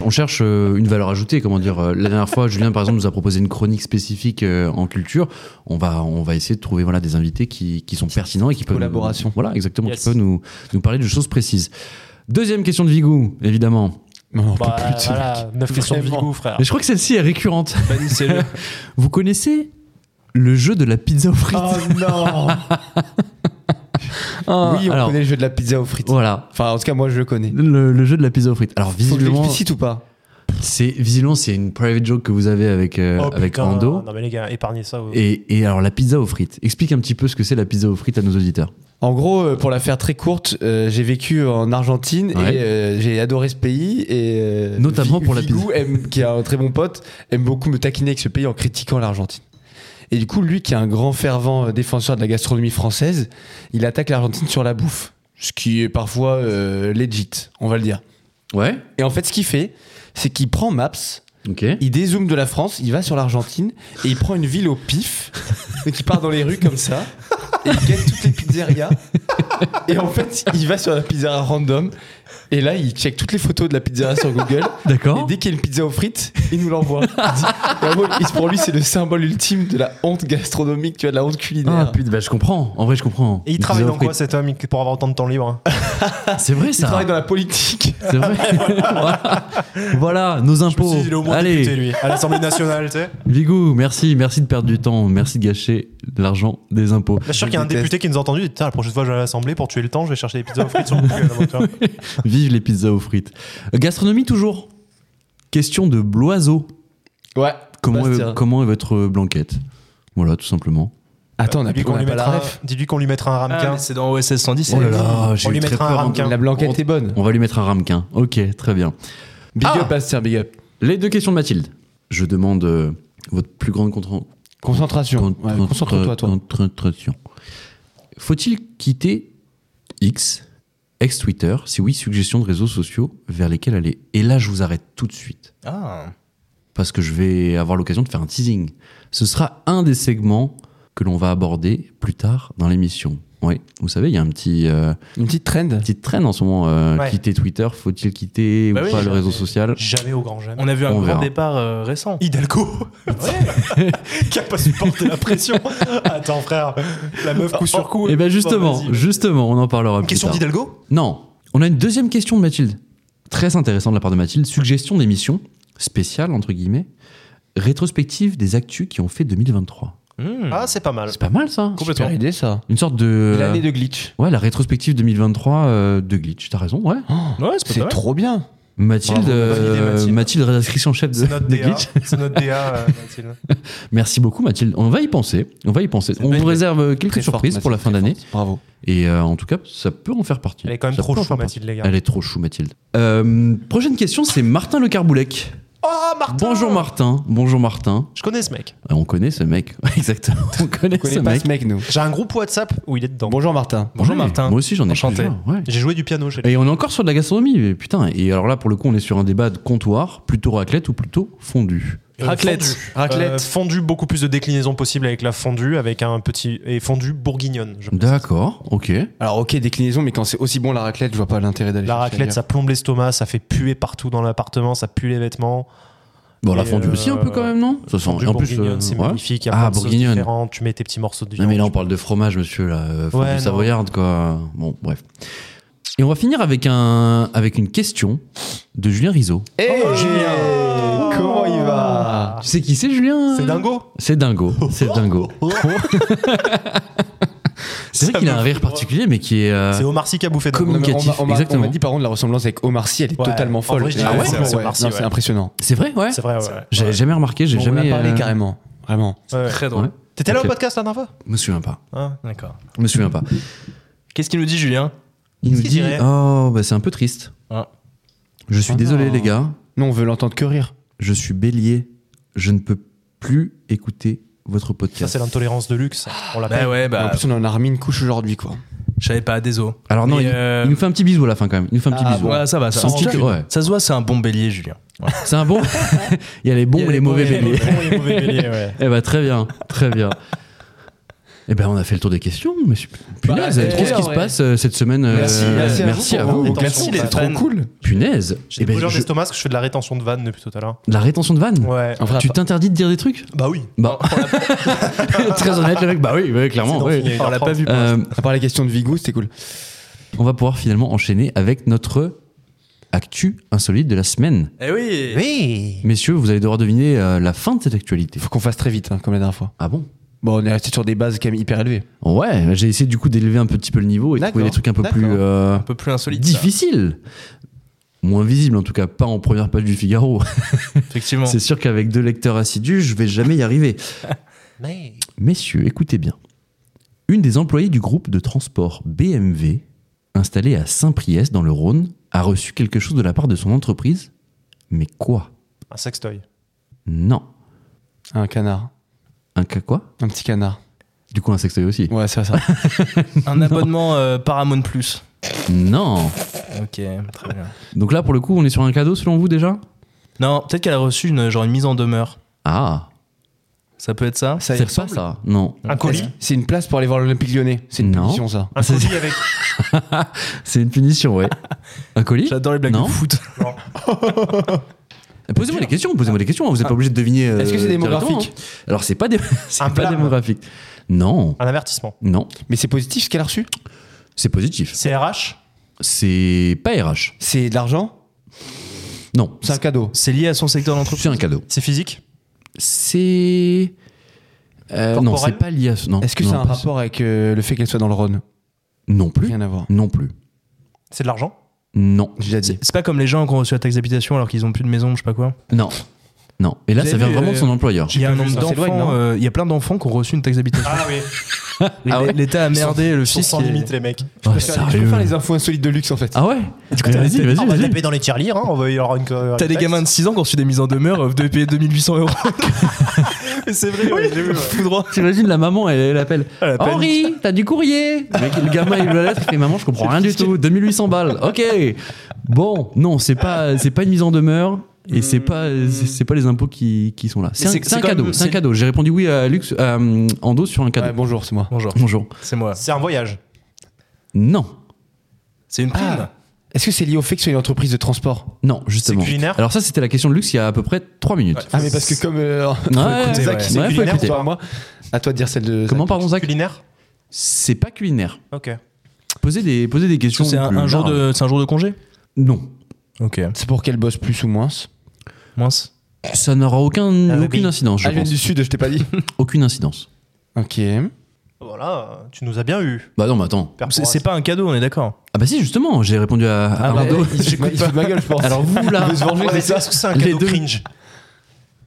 on cherche euh, une valeur ajoutée. Comment dire euh, La dernière fois, Julien, par exemple, nous a proposé une chronique spécifique euh, en culture. On va, on va essayer de trouver voilà, des invités qui, qui sont pertinents et qui peuvent. Collaboration. voilà, exactement, Yes. qui peuvent nous, nous parler de choses précises. Deuxième question de Vigou, évidemment. Non, on peut Bah, plus de ce voilà, 9 questions de Vraiment. Vigou, frère. Mais je crois que celle-ci est récurrente. mec. Vous connaissez le jeu de la pizza aux frites Oh non Ah, Oui, on alors, connaît le jeu de la pizza aux frites. Voilà, Enfin, en tout cas, moi, je le connais. Le, le jeu de la pizza aux frites. Alors Faut que je visiblement, l'explicite ou pas c'est visiblement c'est une private joke que vous avez avec euh, Oh, avec putain, Ando. Non, mais les gars, épargnez ça. vous. Et, et alors la pizza aux frites. Explique un petit peu ce que c'est la pizza aux frites à nos auditeurs. En gros, euh, pour la faire très courte, euh, j'ai vécu en Argentine Ouais. et euh, j'ai adoré ce pays. Et, euh, Notamment Vi- pour la Vigou, aime- qui est un très bon pote, aime beaucoup me taquiner avec ce pays en critiquant l'Argentine. Et du coup, lui, qui est un grand fervent euh, défenseur de la gastronomie française, il attaque l'Argentine sur la bouffe, ce qui est parfois euh, legit, on va le dire. Ouais. Et en fait, ce qu'il fait, c'est qu'il prend Maps, Ok. il dézoome de la France, il va sur l'Argentine et il prend une ville au pif, donc il part dans les rues comme ça et il gagne toutes les pizzerias. Et en fait, il va sur la pizzeria random et là, il check toutes les photos de la pizzeria sur Google. Et D'accord. dès qu'il y a une pizza aux frites, il nous l'envoie. Il dit- et en gros, il- Pour lui, c'est le symbole ultime de la honte gastronomique, tu vois, de la honte Ah culinaire. putain, bah, je comprends. En vrai, je comprends. hein. Et il Une travaille pizza dans aux quoi frites. cet homme il- pour avoir autant de temps libre hein C'est vrai il ça. travaille dans la politique. C'est vrai. voilà. Voilà, nos Je me impôts. suis dit, il est au moins Allez, député, lui. À l'Assemblée nationale, tu sais. Vigou, merci, merci de perdre du temps, merci de gâcher l'argent des impôts. Là, je suis sûr qu'il y a un déteste. député qui nous a entendu. il dit, Putain, la prochaine fois, je vais à l'Assemblée pour tuer le temps, je vais chercher des pizzas aux frites sur Google. avant, tu vois. Vive les pizzas aux frites. Euh, Gastronomie toujours. Question de Bloiseau. Ouais. Comment, Bastien. est, comment est votre blanquette Voilà, tout simplement. Attends, on Dis-lui a plus qu'on qu'on lui a pas la mettra- ref. Ah, Dis-lui qu'on lui mettra un ramequin. Ah, c'est dans OSS 110. Oh là là, On j'ai lui eu très mettra un peur. ramequin. La blanquette est bonne. On va lui mettre un ramequin. Ok, très bien. Big Ah. up, Bastien, big up. Les deux questions de Mathilde. Je demande euh, votre plus grande contra- Concentration. con- Ouais, con- Concentre-toi, toi. concentration. Faut-il quitter X, ex-Twitter Si oui, suggestion de réseaux sociaux vers lesquels aller. Et là, je vous arrête tout de suite. Ah. parce que je vais avoir l'occasion de faire un teasing. Ce sera un des segments que l'on va aborder plus tard dans l'émission. Ouais, vous savez, il y a un petit, euh, Une petite trend. petite traîne en ce moment. euh, Ouais. Quitter Twitter, faut-il quitter Bah ou oui, pas le jamais. réseau social Jamais au grand jamais. On a vu un On grand verra. départ euh, récent. Hidalgo Qui a pas supporté la pression Attends frère, la meuf coup sur coup. Et bien Eh ben, justement, Bon, vas-y. justement, on en parlera Une plus question tard. d'Hidalgo Non, on a une deuxième question de Mathilde. Très intéressante de la part de Mathilde. Suggestion d'émission spéciale, entre guillemets, rétrospective des actus qui ont fait 2023. Mmh. Ah c'est pas mal. C'est pas mal ça complètement. idée ça. Une sorte de... L'année de glitch. Ouais, la rétrospective 2023 euh, de Glitch, t'as raison, ouais. Ouais, c'est pas C'est mal. Ah, trop bien. Mathilde, Oh, Bravo, bonne idée, euh, Mathilde. Mathilde. rédactrice en chef de, C'est notre de DA, Glitch. c'est notre DA euh, Mathilde. Merci beaucoup Mathilde, on va y penser, on va y penser. une On bonne vous idée. réserve euh, quelques Très forte, surprises pour la fin Mathilde, d'année. très forte. Bravo. Et euh, en tout cas, ça peut en faire partie. Elle est quand même Ça trop peut en chou, faire Mathilde, les gars. Elle est trop chou, Mathilde. Euh, prochaine question, c'est Martin Le Carboulec. Oh Martin Bonjour Martin, bonjour Martin. Je connais ce mec. Euh, On connaît ce mec, exactement. On connaît On connaît ce pas mec. ce mec, nous. J'ai un groupe WhatsApp où il est dedans. Bonjour Martin. Bonjour Ouais, Martin. Moi aussi j'en ai Enchanté. plusieurs, ouais. J'ai joué du piano chez lui. Et on est encore sur de la gastronomie, mais putain. Et alors là, pour le coup, on est sur un débat de comptoir, plutôt raclette ou plutôt fondu. Euh, Raclette. fondue. Raclette. Euh, fondue, beaucoup plus de déclinaisons possibles avec la fondue, avec un petit. Et fondue bourguignonne, je pense. D'accord, ok. Alors ok, déclinaison, mais quand c'est aussi bon la raclette, je vois pas l'intérêt d'aller La chercher raclette, ailleurs. ça plombe l'estomac, ça fait puer partout dans l'appartement, ça pue les vêtements. Bon, la Et, fondue aussi un peu euh, quand même, non Ça sent. Fondue en plus, bourguignonne, euh, c'est ouais. magnifique. Il y a Ah, plein de sauces bourguignonne. différentes, Tu mets tes petits morceaux de Non, viande. mais là, on parle de fromage, monsieur, là. euh, Fondue Ouais, non. savoyarde, quoi. Bon, bref. Et on va finir avec, un, avec une question de Julien Rizot. Hey, Eh, Oh Julien Oh, Comment il va Tu sais qui c'est, Julien Ah. C'est dingo. C'est dingo. C'est dingo. c'est vrai qu'il a un rire particulier, mais qui est. euh, C'est Omar Sy qui a bouffé dingo. Communique. Communicatif, On m'a- on m'a- exactement. On m'a dit par contre la ressemblance avec Omar Sy, elle est Ouais, totalement en folle. vrai, je dirais Ah ouais c'est vrai, c'est Ouais, Omar Sy, non, ouais. c'est impressionnant. C'est vrai, ouais. C'est vrai, ouais. J'avais jamais remarqué, j'ai Bon, jamais. On en a parlé euh, carrément, vraiment. Ouais. Très drôle. drôle. T'étais là Ok. au podcast la dernière fois Je me souviens pas. Hein D'accord. Je me souviens pas. Qu'est-ce qu'il nous dit Julien Il nous qu'il dit dirait Oh, bah, c'est un peu triste. Ah. Je suis désolé, les gars. Ah Non, on veut l'entendre que rire. Je suis bélier. Je ne peux plus écouter votre Ça, podcast. c'est l'intolérance de luxe. On Bah l'appelle. ouais, Et bah. En plus, on en a remis une couche aujourd'hui, quoi. Je savais pas, désolé. Alors, non, Mais, il, euh, il nous fait un petit bisou à la fin quand même. Il nous fait un petit Ah, bisou. Ouais, ça va, ça Sans va. titre, ouais. Ça se voit, c'est un bon bélier, Julien. C'est un bon. il y a les bons Il y a et les les mauvais bons et les béliers. Bon, il est mauvais bélier, ouais. Eh bah, très bien. Très bien. Eh ben, on a fait le tour des questions. Mais punaise, Bah, trop eh, ce qui se ouais. passe euh, cette semaine. euh, Merci, merci à vous à pour vous. vos Merci, les C'est trop fans. cool. Punaise. J'ai Eh des ben, brûlures je- d'estomac parce que je fais de la rétention de vanne depuis tout à l'heure. La rétention de vanne. Ouais. En vrai, Tu t'interdis de dire des trucs Bah oui. Bah. Très honnête, le mec. Bah oui, ouais, clairement. C'est dans oui. Fini. On l'a pas vu. Euh, à part les questions de Vigou, c'était cool. on va pouvoir finalement enchaîner avec notre actu insolite de la semaine. Eh oui. Oui. Messieurs, vous allez devoir deviner euh, la fin de cette actualité. Faut qu'on fasse très vite, hein, comme la dernière fois. Ah bon Bon, on est resté sur des bases quand même hyper élevées. Ouais, j'ai essayé du coup d'élever un petit peu le niveau et de D'accord, trouver des trucs un peu d'accord. plus euh, Un peu plus insolite. ça. difficiles. Moins visibles en tout cas, pas en première page du Figaro. Effectivement. C'est sûr qu'avec deux lecteurs assidus, je vais jamais y arriver. Mais. Messieurs, écoutez bien. Une des employées du groupe de transport BMW, installée à Saint-Priest dans le Rhône, a reçu quelque chose de la part de son entreprise. Mais quoi Un sextoy. Non. Un canard. Un cas quoi Un petit canard. Du coup, un sextoy aussi. Ouais, c'est ça. Un abonnement euh, Paramount Plus. Non. Ok, très bien. Donc là, pour le coup, on est sur un cadeau selon vous déjà Non, peut-être qu'elle a reçu une genre une mise en demeure. Ah, Ça peut être ça. Ça y c'est est. pas ça. Non. Un colis. C'est une place pour aller voir l'Olympique lyonnais. C'est une Non. punition, ça. Un colis avec. C'est une punition, ouais. un colis J'adore les blagues Non. de foot. Posez-moi des questions, posez-moi des questions. hein, Vous n'êtes pas obligé de deviner. euh, Ah. Est-ce que c'est directement, démographique hein. Alors, c'est pas, dé- c'est Un pas blâme. démographique. Non, Un avertissement. non, Mais c'est positif ce qu'elle a reçu c'est positif. C'est RH. C'est pas RH. C'est de l'argent Non, C'est un cadeau C'est lié à son secteur d'entreprise. c'est un cadeau. C'est physique. C'est. Euh, non, Corporel c'est pas lié à ce. non, Est-ce que non, c'est un pas- rapport avec euh, le fait qu'elle soit dans le Rhône Non plus. Rien à voir. Non plus. C'est de l'argent. Non. J'ai déjà dit. C'est pas comme les gens qui ont reçu la taxe d'habitation alors qu'ils ont plus de maison, je sais pas quoi. Non. Non. Et là, Vous ça avez vient vu, vraiment de euh, son employeur. Il y a un pas vu nombre ça. C'est loin, d'enfants. non euh, Il y a plein d'enfants qui ont reçu une taxe d'habitation. Ah oui. Ah ouais L'État a merdé le Ils sont fils. sans qui est- limite, les mecs. Ouais, Je préfère- je Ah, sérieux. préfère les infos insolites de luxe en fait. Ah ouais Vas-y, vas-y, On va vas-y. taper dans les tirelires. Hein. On va y avoir une. T'as des gamins de 6 ans qui ont reçu des mises en demeure, euh, vous devez payer 2800 euros. C'est vrai. ouais, j'ai vu, ouais. Tout droit. T'imagines la maman, elle, elle appelle. Elle appelle. Henri, t'as du courrier le, mec, le gamin, il ouvre la lettre, il fait Maman, je comprends rien du tout. 2800 balles. Ok. Bon, non, c'est pas, c'est pas une mise en demeure. Et c'est pas c'est c'est pas les impôts qui, qui sont là. C'est un, c'est- c'est un c'est quand cadeau. même- C'est un c'est- cadeau. J'ai répondu oui à Lux à, hum, Ando sur un cadeau. Ouais, bonjour, c'est moi. Bonjour. Bonjour. C'est moi. C'est un voyage. Non. C'est une prime. Ah. Est-ce que c'est lié au fait que c'est une entreprise de transport Non, justement. C'est culinaire Alors ça, c'était la question de Lux il y a à peu près 3 minutes. Ah, mais parce que comme. euh, Ouais, écouter, ouais, Zach, ouais. c'est Ouais, faut culinaire, écouter. toi, moi. À toi de dire celle de. Comment, pardon, Zach Culinaire C'est pas culinaire. Ok. Posez des, posez des questions. C'est un, plus un jour larges. de, c'est un jour de congé Non. Ok. C'est pour qu'elle bosse plus ou moins Moins. Ça n'aura aucun, Ah, aucune oui. incidence, je Ah, elle vient pense. du sud, je t'ai pas dit. Aucune incidence. ok. Voilà, tu nous as bien eu. Bah non, mais attends. Père C'est Porras. c'est pas un cadeau, on est d'accord. Ah bah si, justement, j'ai répondu à, à Ah, Arnaud. ouais, il se fout de ma- il se fout de ma gueule, je pense. Alors vous, là, Il veut se venger, Ouais, c'est mais ça Est-ce que c'est un Les cadeau deux. cringe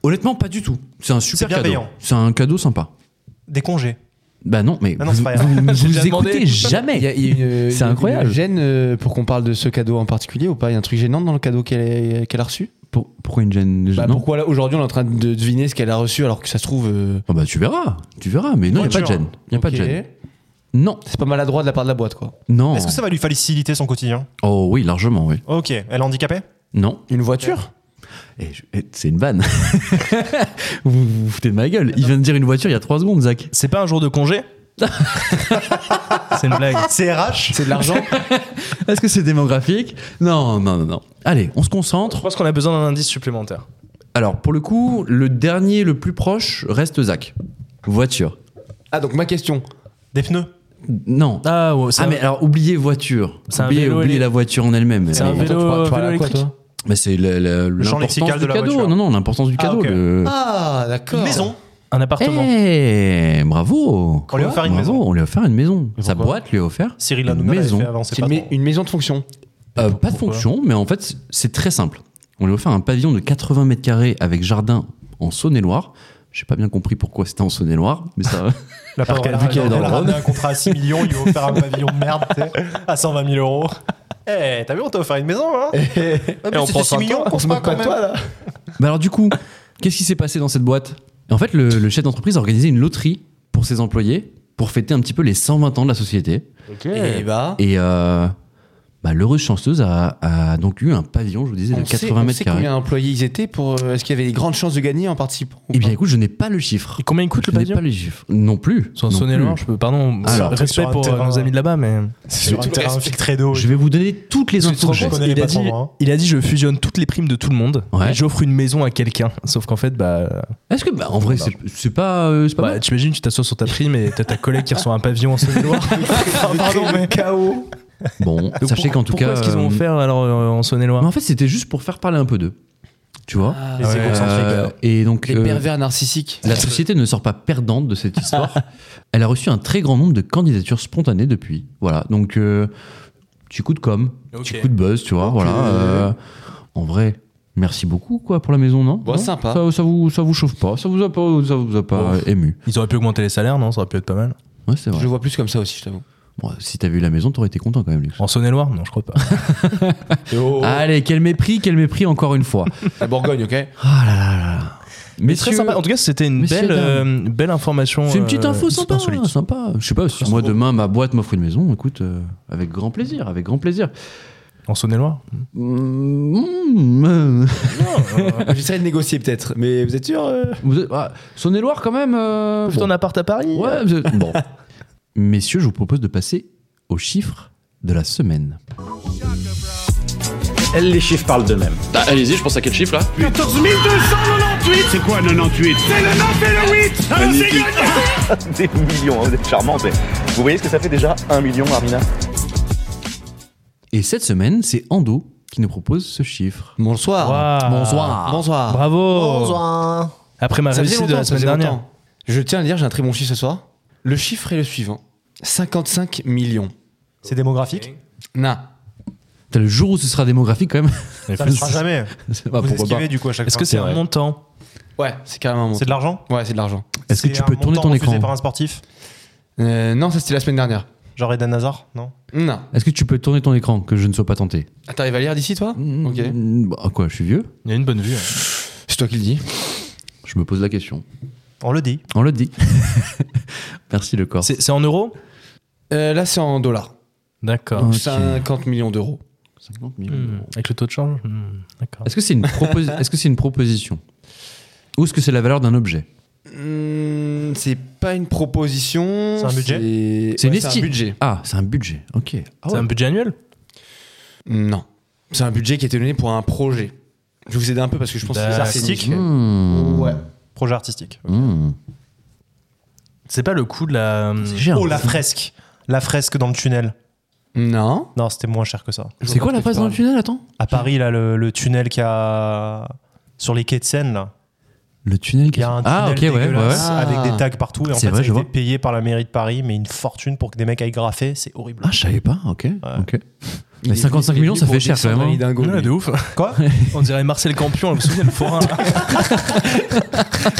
honnêtement, pas du tout. C'est un super C'est cadeau. bienveillant. C'est un cadeau sympa. Des congés. Bah non, mais Ah non, vous, c'est pas grave. vous- vous déjà demandé. écoutez jamais. Il y a- il y a une- C'est il y a incroyable. Une gêne euh, pour qu'on parle de ce cadeau en particulier ou pas Il y a un truc gênant dans le cadeau qu'elle qu'elle a reçu Pour- pourquoi une gêne bah, non Pourquoi là aujourd'hui on est en train de deviner ce qu'elle a reçu alors que ça se trouve. euh, Ah bah tu verras, tu verras. Mais non, il n'y a pas de Voiture. gêne. Il a pas de ok. gêne. Non, C'est pas maladroit de la part de la boîte quoi. non. Est-ce que ça va lui faciliter son quotidien Oh oui, largement, oui. Ok. Elle est handicapée Non. Une voiture Eh, je- eh, c'est une vanne. vous vous vous foutez de ma gueule. Il vient de dire une voiture il y a 3 secondes, Zach. C'est pas un jour de congé C'est une blague. C'est RH C'est de l'argent Est-ce que c'est démographique Non, non, non, non. Allez, on se Je concentre. pense qu'on a besoin d'un indice supplémentaire. Alors, pour le coup, le dernier, le plus proche, reste Zach. Voiture. Ah donc ma question. Des pneus Non. Ah, Ah, ouais, c'est un- mais alors, oubliez voiture. C'est un Oubliez, vélo oubliez éle- la voiture en elle-même. C'est un Mais- Attends, vélo- tu parles- tu parles à vélo quoi, toi Mais c'est le- le- champ l'importance lexical du de la cadeau. voiture. Non, non, l'importance du Ah, cadeau. ok. le- Ah Une d'accord. maison un appartement. Eh, bravo. On lui a offert une Bravo, maison. On lui a offert une maison. Sa pourquoi boîte lui a offert Cyril une Hanouna l'avait maison. fait avant, c'est C'est pas une, trop. mais- une maison de fonction. Euh, pas de fonction, mais en fait, c'est- c'est très simple. On lui a offert un pavillon de 80 mètres carrés avec jardin en Saône-et-Loire. J'ai pas bien compris pourquoi c'était en Saône-et-Loire, mais ça. La part qu'elle- vu qu'elle est dans le Rhône. un contrat à 6 millions, il lui a offert un pavillon de merde tu sais, à 120 000 euros. Eh, t'as vu, on t'a offert une maison, hein Et on prend 6 millions, On se moque pas de toi là bah alors, du coup, qu'est-ce qui s'est passé dans cette boîte En fait, le, le chef d'entreprise a organisé une loterie pour ses employés pour fêter un petit peu les 120 ans de la société. Et bah. Et euh, bah, l'heureuse chanceuse a, a donc eu un pavillon, je vous disais, de On 80 sait, on mètres sait carrés. combien d'employés ils étaient pour. euh, Est-ce qu'il y avait des grandes chances de gagner en participant ou Eh bien, pas écoute, je n'ai pas le chiffre. Et combien il coûte Je le n'ai pavillon pas le chiffre. Non plus. Sans non sonner plus. loin, je peux. Pardon. Alors, respect sur un pour euh, terrain- nos amis de là-bas, mais Sur un Tout terrain respect. filtré d'eau. Je vais vous donner toutes les Tu te infos. rends que j'ai. Je compte connais les il, a patrons, dit, moi, hein. il a dit je fusionne toutes les primes de tout le monde Ouais. et j'offre une maison à quelqu'un. Sauf qu'en fait, bah, Est-ce que, bah, en vrai, c'est c'est pas, euh, c'est pas bah, mal. t'imagines, tu t'assois sur ta prime et t'as ta collègue qui reçoit un pavillon en Saône-et-Loire. Pardon, mais KO. Bon, Donc, sachez pour- qu'en tout pourquoi cas. est-ce qu'ils ont euh, offert alors euh, en Mais Saône-et-Loire en fait, c'était juste pour faire parler un peu d'eux. Tu vois Ah, Les ouais. égocentriques, hein. Euh, alors. Et donc, Les euh, pervers narcissiques. la société ne sort pas perdante de cette histoire. Elle a reçu un très grand nombre de candidatures spontanées depuis. Voilà. Donc, euh, petit coup de com, petit Ok. coup de buzz, tu vois. Voilà. euh, en vrai. Merci beaucoup quoi pour la maison non Bon, Non sympa. Ça, ça vous ça vous chauffe pas ça vous a pas ça vous a pas Bon. euh, ému Ils auraient pu augmenter les salaires, non Ça aurait pu être pas mal. ouais c'est vrai Je le vois plus comme ça aussi, je t'avoue. Bon, si t'avais eu la maison t'aurais été content quand même Lux. En Saône-et-Loire Non, je crois pas. Oh. Allez quel mépris quel mépris encore une fois La Bourgogne, ok Ah là là là là. Mais très Messieurs, sympa. En tout cas, c'était une Messieurs, belle, euh, belle information. C'est une petite euh, info sympa, insolite. sympa. Je sais pas, si moi demain ma boîte m'offre une maison, écoute, euh, avec grand plaisir, avec grand plaisir. En Saône-et-Loire Mmh, euh, J'essaierai de négocier peut-être, mais vous êtes sûr euh vous êtes- ah, Saône-et-Loire quand même. euh, Plutôt bon. un appart à Paris Ouais, vous êtes- bon. Messieurs, je vous propose de passer aux chiffres de la semaine. Elle, les chiffres parlent d'eux-mêmes. Bah, Allez-y, je pense à quel chiffre là 14 298 C'est quoi 98 C'est le 9 et le 8 Alors c'est gagné Des millions, hein, vous êtes charmants. mais Vous voyez ce que ça fait déjà Un million, Armina Et cette semaine, c'est Ando qui nous propose ce chiffre. Bonsoir. Waouh. Bonsoir. Ah. Bonsoir. Bravo Bonsoir. Après ma Ça faisait réussite de longtemps, la ça semaine faisait dernière. longtemps. Je tiens à le dire, j'ai un très bon chiffre ce soir. Le chiffre est le suivant 55 millions. C'est démographique Na. Putain, Le jour où ce sera démographique quand même. Ça ne sera jamais. c'est pas Vous Bah, pourquoi pas. esquivez du coup à chaque Est-ce fois. que c'est vrai. un montant Ouais, c'est carrément un C'est montant. de l'argent Ouais, c'est de l'argent. Est-ce que C'est tu un peux tourner montant ton refusé écran par un sportif Euh, non, ça c'était la semaine dernière. Genre Eden Hazard Non Non. Est-ce que tu peux tourner ton écran que je ne sois pas tenté Ah, T'arrives à lire d'ici toi Mm, Ok. Mmh, bah, quoi, je suis vieux Il y a une bonne vue. C'est toi qui le dis. Je me pose la question. On le dit. On le dit. Merci le corps. C'est c'est en euros Euh, là, c'est en dollars. D'accord. Ok. 50 millions d'euros. 50 000 Hmm. euros. Avec le taux de change Hmm, D'accord. Est-ce que c'est une, proposi- est-ce que c'est une proposition Ou est-ce que c'est la valeur d'un objet Hmm, c'est pas une proposition. C'est un budget C'est ouais, une c'est un esti- budget. Ah, c'est un budget, ok. Ah C'est ouais. un budget annuel Non. C'est un budget qui a été donné pour un projet. Je vais vous aider un peu parce que je pense que c'est D'accord. artistique. Hmm. Ouais. Projet artistique. Hmm. C'est pas le coût de la. C'est cher. Oh, la fresque. La fresque dans le tunnel. Non. Non, c'était moins cher que ça. C'est quoi la phrase dans le tunnel Attends. À Paris, là, le, le tunnel qui a. Sur les quais de Seine, là. Le tunnel Il qui y a un Ah, ok, tunnel ouais, ouais, ouais. dégueulasse avec des tags partout. Et en C'est fait, vrai, ça je a été vois. payé par la mairie de Paris, mais une fortune pour que des mecs aillent graffer. C'est horrible. Ah, je savais pas, ok. ok. Il Mais est 55 venu- il est millions, venu ça pour fait cher, descendre quand même, les hein. dingos, lui. ouf. Quoi On dirait Marcel Campion, vous vous souvenez, le forain là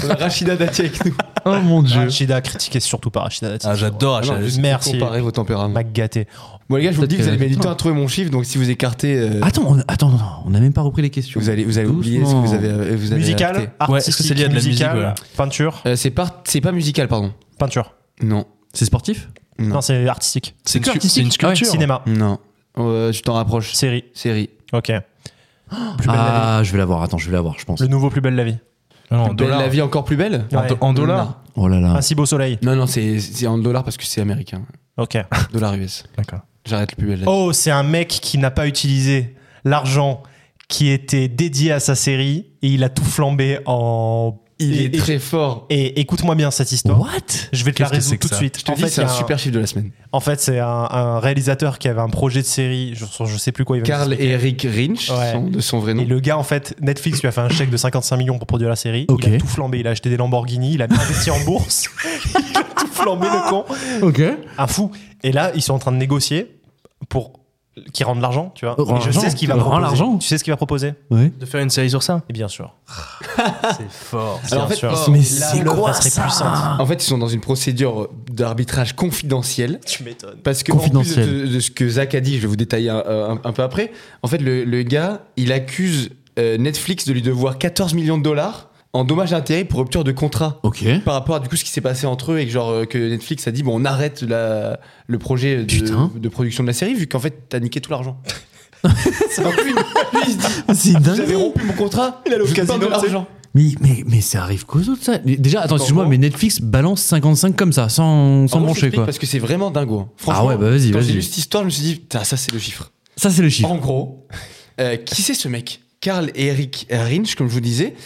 On a Euh, Rachida Dati avec nous. Oh mon Rachida, critiquez surtout pas Rachida Dati. Ah, j'adore Ah non, Rachel. juste merci. Bah, Comparer vos tempéraments. M'a gâté. Bon, les gars, je vous le dis, Peut-être vous allez que- mettre du temps à trouver mon chiffre. Donc, si vous écartez, euh, Attends, on, attends, attends, on n'a même pas repris les questions. vous allez, vous allez oublier ce que Doucement. vous avez. euh, Vous avez Musical, raté. Ouais, est-ce que c'est artistique, lié à de la musique, musical, voilà. peinture, Euh, c'est pas, c'est pas musical, pardon. peinture. Non. C'est sportif Ah Non. Non, c'est artistique. C'est une, que scu- artistique. c'est une sculpture. Cinéma, Non. Euh, tu t'en rapproches. série. Série. Ok. Plus belle la vie. Ah, je vais l'avoir, attends, je vais l'avoir, je pense. Le nouveau Plus belle la vie. Ah non, en Belle, dollars. la vie encore plus belle. Ouais. do- en dollars Oh là Ah. là. Un si beau soleil. Non, non, c'est c'est en dollars parce que c'est américain. Ok. Dollars US. D'accord. J'arrête le plus belle. Oh, c'est un mec qui n'a pas utilisé l'argent qui était dédié à sa série et il a tout flambé en. Il et- est et- très fort. Et écoute-moi bien cette histoire. What Je vais te la Qu'est-ce que c'est résoudre que tout de ça suite. Je te en, dis, fait, c'est il un y a un- super chiffre de la semaine. en fait, c'est un, un réalisateur qui avait un projet de série. Je, je sais plus quoi il va Karl et Eric Rinch, Ouais. sont de son vrai nom. Et le gars, en fait, Netflix lui a fait un chèque de 55 millions pour produire la série. Ok. Il a tout flambé. Il a acheté des Lamborghini, il a investi en bourse. il a tout flambé, le con. Ok. Un fou. Et là, ils sont en train de négocier pour qu'il rende l'argent, tu vois. Oh, rends Et je sais l'argent. ce qu'il va Rends proposer. l'argent. Tu sais ce qu'il va proposer Ouais. De faire une série sur ça Et bien sûr. C'est fort. Alors, en bien fait, sûr. ils sont- Mais Là, c'est l'œuvre, quoi elle serait ça puissante. En fait, ils sont dans une procédure d'arbitrage confidentiel. Tu m'étonnes. Parce que, Confidentiel. en plus de, de ce que Zach a dit, je vais vous détailler un, euh, un- un peu après. En fait, le, le gars, il accuse euh, Netflix de lui devoir 14 millions de dollars en dommages d'intérêt pour rupture de contrat. Ok. Par rapport à du coup ce qui s'est passé entre eux et que, genre, euh, que Netflix a dit bon, on arrête la- le projet Putain. de, de production de la série vu qu'en fait, t'as niqué tout l'argent. Donc lui, Hein lui, il se dit C'est j'avais dingue. rompu mon contrat, il allait au casino, de tu sais. l'argent. Mais, mais, mais ça arrive qu'aux autres, ça. Mais Déjà, attends, excuse-moi, mais Netflix balance 55 comme ça, sans, sans En gros, je broncher, t'explique quoi. Parce que c'est vraiment dingo. hein. Franchement, ouais, bah vas-y, quand j'ai vas-y. lu cette histoire, je me suis dit, putain, ça c'est le chiffre. Ça, c'est le chiffre. En gros, euh, qui c'est ce mec Karl Eric Rinch, comme je vous disais.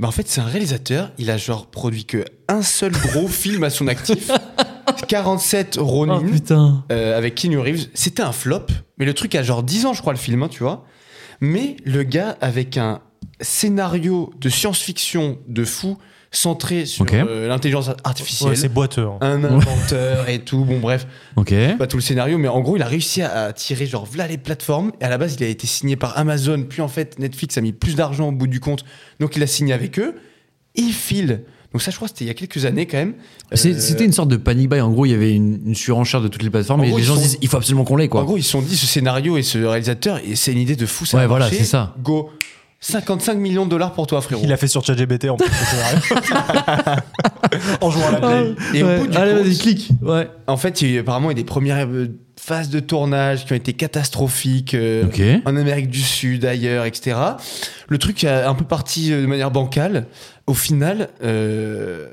Bah en fait, c'est un réalisateur. Il a genre produit que un seul gros film à son actif. 47 Oh Ronin putain. euh, avec Keanu Reeves. C'était un flop, mais le truc a genre 10 ans, je crois, le film, hein, tu vois. Mais le gars avec un scénario de science-fiction de fou centré sur Ok. euh, l'intelligence artificielle, Ouais, c'est boiteux. hein. un inventeur et tout. Bon bref, Ok. pas tout le scénario, mais en gros, il a réussi à, à tirer genre v'là les plateformes. Et à la base, il a été signé par Amazon, puis en fait, Netflix a mis plus d'argent au bout du compte, donc il a signé avec eux. Il file. Donc ça, je crois, c'était il y a quelques années quand même. C'est- Euh, C'était une sorte de panic buy. En gros, il y avait une, une surenchère de toutes les plateformes En et gros, les ils gens se sont- disent il faut absolument qu'on l'ait, quoi. En gros, ils se sont dit ce scénario et ce réalisateur, et c'est une idée de fou. Ça Ouais, a voilà, marché. c'est ça. Go. 55 millions de dollars pour toi, frérot. Il l'a fait sur ChatGPT en plus. c'est vrai. en jouant à Ah, la play. Et au bout du compte- clique. Ouais. En fait, il y a eu apparemment des premières euh, phases de tournage qui ont été catastrophiques. euh, Ok. en Amérique du Sud, ailleurs, etc. Le truc est un peu parti euh, de manière bancale. Au final, euh,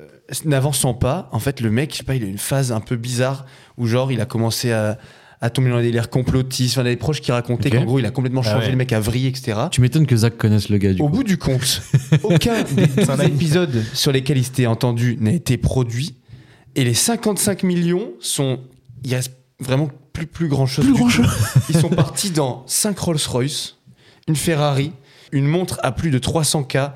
n'avançant pas, en fait, le mec, je sais pas, il a eu une phase un peu bizarre où, genre, il a commencé à, à tomber dans des délires complotistes. Enfin, il y a des proches qui racontaient Ok. Bah qu'en gros, il a complètement changé, ouais. le mec a vrillé, etc. Tu m'étonnes que Zach connaisse le gars du Au coup. bout du compte, aucun des 12 épisodes sur lesquels il s'était entendu n'a été produit. Et les 55 millions sont. Il reste vraiment plus, plus grand chose. Plus du grand-chose. tout. Ils sont partis dans 5 Rolls-Royce, une Ferrari, une montre à plus de 300K,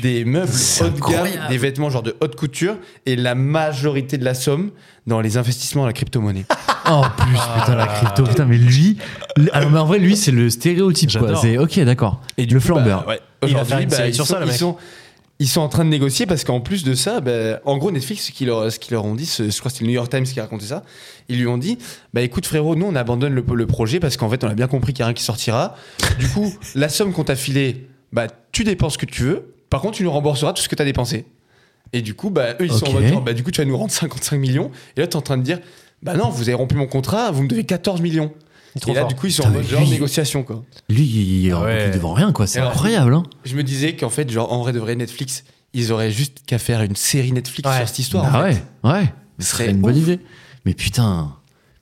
des meubles haut de gamme, des vêtements genre de haute couture, et la majorité de la somme dans les investissements à la crypto-monnaie. Oh plus, putain Ah, la crypto, putain mais lui, le- alors mais en vrai lui c'est le stéréotype quoi. J'adore. C'est ok d'accord. Et le flambeur. Bah, ouais. Il va Aujourd'hui, faire une bah, série ils sur sont- ça, le ils mec. sont- ils sont en train de négocier parce qu'en plus de ça, bah, en gros, Netflix, ce qu'ils leur, ce qu'ils leur ont dit, ce- je crois que c'était le New York Times qui a raconté ça, ils lui ont dit Bah écoute, frérot, nous on abandonne le, le projet parce qu'en fait, on a bien compris qu'il y a rien qui sortira. Du coup, la somme qu'on t'a filée, bah tu dépenses ce que tu veux, par contre, tu nous rembourseras tout ce que t'as dépensé. Et du coup, bah, eux, ils sont en Ok. mode genre, Bah du coup, tu vas nous rendre 55 millions. Et là, t'es en train de dire Bah non, vous avez rompu mon contrat, vous me devez 14 millions. Il est trop Et là, fort. du coup, ils sont en mode genre négociation, quoi. Lui, il il recule devant rien, quoi. C'est Alors, incroyable, hein. Je me disais qu'en fait, genre, en vrai de vrai, Netflix, ils auraient juste qu'à faire une série Netflix Ouais. sur cette histoire. Ah en fait. ouais, ouais. Ce Ce serait serait une bonne idée. Mais putain,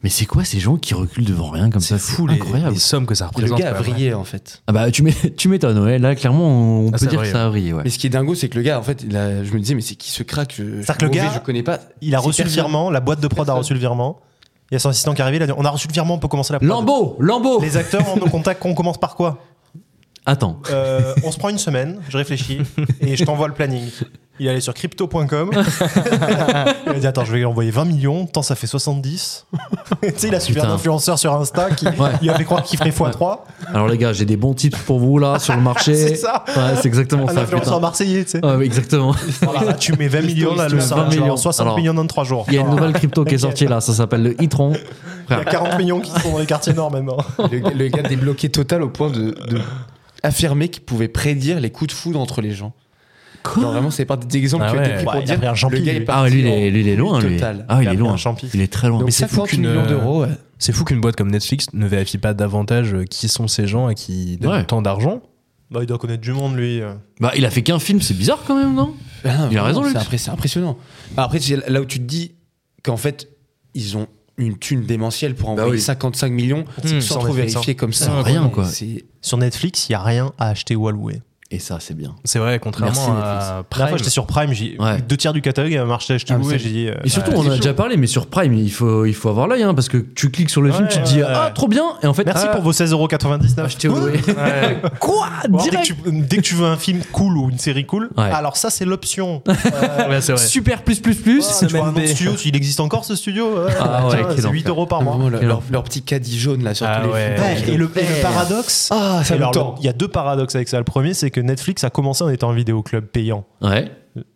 mais c'est quoi ces gens qui reculent devant rien comme ça C'est fou les, incroyable. les sommes que ça Le représente. gars a quoi, brillé, en fait. Ah bah tu m'é- tu m'étonnes, ouais. Là, clairement, on Ah, peut ça dire que brille, ça a brillé, ouais. Mais ce qui est dingo, c'est que le gars, en fait, il a- je me disais, mais c'est qui ce crack je, je suis que le mauvais, gars- je connais pas. Il a C'est reçu le personne. virement, la boîte de prod a reçu le virement. Il y a son assistant qui est arrivé, il a dit On a reçu le virement, on peut commencer la prod. Lambeau, Lambeau. Les acteurs, on nous contacte, on commence par quoi Attends. Euh, On se prend une semaine, je réfléchis et je t'envoie le planning. Il est allé sur crypto.com. il a dit Attends, je vais lui envoyer 20 millions, tant ça fait 70. tu sais, il a suivi un Putain. influenceur sur Insta qui Ouais. lui a fait croire qu'il ferait x3. Alors les gars, j'ai des bons tips pour vous là sur le marché. C'est ça. Ouais, c'est exactement Un ça. influenceur Putain. marseillais, tu sais. Ouais, mais exactement. Voilà, là, tu mets 20 millions, là, le Story, 5, 20 millions. 60 Alors, millions dans 3 jours. Il y a une nouvelle crypto qui est sortie là, ça s'appelle le Itron. Il y a 40 millions qui sont dans les quartiers nord maintenant. Le, le gars débloqué total au point de, de affirmer qu'il pouvait prédire les coups de foudre entre les gens. Genre, vraiment, c'est pas des exemples Ah qui ont été ouais. pris pour Ouais, il a dire. pris un champi, le gars lui. est Ah ouais, parti lui, il en est, lui, il est loin lui. total. Ah il Il a est pris loin. un champi. Il est très loin. Donc, Mais c'est fou 50 qu'une millions d'euros. ouais. C'est fou qu'une boîte comme Netflix ne vérifie pas davantage euh, qui sont ces gens à qui donnent Ouais. tant d'argent. Bah, il doit connaître du monde, lui. Bah il a fait qu'un film, c'est bizarre quand même, non Il Ah, a vraiment, raison, c'est Luc. impré- C'est impressionnant. Bah, Après, c'est là où tu te dis qu'en fait, ils ont une thune démentielle pour envoyer Bah oui. 55 millions Hmm. sans Sans trop effet, vérifier comme ça. Sans rien, Ouais, quoi. c'est- Sur Netflix, il n'y a rien à acheter ou à louer. Et ça c'est bien. C'est vrai, contrairement Merci, à La dernière fois, Prime. j'étais sur Prime, j'ai Ouais. deux tiers du catalogue, il y avait marché acheter Ah, ou mais louer, ça- j'ai dit. euh, Et surtout, ouais, on en c'est a chaud. déjà parlé, mais sur Prime, il faut, il faut avoir l'œil, hein, parce que tu cliques sur le film, Ouais, tu te dis ouais, ah ouais. trop bien, et en fait Merci ah, pour vos 16,99€. acheter au louer. Quoi Bon, dès, que direct tu, dès que tu veux un film cool ou une série cool, Ouais. alors ça, c'est l'option. Euh, Ah, Ouais, c'est vrai. Super plus plus plus. Ah, tu vois, un autre studio, il existe encore ce studio. ouais. Ah ouais, Tiens, quel c'est enfer. 8 euros par mois. Vraiment, leur, Quel leur- leur petit caddie jaune là sur Ah tous les ouais. films. Ouais, et le, et le Père. paradoxe, Ah, ça et me alors, tord. il y a deux paradoxes avec ça. Le premier, c'est que Netflix a commencé en étant un vidéoclub payant Ouais.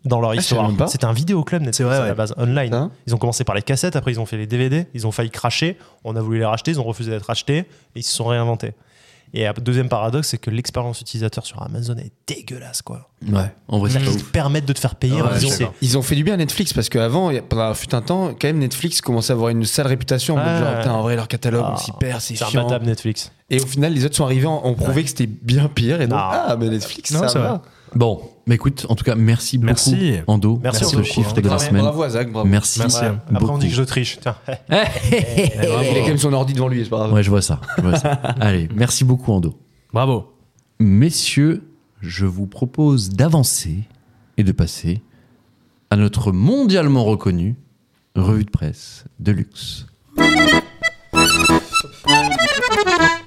dans leur Ah, je savais histoire. même pas. C'était un vidéoclub Netflix à la ouais. base, online. Hein ils ont commencé par les cassettes, après ils ont fait les DVD, ils ont failli cracher, on a voulu les racheter, ils ont refusé d'être rachetés, et ils se sont réinventés. Et euh, deuxième paradoxe, c'est que l'expérience utilisateur sur Amazon est dégueulasse, quoi. Ouais. En vrai, Mm. c'est Ils pas te permettent de te faire Ouais, payer. en disant, je suis c'est- Ils ont fait du bien à Netflix parce qu'avant, pendant fut un temps, quand même, Netflix commençait à avoir une sale réputation. En mode Ouais. genre, putain, en vrai, leur catalogue, Ah, on s'y perd, c'est c'est chiant. imbattable Netflix. Et au final, les autres sont arrivés, ont prouvé que c'était bien pire. Et donc, Non. ah, mais Netflix, Non, ça c'est va. vrai. Bon, mais écoute, en tout cas, merci, Merci. beaucoup, Ando, Merci pour ce beaucoup, chiffre de hein. la Bravo, semaine. Bravo à Zach, bravo. Merci. Merci. Ouais. hein. Après, on dit que je triche. Tiens. Il a quand même son ordi devant lui, c'est pas grave. Ouais, je vois ça. je vois ça. Allez, merci beaucoup, Ando. Bravo. Messieurs, je vous propose d'avancer et de passer à notre mondialement reconnue revue de presse de luxe. Même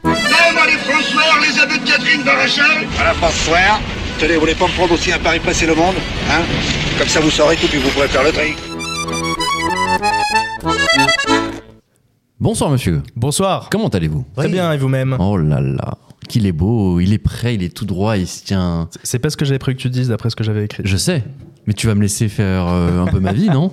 les François, les aveux de Catherine Barachal Voilà, François. Tenez, vous voulez pas me prendre aussi un pari passer le monde Hein Comme ça, vous saurez tout, puis vous pourrez faire le tri. Bonsoir, monsieur. Bonsoir. Comment allez-vous Très bien, et vous-même Oh là là, qu'il est beau, il est prêt, il est tout droit, il se tient. C'est pas ce que j'avais prévu que tu dises d'après ce que j'avais écrit. Je sais, mais tu vas me laisser faire euh, un peu ma vie, non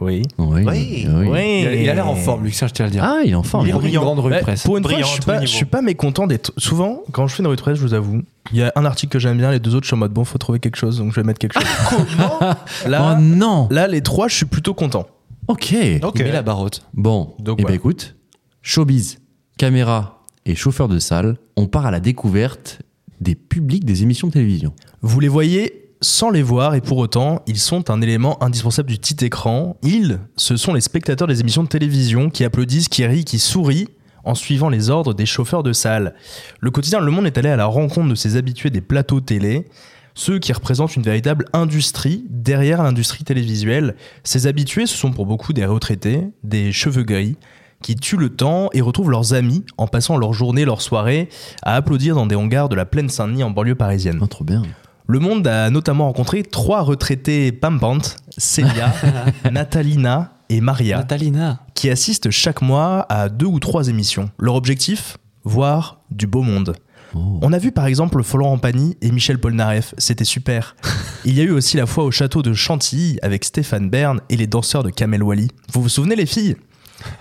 Oui. oui, Il a- Il a l'air en forme, Lucien, je tiens à le dire. Ah, il est en forme. il est une grande revue de Ouais, presse. Pour une Brillant fois, je à suis tous les pas, je niveaux. suis pas mécontent d'être. Souvent, quand je fais une revue de presse, je vous avoue, il y a un article que j'aime bien, les deux autres, je suis en mode bon, faut trouver quelque chose, donc je vais mettre quelque chose. Oh là, non là, les trois, je suis plutôt content. Ok. Ok. Il met la barotte. Bon, Donc eh ben voilà. écoute, showbiz, caméra et chauffeur de salle, on part à la découverte des publics des émissions de télévision. Vous les voyez sans les voir et pour autant, ils sont un élément indispensable du petit écran. Ils, ce sont les spectateurs des émissions de télévision qui applaudissent, qui rient, qui sourient en suivant les ordres des chauffeurs de salle. Le quotidien Le Monde est allé à la rencontre de ses habitués des plateaux télé, ceux qui représentent une véritable industrie derrière l'industrie télévisuelle. Ces habitués, ce sont pour beaucoup des retraités, des cheveux gris, qui tuent le temps et retrouvent leurs amis en passant leur journée, leur soirée à applaudir dans des hangars de la plaine Saint-Denis en banlieue parisienne. Ah, trop bien. Le Monde a notamment rencontré trois retraités pampantes, Célia, Natalina et Maria, Natalina. qui assistent chaque mois à deux ou trois émissions. Leur objectif Voir du beau monde. Oh. On a vu par exemple Florent Pagny et Michel Polnareff, c'était super. Il y a eu aussi la fois au château de Chantilly avec Stéphane Bern et les danseurs de Kamel Wally. Vous vous souvenez les filles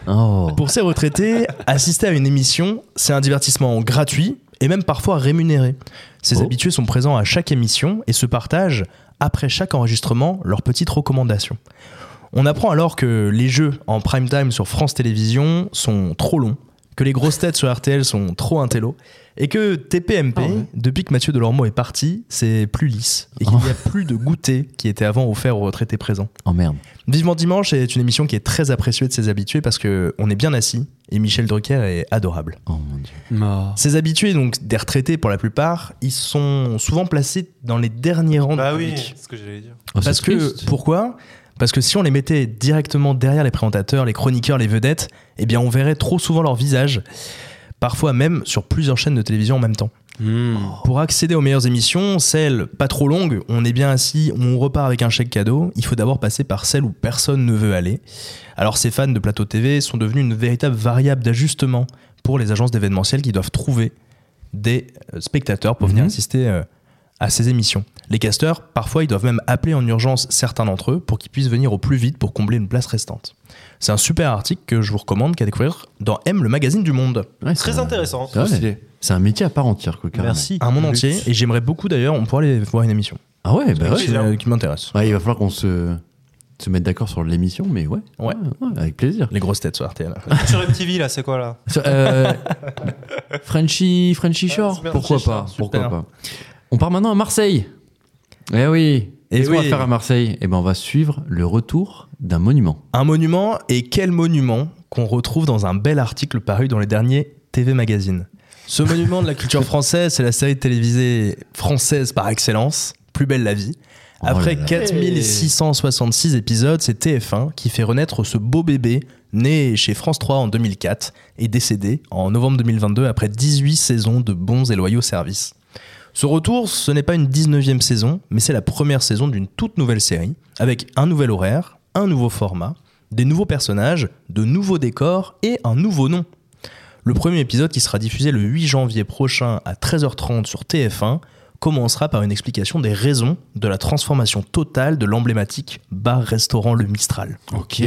Oh. pour ces retraités, assister à une émission, c'est un divertissement gratuit et même parfois rémunéré. Ces Oh. habitués sont présents à chaque émission et se partagent, après chaque enregistrement, leurs petites recommandations. On apprend alors que les jeux en prime time sur France Télévisions sont trop longs, que que les grosses têtes sur RTL sont trop intello, et que TPMP, depuis que Mathieu Delormeau est parti, c'est plus lisse, et qu'il n'y a plus de goûter qui était avant offert aux retraités présents. Oh merde. Vivement Dimanche est une émission qui est très appréciée de ses habitués parce que on est bien assis, et Michel Drucker est adorable. Oh mon dieu. Ces habitués, donc des retraités pour la plupart, ils sont souvent placés dans les derniers rangs Bah du oui, public. c'est ce que j'allais dire. Oh, c'est Parce que triste. pourquoi Parce que si on les mettait directement derrière les présentateurs, les chroniqueurs, les vedettes, eh bien on verrait trop souvent leur visage, parfois même sur plusieurs chaînes de télévision en même temps. Hmm. Pour accéder aux meilleures émissions, celles pas trop longues, on est bien assis, on repart avec un chèque cadeau, il faut d'abord passer par celle où personne ne veut aller. Alors ces fans de plateau TV sont devenus une véritable variable d'ajustement pour les agences d'événementiel qui doivent trouver des euh, spectateurs pour venir Mhm. assister euh, à ces émissions. Les casteurs, parfois, ils doivent même appeler en urgence certains d'entre eux pour qu'ils puissent venir au plus vite pour combler une place restante. C'est un super article que je vous recommande qu'à découvrir dans M, le magazine du monde. Ouais, c'est Très un- intéressant. c'est vrai. C'est un métier à part entière, quoi. carrément. Merci. Un monde entier, et j'aimerais beaucoup d'ailleurs, on pourra aller voir une émission Ah ouais, bah ouais. qui, euh, qui m'intéresse. Ouais, il va falloir qu'on se, se mette d'accord sur l'émission, mais ouais. Ouais. ouais, avec plaisir. Les grosses têtes sur RTL. Sur MTV, là, c'est quoi, là Euh, Frenchy, Frenchy Shore, c'est bien, pourquoi Frenchy pas, Shore, pourquoi Ah, super. pas. On part maintenant à Marseille. Eh oui. Eh Qu'est-ce qu'on va oui. faire à Marseille Eh ben, on va suivre le retour d'un monument. Un monument, et quel monument qu'on retrouve dans un bel article paru dans les derniers TV Magazine. Ce monument de la culture française, c'est la série télévisée française par excellence, Plus belle la vie. Après Oh là là. 4666 épisodes, c'est TF1 qui fait renaître ce beau bébé né chez France 3 en 2004 et décédé en novembre 2022 après 18 saisons de bons et loyaux services. Ce retour, ce n'est pas une 19e saison, mais c'est la première saison d'une toute nouvelle série, avec un nouvel horaire, un nouveau format, des nouveaux personnages, de nouveaux décors et un nouveau nom. Le premier épisode, qui sera diffusé le 8 janvier prochain à 13h30 sur TF1, commencera par une explication des raisons de la transformation totale de l'emblématique bar-restaurant Le Mistral, Ok.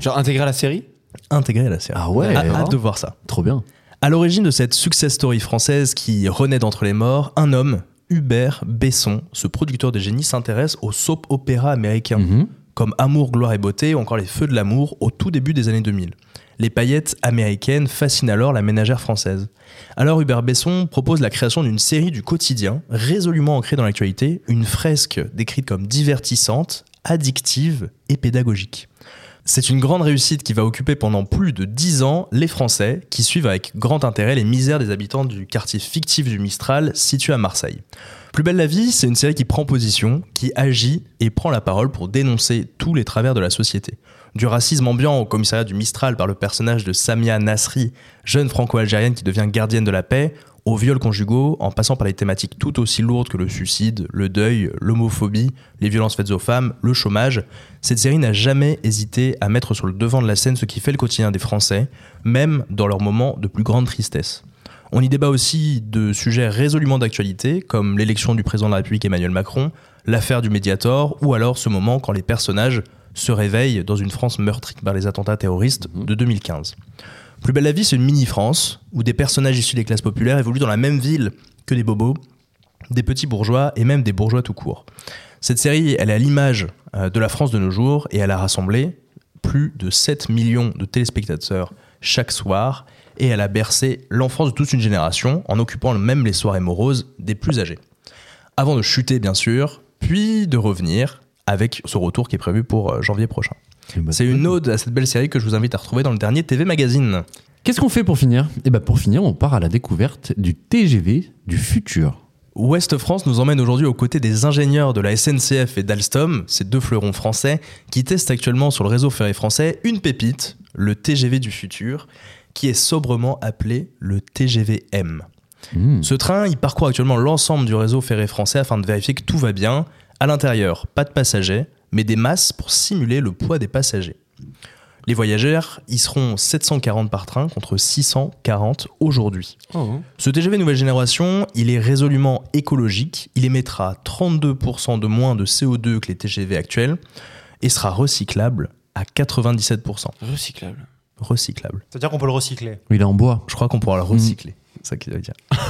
Genre intégrer à la série intégré à la série. Ah ouais. Eh. Ah, hâte de voir ça. Trop bien. À l'origine de cette success story française qui renaît d'entre les morts, un homme, Hubert Besson, ce producteur de génie, s'intéresse au soap opéra américain, Mhm. comme Amour, Gloire et Beauté ou encore Les Feux de l'amour au tout début des années 2000. Les paillettes américaines fascinent alors la ménagère française. Alors Hubert Besson propose la création d'une série du quotidien, résolument ancrée dans l'actualité, une fresque décrite comme divertissante, addictive et pédagogique. C'est une grande réussite qui va occuper pendant plus de 10 ans les Français, qui suivent avec grand intérêt les misères des habitants du quartier fictif du Mistral situé à Marseille. Plus belle la vie, c'est une série qui prend position, qui agit et prend la parole pour dénoncer tous les travers de la société. Du racisme ambiant au commissariat du Mistral par le personnage de Samia Nasri, jeune franco-algérienne qui devient gardienne de la paix, aux viols conjugaux, en passant par les thématiques tout aussi lourdes que le suicide, le deuil, l'homophobie, les violences faites aux femmes, le chômage, cette série n'a jamais hésité à mettre sur le devant de la scène ce qui fait le quotidien des Français, même dans leurs moments de plus grande tristesse. On y débat aussi de sujets résolument d'actualité, comme l'élection du président de la République Emmanuel Macron, l'affaire du Mediator, ou alors ce moment quand les personnages se réveillent dans une France meurtrie par les attentats terroristes de 2015. Plus belle la vie, c'est une mini-France où des personnages issus des classes populaires évoluent dans la même ville que des bobos, des petits bourgeois et même des bourgeois tout court. Cette série, elle est à l'image euh, de la France de nos jours et elle a rassemblé plus de 7 millions de téléspectateurs chaque soir et elle a bercé l'enfance de toute une génération en occupant même les soirées moroses des plus âgés. Avant de chuter, bien sûr, puis de revenir avec ce retour qui est prévu pour euh, janvier prochain. Bah, C'est une ode à cette belle série que je vous invite à retrouver dans le dernier TV Magazine. Qu'est-ce qu'on fait pour finir Eh ben, pour finir, on part à la découverte du TGV du futur. Ouest France nous emmène aujourd'hui aux côtés des ingénieurs de la SNCF et d'Alstom, ces deux fleurons français, qui testent actuellement sur le réseau ferré français une pépite, le TGV du futur, qui est sobrement appelé le TGVM. Hmm. Ce train, il parcourt actuellement l'ensemble du réseau ferré français afin de vérifier que tout va bien. À l'intérieur, pas de passagers, mais des masses pour simuler le poids des passagers. Les voyageurs y seront 740 par train contre 640 aujourd'hui. Ce TGV nouvelle génération, il est résolument écologique, il émettra 32% de moins de CO2 que les TGV actuels et sera recyclable à 97%. Recyclable. Recyclable. C'est-à-dire qu'on peut le recycler. Il est en bois. Je crois qu'on pourra le recycler. C'est ça qu'il veut dire.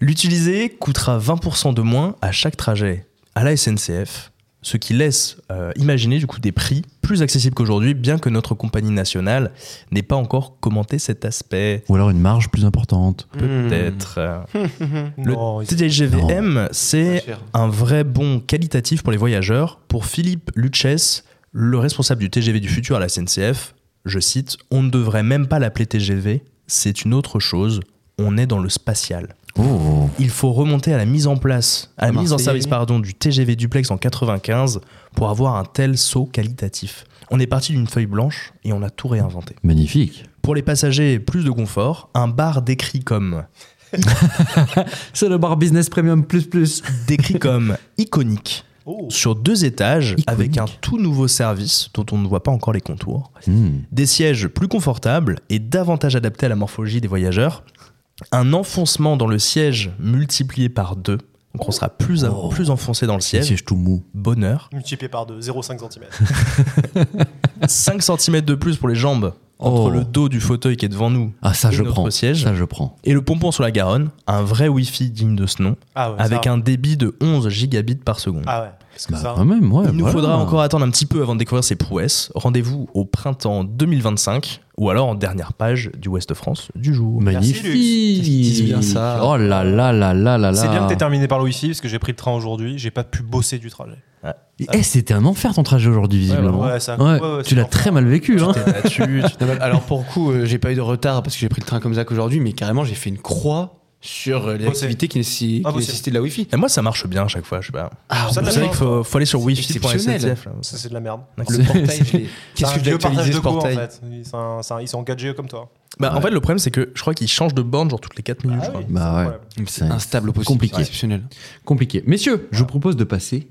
L'utiliser coûtera 20% de moins à chaque trajet à la SNCF, ce qui laisse euh, imaginer du coup des prix plus accessibles qu'aujourd'hui, bien que notre compagnie nationale n'ait pas encore commenté cet aspect. Ou alors une marge plus importante. Peut-être. euh, Le Non, ils- TGVM, c'est Pas cher. un vrai bon qualitatif pour les voyageurs. Pour Philippe Luches, le responsable du TGV du futur à la SNCF, je cite, on ne devrait même pas l'appeler TGV, c'est une autre chose, on est dans le spatial. Oh. Il faut remonter à la mise en place, à la mise en Marseille. service pardon, du TGV duplex en 95 pour avoir un tel saut qualitatif. On est parti d'une feuille blanche et on a tout réinventé. Magnifique. Pour les passagers, plus de confort, un bar décrit comme C'est le bar business premium plus plus. décrit comme iconique Oh. sur deux étages Iconique. avec un tout nouveau service dont on ne voit pas encore les contours, Hmm. des sièges plus confortables et davantage adaptés à la morphologie des voyageurs, un enfoncement dans le siège multiplié par deux, donc on sera plus, à- Oh. plus enfoncé dans le Des siège, sièges tout mou. bonheur, Multiplié par 2, 0,5 cm. 5 cm de plus pour les jambes entre Oh. le dos du fauteuil qui est devant nous Ah ça Et je notre prends. siège. Ça je prends. et le pompon sur la Garonne, un vrai Wi-Fi digne de ce nom, Ah ouais, avec ça. un débit de 11 gigabits par seconde. Ah ouais, parce que Bah ça. quand même ouais. Il nous voilà. faudra encore attendre un petit peu avant de découvrir ses prouesses. Rendez-vous au printemps 2025 ou alors en dernière page du Ouest de France du jour. Magnifique. Merci, Qu'est-ce qu'ils disent bien, ça. Oh là là là là là là. C'est bien que t'aies terminé par le wifi parce que j'ai pris le train aujourd'hui, j'ai pas pu bosser du trajet. Eh, c'était un enfer ton trajet aujourd'hui visiblement. ouais, ça- ouais, ouais, tu c'est l'as l'enfer. très mal vécu hein. Là-dessus, tu- Non, mais Alors pour le coup, euh, j'ai pas eu de retard parce que j'ai pris le train comme ça qu'aujourd'hui, mais carrément j'ai fait une croix sur euh, les Bosser. activités qui, nécess- Ah, qui bosser. nécessitaient de la Wi-Fi. Et moi, ça marche bien à chaque fois. Je sais pas. Ah, Ça, Vous t'as savez bien. qu'il faut, faut aller sur C'est wifi.sncf. là. Ça, c'est de la merde. le portail, je l'ai- qu'est-ce C'est que un je l'ai vieux partage actualisé de ce cours, en portail fait. Ils sont- c'est un- Ils sont 4G comme toi. Bah, En fait, le problème, c'est que je crois qu'il change de borne genre toutes les 4 Ah Ah minutes. je crois. Bah ouais. Voilà. C'est Instable au possible. Compliqué. c'est Exceptionnel. compliqué. Messieurs, je vous propose de passer.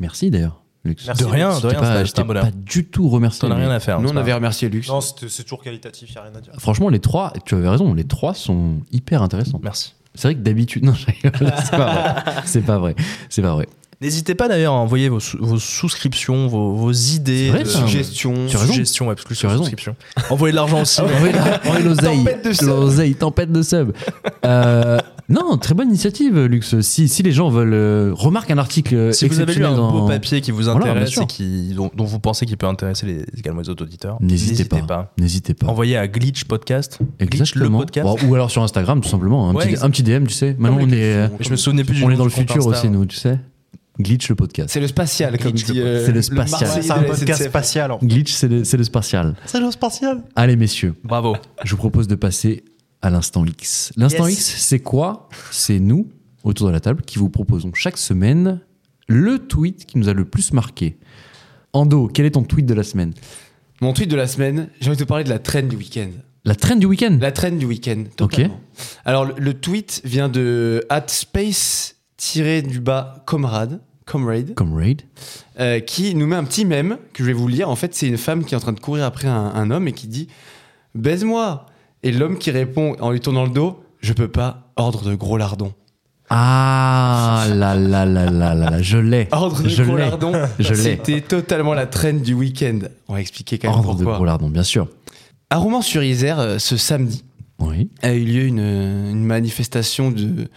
Merci d'ailleurs, Lux. Merci. De rien, Lux. de T'es rien. pas, C'est je juste un t'ai bonheur. pas du tout remercié. T'en as mais- rien à Ah, faire. Nous c'est on pas avait remercié Lux. Non, c'est c'est toujours qualitatif, y a rien à dire. Franchement, les trois, tu avais raison, les trois sont hyper intéressants. grave. Merci. C'est vrai que d'habitude, non, je rigole, c'est pas vrai. C'est pas vrai. C'est pas vrai. N'hésitez pas d'ailleurs à envoyer vos, sous- vos souscriptions, vos, vos idées, C'est vrai, de- ça. Suggestions. Tu as raison. suggestions, ouais, parce que Tu as raison. Ah souscription. Envoyez de l'argent aussi. Envoyez la- envoyez l'oseille. Tempête de sub. L'oseille, tempête de sub. Euh, non, très bonne initiative, Lux. Si, si les gens veulent. euh, remarque un article euh, Si vous avez lu exceptionnel un beau dans- papier qui vous Voilà, bien intéresse sûr. et qui, dont, dont vous pensez qu'il peut intéresser les, également les autres auditeurs, N'hésitez pas. N'hésitez pas. Envoyez à Glitch Podcast. Glitch le podcast. Bon, ou alors sur Instagram, tout simplement. hein. Un, Ouais, petit, exact. un petit DM, tu sais. Maintenant, les on clips est, euh, font. je me souvenais plus du on nom est dans le du compte futur Insta. aussi, hein. nous, tu sais. Glitch le podcast. C'est le spatial, comme Glitch, dit. le- euh, c'est le spatial. Marseillais C'est un de la podcast SNCF. spatial. hein. en fait. Glitch, c'est le, c'est le spatial. C'est le spatial. Allez, messieurs, Bravo. je vous propose de passer à l'instant X. L'instant Yes. X, c'est quoi C'est nous, autour de la table, qui vous proposons chaque semaine le tweet qui nous a le plus marqué. Ando, quel est ton tweet de la semaine Mon tweet de la semaine, j'ai envie de te parler de la traîne du week-end. La traîne du week-end La traîne du week-end. totalement. Alors, le- le tweet vient de at space du bas comrade, comrade, Comme raid. euh, qui nous met un petit mème que je vais vous lire. En fait, c'est une femme qui est en train de courir après un, un homme et qui dit baise-moi. Et l'homme qui répond en lui tournant le dos, je peux pas. Ordre de gros lardon. Ah là là là là là là, je l'ai. Ordre de Je gros l'ai. lardon. Je l'ai. C'était totalement la traîne du week-end. On va expliquer quand même Ordre de pourquoi. Brolardon, bien sûr. à Romans-sur-Isère, euh, ce samedi, Oui. a eu lieu une, une manifestation de,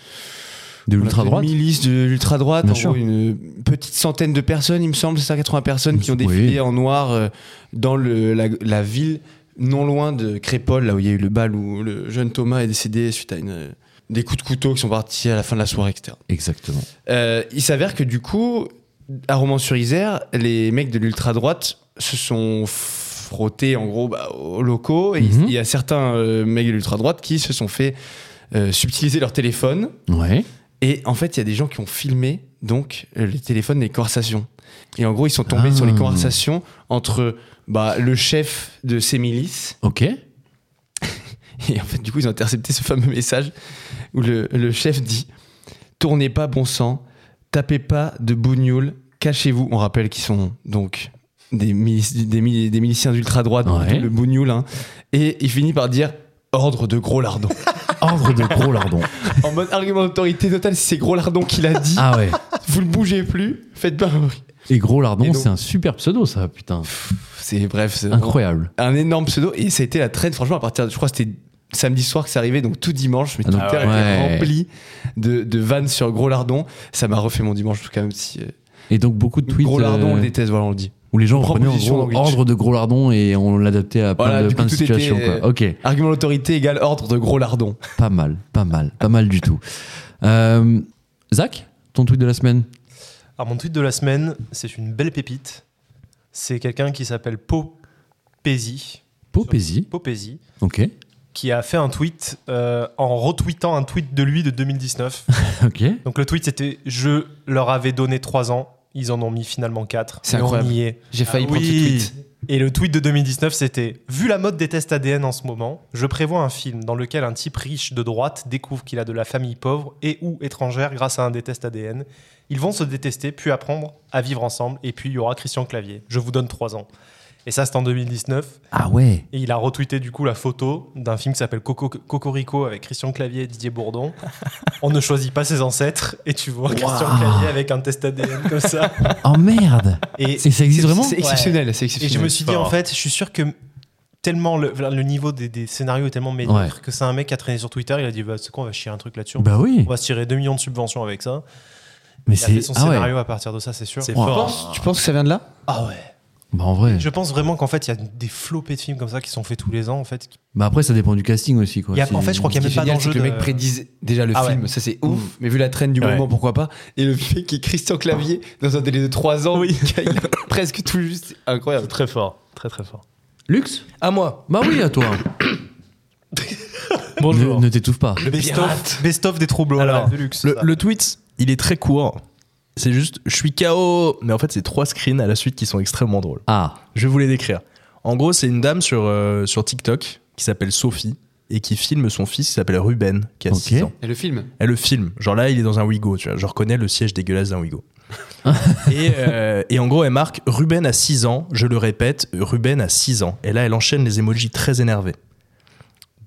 De l'ultra-droite. Une milice de l'ultra-droite, Bien en sûr. gros, une petite centaine de personnes, il me semble, 180 personnes qui ont Oui. défilé en noir euh, dans le, la, la ville non loin de Crépole, là où il y a eu le bal où le jeune Thomas est décédé suite à une, euh, des coups de couteau qui sont partis à la fin de la soirée, etc. Exactement. Euh, il s'avère que du coup, à Romans-sur-Isère, les mecs de l'ultra-droite se sont frottés en gros bah, aux locaux et il- Mhm. il y a certains euh, mecs de l'ultra-droite qui se sont fait euh, subtiliser leur téléphone. Ouais. Et en fait, il y a des gens qui ont filmé donc euh, les téléphones des conversations. Et en gros, ils sont tombés Ah. sur les conversations entre bah, le chef de ces milices. Ok. Et en fait, du coup, ils ont intercepté ce fameux message où le, le chef dit Tournez pas bon sang, tapez pas de bougnoul, cachez-vous. On rappelle qu'ils sont donc des, milices- des, mili- des miliciens d'ultra-droite, Ouais. le bougnoul. hein. Et il finit par dire Ordre de gros lardon. Ordre de Brolardon. en mode argument d'autorité totale, si c'est gros lardon qui l'a dit, Ah ouais. vous ne bougez plus, faites pas un bruit. Et Et Brolardon, donc- c'est un super pseudo, ça, putain. C'est bref, c'est Incroyable. un énorme pseudo et ça a été la traîne. Franchement, à partir, de, je crois, que c'était samedi soir que c'est arrivé, donc tout dimanche, mais Ah, Twitter donc, était ouais. rempli de, de vannes sur Gros Lardon. Ça m'a refait mon dimanche, en tout cas, même si euh, Et donc beaucoup de tweets Gros lardon, on euh, le déteste, voilà, on le dit. où les gens prend prenaient en position gros dans Glitch. ordre de gros lardon et on l'adaptait à plein Voilà, de, du plein coup, de tout était, situations. quoi. euh, Ok. Argument d'autorité égale ordre de gros lardon. Pas mal, pas mal, pas mal du tout. Euh, Zach, ton tweet de la semaine Alors, mon tweet de la semaine, c'est une belle pépite. C'est quelqu'un qui s'appelle Popézi. Popézi, Popézi. ok. Qui a fait un tweet euh, en retweetant un tweet de lui de 2019. Ok. Donc le tweet c'était Je leur avais donné 3 ans, ils en ont mis finalement 4. C'est incroyable. On y est. J'ai failli Ah prendre oui. ce tweet. Et le tweet de 2019 c'était Vu la mode des tests ADN en ce moment, je prévois un film dans lequel un type riche de droite découvre qu'il a de la famille pauvre et ou étrangère grâce à un des tests ADN. Ils vont se détester, puis apprendre à vivre ensemble, et puis il y aura Christian Clavier. Je vous donne 3 ans. Et ça, c'est en 2019. Ah ouais. Et il a retweeté du coup la photo d'un film qui s'appelle Coco- Cocorico avec Christian Clavier et Didier Bourdon. On ne choisit pas ses ancêtres et tu vois Christian Clavier avec un test ADN comme ça. Oh merde. Et, C'est- ça existe vraiment C'est exceptionnel, c'est et exceptionnel. je me suis dit Fort. en fait, je suis sûr que tellement le, le niveau des, des scénarios est tellement médiocre que c'est un mec qui a traîné sur Twitter, il a dit bah, c'est quoi on va chier un truc là-dessus, on, Bah oui. va se tirer 2 millions de subventions avec ça. Mais Il a fait c'est son ah ouais. scénario à partir de ça, c'est sûr. C'est Ouah. Tu fort. penses- tu penses que ça vient de là Ah ouais. Bah en vrai. Je pense vraiment qu'en fait, il y a des flopées de films comme ça qui sont faits tous les ans en fait. Bah après ça dépend du casting aussi quoi. Il y a- C'est- en fait, je crois qu'il y Ce a qui même est pas génial, c'est d'enjeu que le mec de- prédise déjà le Ah film, ouais. ça c'est ouf, mais vu la traîne du Ouais. moment, pourquoi pas. Et le fait qu'il y ait Christian Clavier dans un délai de 3 ans, il a presque tout juste, c'est incroyable. Très fort, très très fort. Lux À moi. Bah oui à toi. Bonjour. Ne, ne t'étouffe pas. Le best-of best des troubles Alors, de luxe. Le, le tweet, il est très court. C'est juste, je suis KO. Mais en fait, c'est trois screens à la suite qui sont extrêmement drôles. Ah. Je vais vous les décrire. En gros, c'est une dame sur, euh, sur TikTok qui s'appelle Sophie et qui filme son fils qui s'appelle Ruben, qui a Ok. 6 ans. Et le film Elle le filme. Genre là, il est dans un Wigo, tu vois. Je reconnais le siège dégueulasse d'un Wigo. et, euh, et en gros, elle marque Ruben a 6 ans. Je le répète, Ruben a 6 ans. Et là, elle enchaîne les emojis très énervés.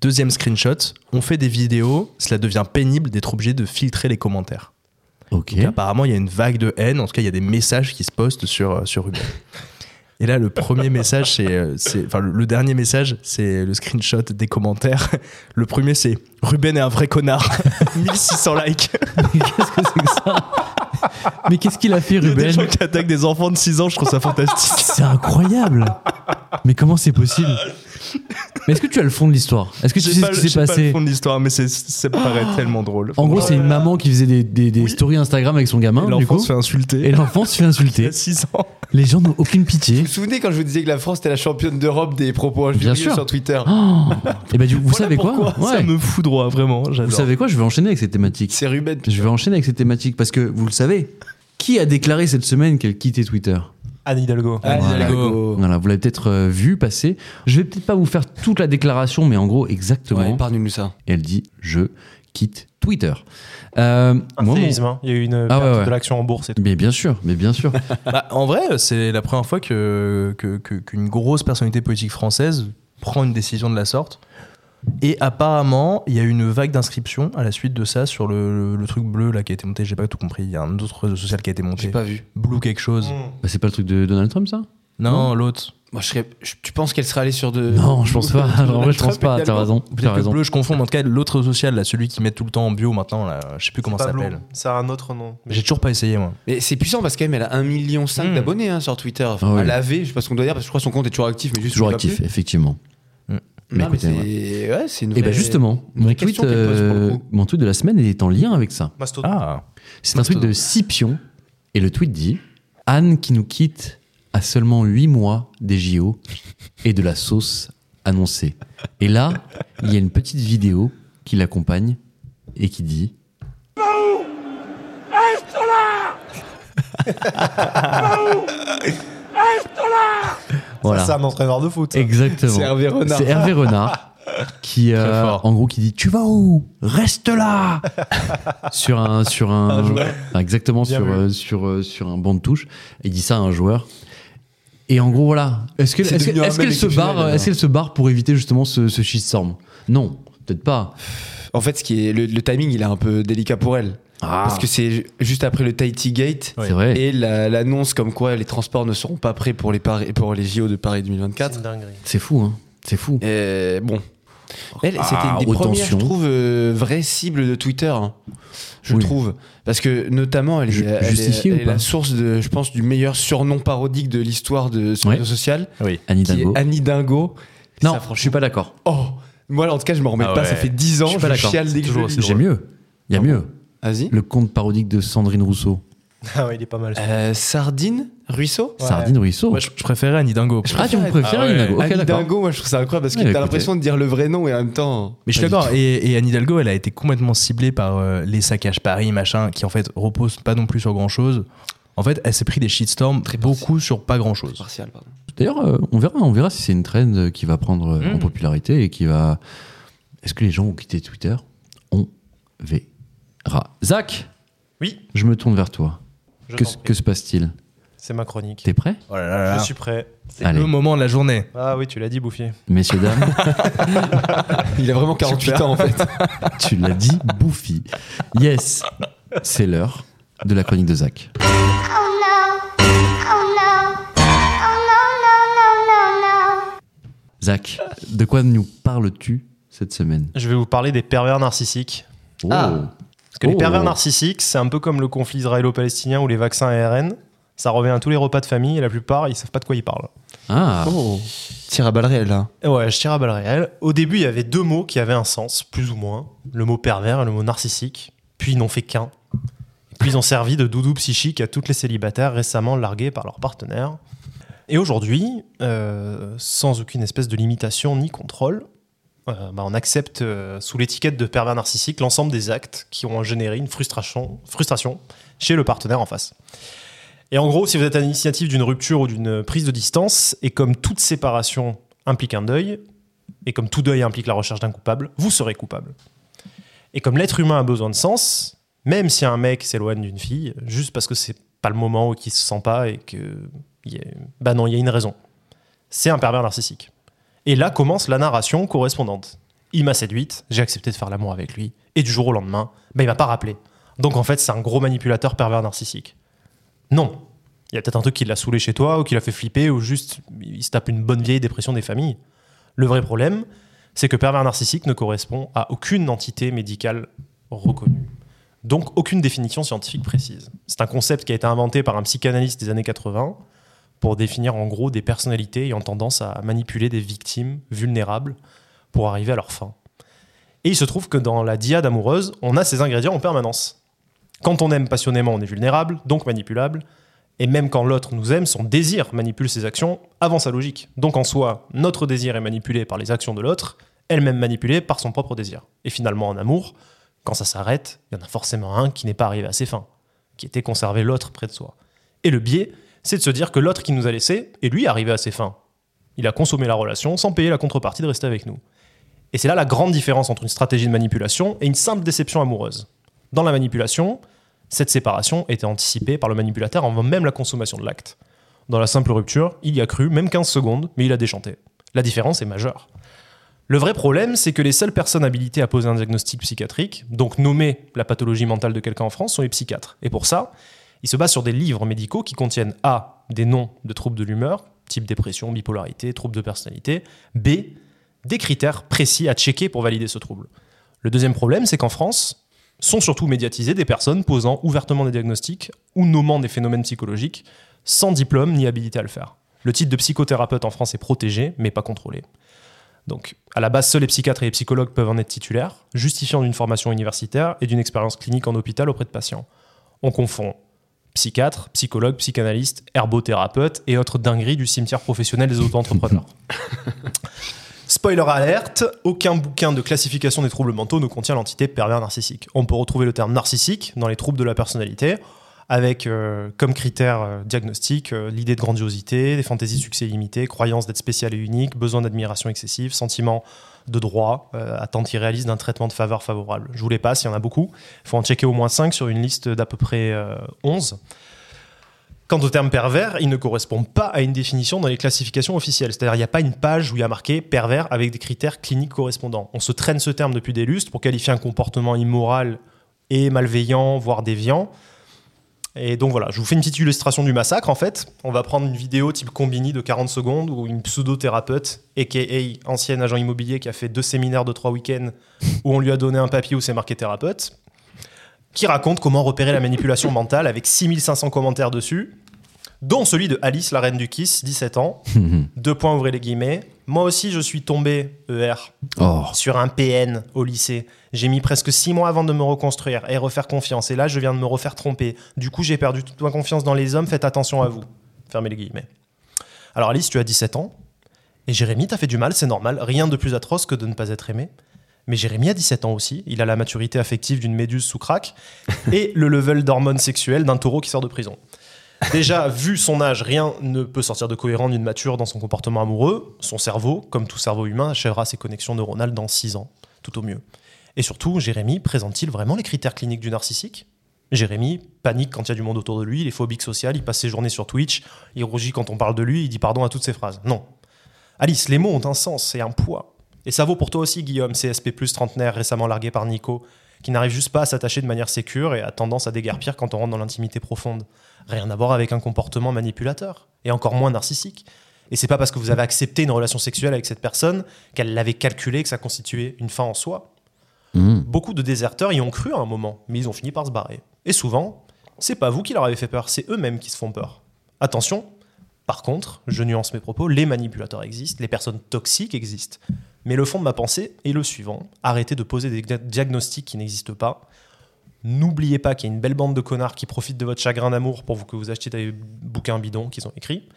Deuxième screenshot, on fait des vidéos, cela devient pénible d'être obligé de filtrer les commentaires. Ok. Et apparemment, il y a une vague de haine. En tout cas, il y a des messages qui se postent sur, euh, sur Ruben. Et là, le premier message, c'est. euh, c'est- Enfin, le- le dernier message, c'est le screenshot des commentaires. Le premier, c'est Ruben est un vrai connard. 1600 likes. Mais qu'est-ce qu'il a fait Il y a des Ruben gens qui attaquent des enfants de 6 ans, je trouve ça fantastique. C'est incroyable. Mais comment c'est possible Mais est-ce que tu as le fond de l'histoire Est-ce que tu sais ce qui s'est pas le passé fond de l'histoire, mais c'est- ça me paraît tellement drôle. En gros, c'est une maman qui faisait des, des- des stories Instagram avec son gamin, Et du l'enfant coup. se fait insulter. Et l'enfant se fait il insulter. a 6 ans. Les gens n'ont aucune pitié. Vous vous souvenez quand je vous disais que la France était la championne d'Europe des propos Bien injurieux sûr. sur Twitter Oh Et bah, du, vous savez quoi Pourquoi Ouais. Ça me fout droit, vraiment. Vous J'adore. savez quoi Je vais enchaîner avec ces thématiques. C'est Ruben. Je vais enchaîner avec ces thématiques parce que vous le savez, qui a déclaré cette semaine qu'elle quittait Twitter Anne Hidalgo. Ah, Voilà. Hidalgo. Voilà, vous l'avez peut-être euh, vu passer. Je vais peut-être pas vous faire toute la déclaration, mais en gros, exactement. Ouais, Pardonne-nous ça. Et elle dit Je quitte Twitter. Euh, Ah, Un moi, mon- séisme, hein. Il y a eu une Ah, perte ouais, ouais. de l'action en bourse et tout. Mais bien sûr, mais bien sûr. Bah, en vrai, c'est la première fois que, que- que- qu'une grosse personnalité politique française prend une décision de la sorte. Et apparemment, il y a eu une vague d'inscriptions à la suite de ça sur le, le truc bleu là qui a été monté. J'ai pas tout compris. Il y a un autre réseau social qui a été monté. J'ai pas vu. Blue quelque chose. Mm. Bah, c'est pas le truc de Donald Trump, ça Non, l'autre. Moi, je serais... je- Tu penses qu'elle serait allée sur de. Non, je pense pas. En vrai, je pense Euh, Trump pas. T'as également. raison. T'as Peut-être que raison. bleu, je confonds. mais en tout cas, l'autre réseau social là, celui qui met tout le temps en bio maintenant là, je sais plus comment ça Pablo, s'appelle. Ça a un autre nom. J'ai toujours pas essayé moi. Mais c'est puissant parce qu'elle elle a 1,5 million Hmm. d'abonnés hein, sur Twitter. Enfin, Ah oui. À laver, je sais pas ce qu'on doit dire parce que je crois que son compte est toujours actif, mais juste Toujours on l'a actif, plus. Eh effectivement. Mais Non, mais écoutez, c'est ouais, c'est une Et vraie- bah justement, une mon vraie tweet, ben, question qu'elle pose, pour le euh, coup. mon tweet de la semaine est en lien avec ça. Mastodon. Ah, C'est un tweet de Scipion. Et le tweet dit Anne qui nous quitte à seulement 8 mois des JO et de la sauce annoncée. Et là, il y a une petite vidéo qui l'accompagne et qui dit Voilà. Ça, c'est un entraîneur de foot. ça. Exactement. C'est Hervé Renard. C'est Hervé Renard qui, euh, Très fort. en gros, qui dit Tu vas où Reste là Sur un. Sur un, enfin, exactement, Bien sur, vu. euh, sur, euh, sur un banc de touche. Il dit ça à un joueur. Et en gros, voilà. Est-ce que- C'est est-ce que- devenu un est-ce mème qu'elle se barre exceptionnel, euh, Est-ce alors. qu'elle se barre pour éviter justement ce, ce shitstorm Non, peut-être pas. En fait, ce qui est le, le timing, il est un peu délicat pour elle. Parce Parce que que c'est ju- juste après le Tahiti Gate Ah. c'est vrai. et la- l'annonce comme quoi les transports ne seront pas prêts pour les, Paris- pour les JO de Paris C'est 2024. une dinguerie. C'est fou, hein. C'est fou. Et bon, Elle, c'était une des haute premières, je tension. trouve, euh, vraies cibles de Twitter. hein. je Oui. trouve. Parce que, notamment, elle est, Ju- elle est- justifié elle ou est pas la source, de, je pense, du meilleur surnom parodique de l'histoire de ce réseau Ouais. social, Oui. Annie qui Dingo. est Annie Dingo. Non, Ça, je suis pas d'accord. Oh Moi, en tout cas, je m'en remets Ah pas. Ça ouais. fait 10 ans, Je suis je, pas d'accord. chiale dès que je le lis. J'ai mieux. Il y a Ah mieux. Vas-y. Le conte parodique de Sandrine Rousseau. Ah ouais, il est pas mal. celui-là. Euh, Sardine Ruisseau Ouais. Sardine Rousseau. Moi, je, je préférais Annie Dingo. ah, tu me préfères Ah ouais. Annie Dingo. Ok, Annie d'accord. Dingo, moi, je trouve ça incroyable parce que Ouais, t'as écoutez. l'impression de dire le vrai nom et en même temps. Mais je suis pas du d'accord. tout. Et, et Anne Hidalgo, elle a été complètement ciblée par euh, les saccages Paris, machin, qui en fait reposent pas non plus sur grand chose. En fait, elle s'est pris des shitstorms beaucoup sur pas grand chose. Partial, pardon. D'ailleurs, euh, on verra, on verra si c'est une trend euh, qui va prendre euh, en Hmm. Mm. popularité et qui va. Est-ce que les gens vont quitter Twitter On verra. Zach. Oui. Je me tourne vers toi. Je Que, t'en Eh, que prie. se passe-t-il C'est ma chronique. T'es prêt Oh là là là. Je suis prêt. C'est Allez. le moment de la journée. Ah oui, tu l'as dit, Bouffier. Messieurs dames, Il a vraiment 48 ans en fait. tu l'as dit, bouffi. Yes, c'est l'heure de la chronique de Zach. Zach, de quoi nous parles-tu cette semaine Je vais vous parler des pervers narcissiques. Oh. Ah, Parce que les Oh. pervers narcissiques, c'est un peu comme le conflit israélo-palestinien ou les vaccins ARN. Ça revient à tous les repas de famille et la plupart, ils savent pas de quoi ils parlent. Ah, Oh. Tire à balles réelles là. Et Ouais, je tire à balles réelles. Au début, il y avait deux mots qui avaient un sens, plus ou moins. Le mot pervers et le mot narcissique. Puis ils n'ont fait qu'un. Puis ils ont servi de doudou psychique à toutes les célibataires récemment larguées par leur partenaire. Et aujourd'hui, euh, sans aucune espèce de limitation ni contrôle, euh, bah, on accepte euh, sous l'étiquette de pervers narcissique l'ensemble des actes qui ont généré une frustration, frustration chez le partenaire en face. Et en gros, si vous êtes à l'initiative d'une rupture ou d'une prise de distance, et comme toute séparation implique un deuil, et comme tout deuil implique la recherche d'un coupable, vous serez coupable. Et comme l'être humain a besoin de sens, même si un mec s'éloigne d'une fille, juste parce que c'est pas le moment ou qu'il se sent pas et que. il y a- Bah non, il y a une raison. C'est un pervers narcissique. Et là commence la narration correspondante. Il m'a séduite, j'ai accepté de faire l'amour avec lui, et du jour au lendemain, bah il m'a pas rappelé. Donc en fait, c'est un gros manipulateur pervers narcissique. Non, il y a peut-être un truc qui l'a saoulé chez toi, ou qui l'a fait flipper, ou juste il se tape une bonne vieille dépression des familles. Le vrai problème, c'est que pervers narcissique ne correspond à aucune entité médicale reconnue. Donc aucune définition scientifique précise. C'est un concept qui a été inventé par un psychanalyste des années 80 pour définir en gros des personnalités ayant tendance à manipuler des victimes vulnérables pour arriver à leur fin. Et il se trouve que dans la diade amoureuse, on a ces ingrédients en permanence. Quand on aime passionnément, on est vulnérable, donc manipulable. Et même quand l'autre nous aime, son désir manipule ses actions avant sa logique. Donc en soi, notre désir est manipulé par les actions de l'autre, elle-même manipulée par son propre désir. Et finalement, en amour, quand ça s'arrête, il y en a forcément un qui n'est pas arrivé à ses fins, qui était conservé l'autre près de soi. Et le biais, c'est de se dire que l'autre qui nous a laissés est lui arrivé à ses fins. Il a consommé la relation sans payer la contrepartie de rester avec nous. Et c'est là la grande différence entre une stratégie de manipulation et une simple déception amoureuse. Dans la manipulation, cette séparation était anticipée par le manipulateur avant même la consommation de l'acte. Dans la simple rupture, il y a cru, même 15 secondes, mais il a déchanté. La différence est majeure. Le vrai problème, c'est que les seules personnes habilitées à poser un diagnostic psychiatrique, donc nommer la pathologie mentale de quelqu'un en France, sont les psychiatres. Et pour ça, ils se basent sur des livres médicaux qui contiennent A, des noms de troubles de l'humeur, type dépression, bipolarité, troubles de personnalité, B, des critères précis à checker pour valider ce trouble. Le deuxième problème, c'est qu'en France, sont surtout médiatisées des personnes posant ouvertement des diagnostics ou nommant des phénomènes psychologiques sans diplôme ni habilité à le faire. Le titre de psychothérapeute en France est protégé, mais pas contrôlé. Donc, à la base, seuls les psychiatres et les psychologues peuvent en être titulaires, justifiant d'une formation universitaire et d'une expérience clinique en hôpital auprès de patients. On confond psychiatre, psychologue, psychanalyste, herbothérapeute et autres dingueries du cimetière professionnel des auto-entrepreneurs. Spoiler alerte, aucun bouquin de classification des troubles mentaux ne contient l'entité pervers narcissique. On peut retrouver le terme narcissique dans les troubles de la personnalité, avec euh, comme critère euh, diagnostic euh, l'idée de grandiosité, des fantaisies de succès illimité, croyance d'être spécial et unique, besoin d'admiration excessive, sentiment de droit, euh, attente irréaliste d'un traitement de faveur favorable. Je vous les passe, il y en a beaucoup. Il faut en checker au moins 5 sur une liste d'à peu près euh, 11. Quant au terme pervers, il ne correspond pas à une définition dans les classifications officielles. C'est-à-dire, il n'y a pas une page où il y a marqué pervers avec des critères cliniques correspondants. On se traîne ce terme depuis des lustres pour qualifier un comportement immoral et malveillant, voire déviant. Et donc voilà, je vous fais une petite illustration du massacre en fait. On va prendre une vidéo type Combini de 40 secondes où une pseudo-thérapeute, a.k.a. ancien agent immobilier qui a fait deux séminaires de trois week-ends où on lui a donné un papier où c'est marqué thérapeute, qui raconte comment repérer la manipulation mentale avec 6500 commentaires dessus, dont celui de Alice, la reine du Kiss, 17 ans. Deux points, ouvrez les guillemets. Moi aussi, je suis tombé, ER, Oh. sur un PN au lycée. J'ai mis presque six mois avant de me reconstruire et refaire confiance. Et là, je viens de me refaire tromper. Du coup, j'ai perdu toute ma confiance dans les hommes. Faites attention à vous. Fermez les guillemets. Alors, Alice, tu as 17 ans. Et Jérémy, t'as fait du mal, c'est normal. Rien de plus atroce que de ne pas être aimé. Mais Jérémy a 17 ans aussi. Il a la maturité affective d'une méduse sous crack et le level d'hormones sexuelles d'un taureau qui sort de prison. Déjà, vu son âge, rien ne peut sortir de cohérent ni de mature dans son comportement amoureux. Son cerveau, comme tout cerveau humain, achèvera ses connexions neuronales dans 6 ans, tout au mieux. Et surtout, Jérémy présente-t-il vraiment les critères cliniques du narcissique Jérémy panique quand il y a du monde autour de lui, il est phobique social, il passe ses journées sur Twitch, il rougit quand on parle de lui, il dit pardon à toutes ses phrases. Non. Alice, les mots ont un sens et un poids. Et ça vaut pour toi aussi, Guillaume, CSP, trentenaire, récemment largué par Nico, qui n'arrive juste pas à s'attacher de manière sécure et a tendance à déguerpir quand on rentre dans l'intimité profonde. Rien à voir avec un comportement manipulateur, et encore moins narcissique. Et c'est pas parce que vous avez accepté une relation sexuelle avec cette personne qu'elle l'avait calculé que ça constituait une fin en soi. Beaucoup de déserteurs y ont cru à un moment, mais ils ont fini par se barrer. Et souvent, c'est pas vous qui leur avez fait peur, c'est eux-mêmes qui se font peur. Attention, par contre, je nuance mes propos, les manipulateurs existent, les personnes toxiques existent. Mais le fond de ma pensée est le suivant arrêtez de poser des dia- diagnostics qui n'existent pas. N'oubliez pas qu'il y a une belle bande de connards qui profitent de votre chagrin d'amour pour vous que vous achetiez des bouquins bidons qu'ils ont écrits.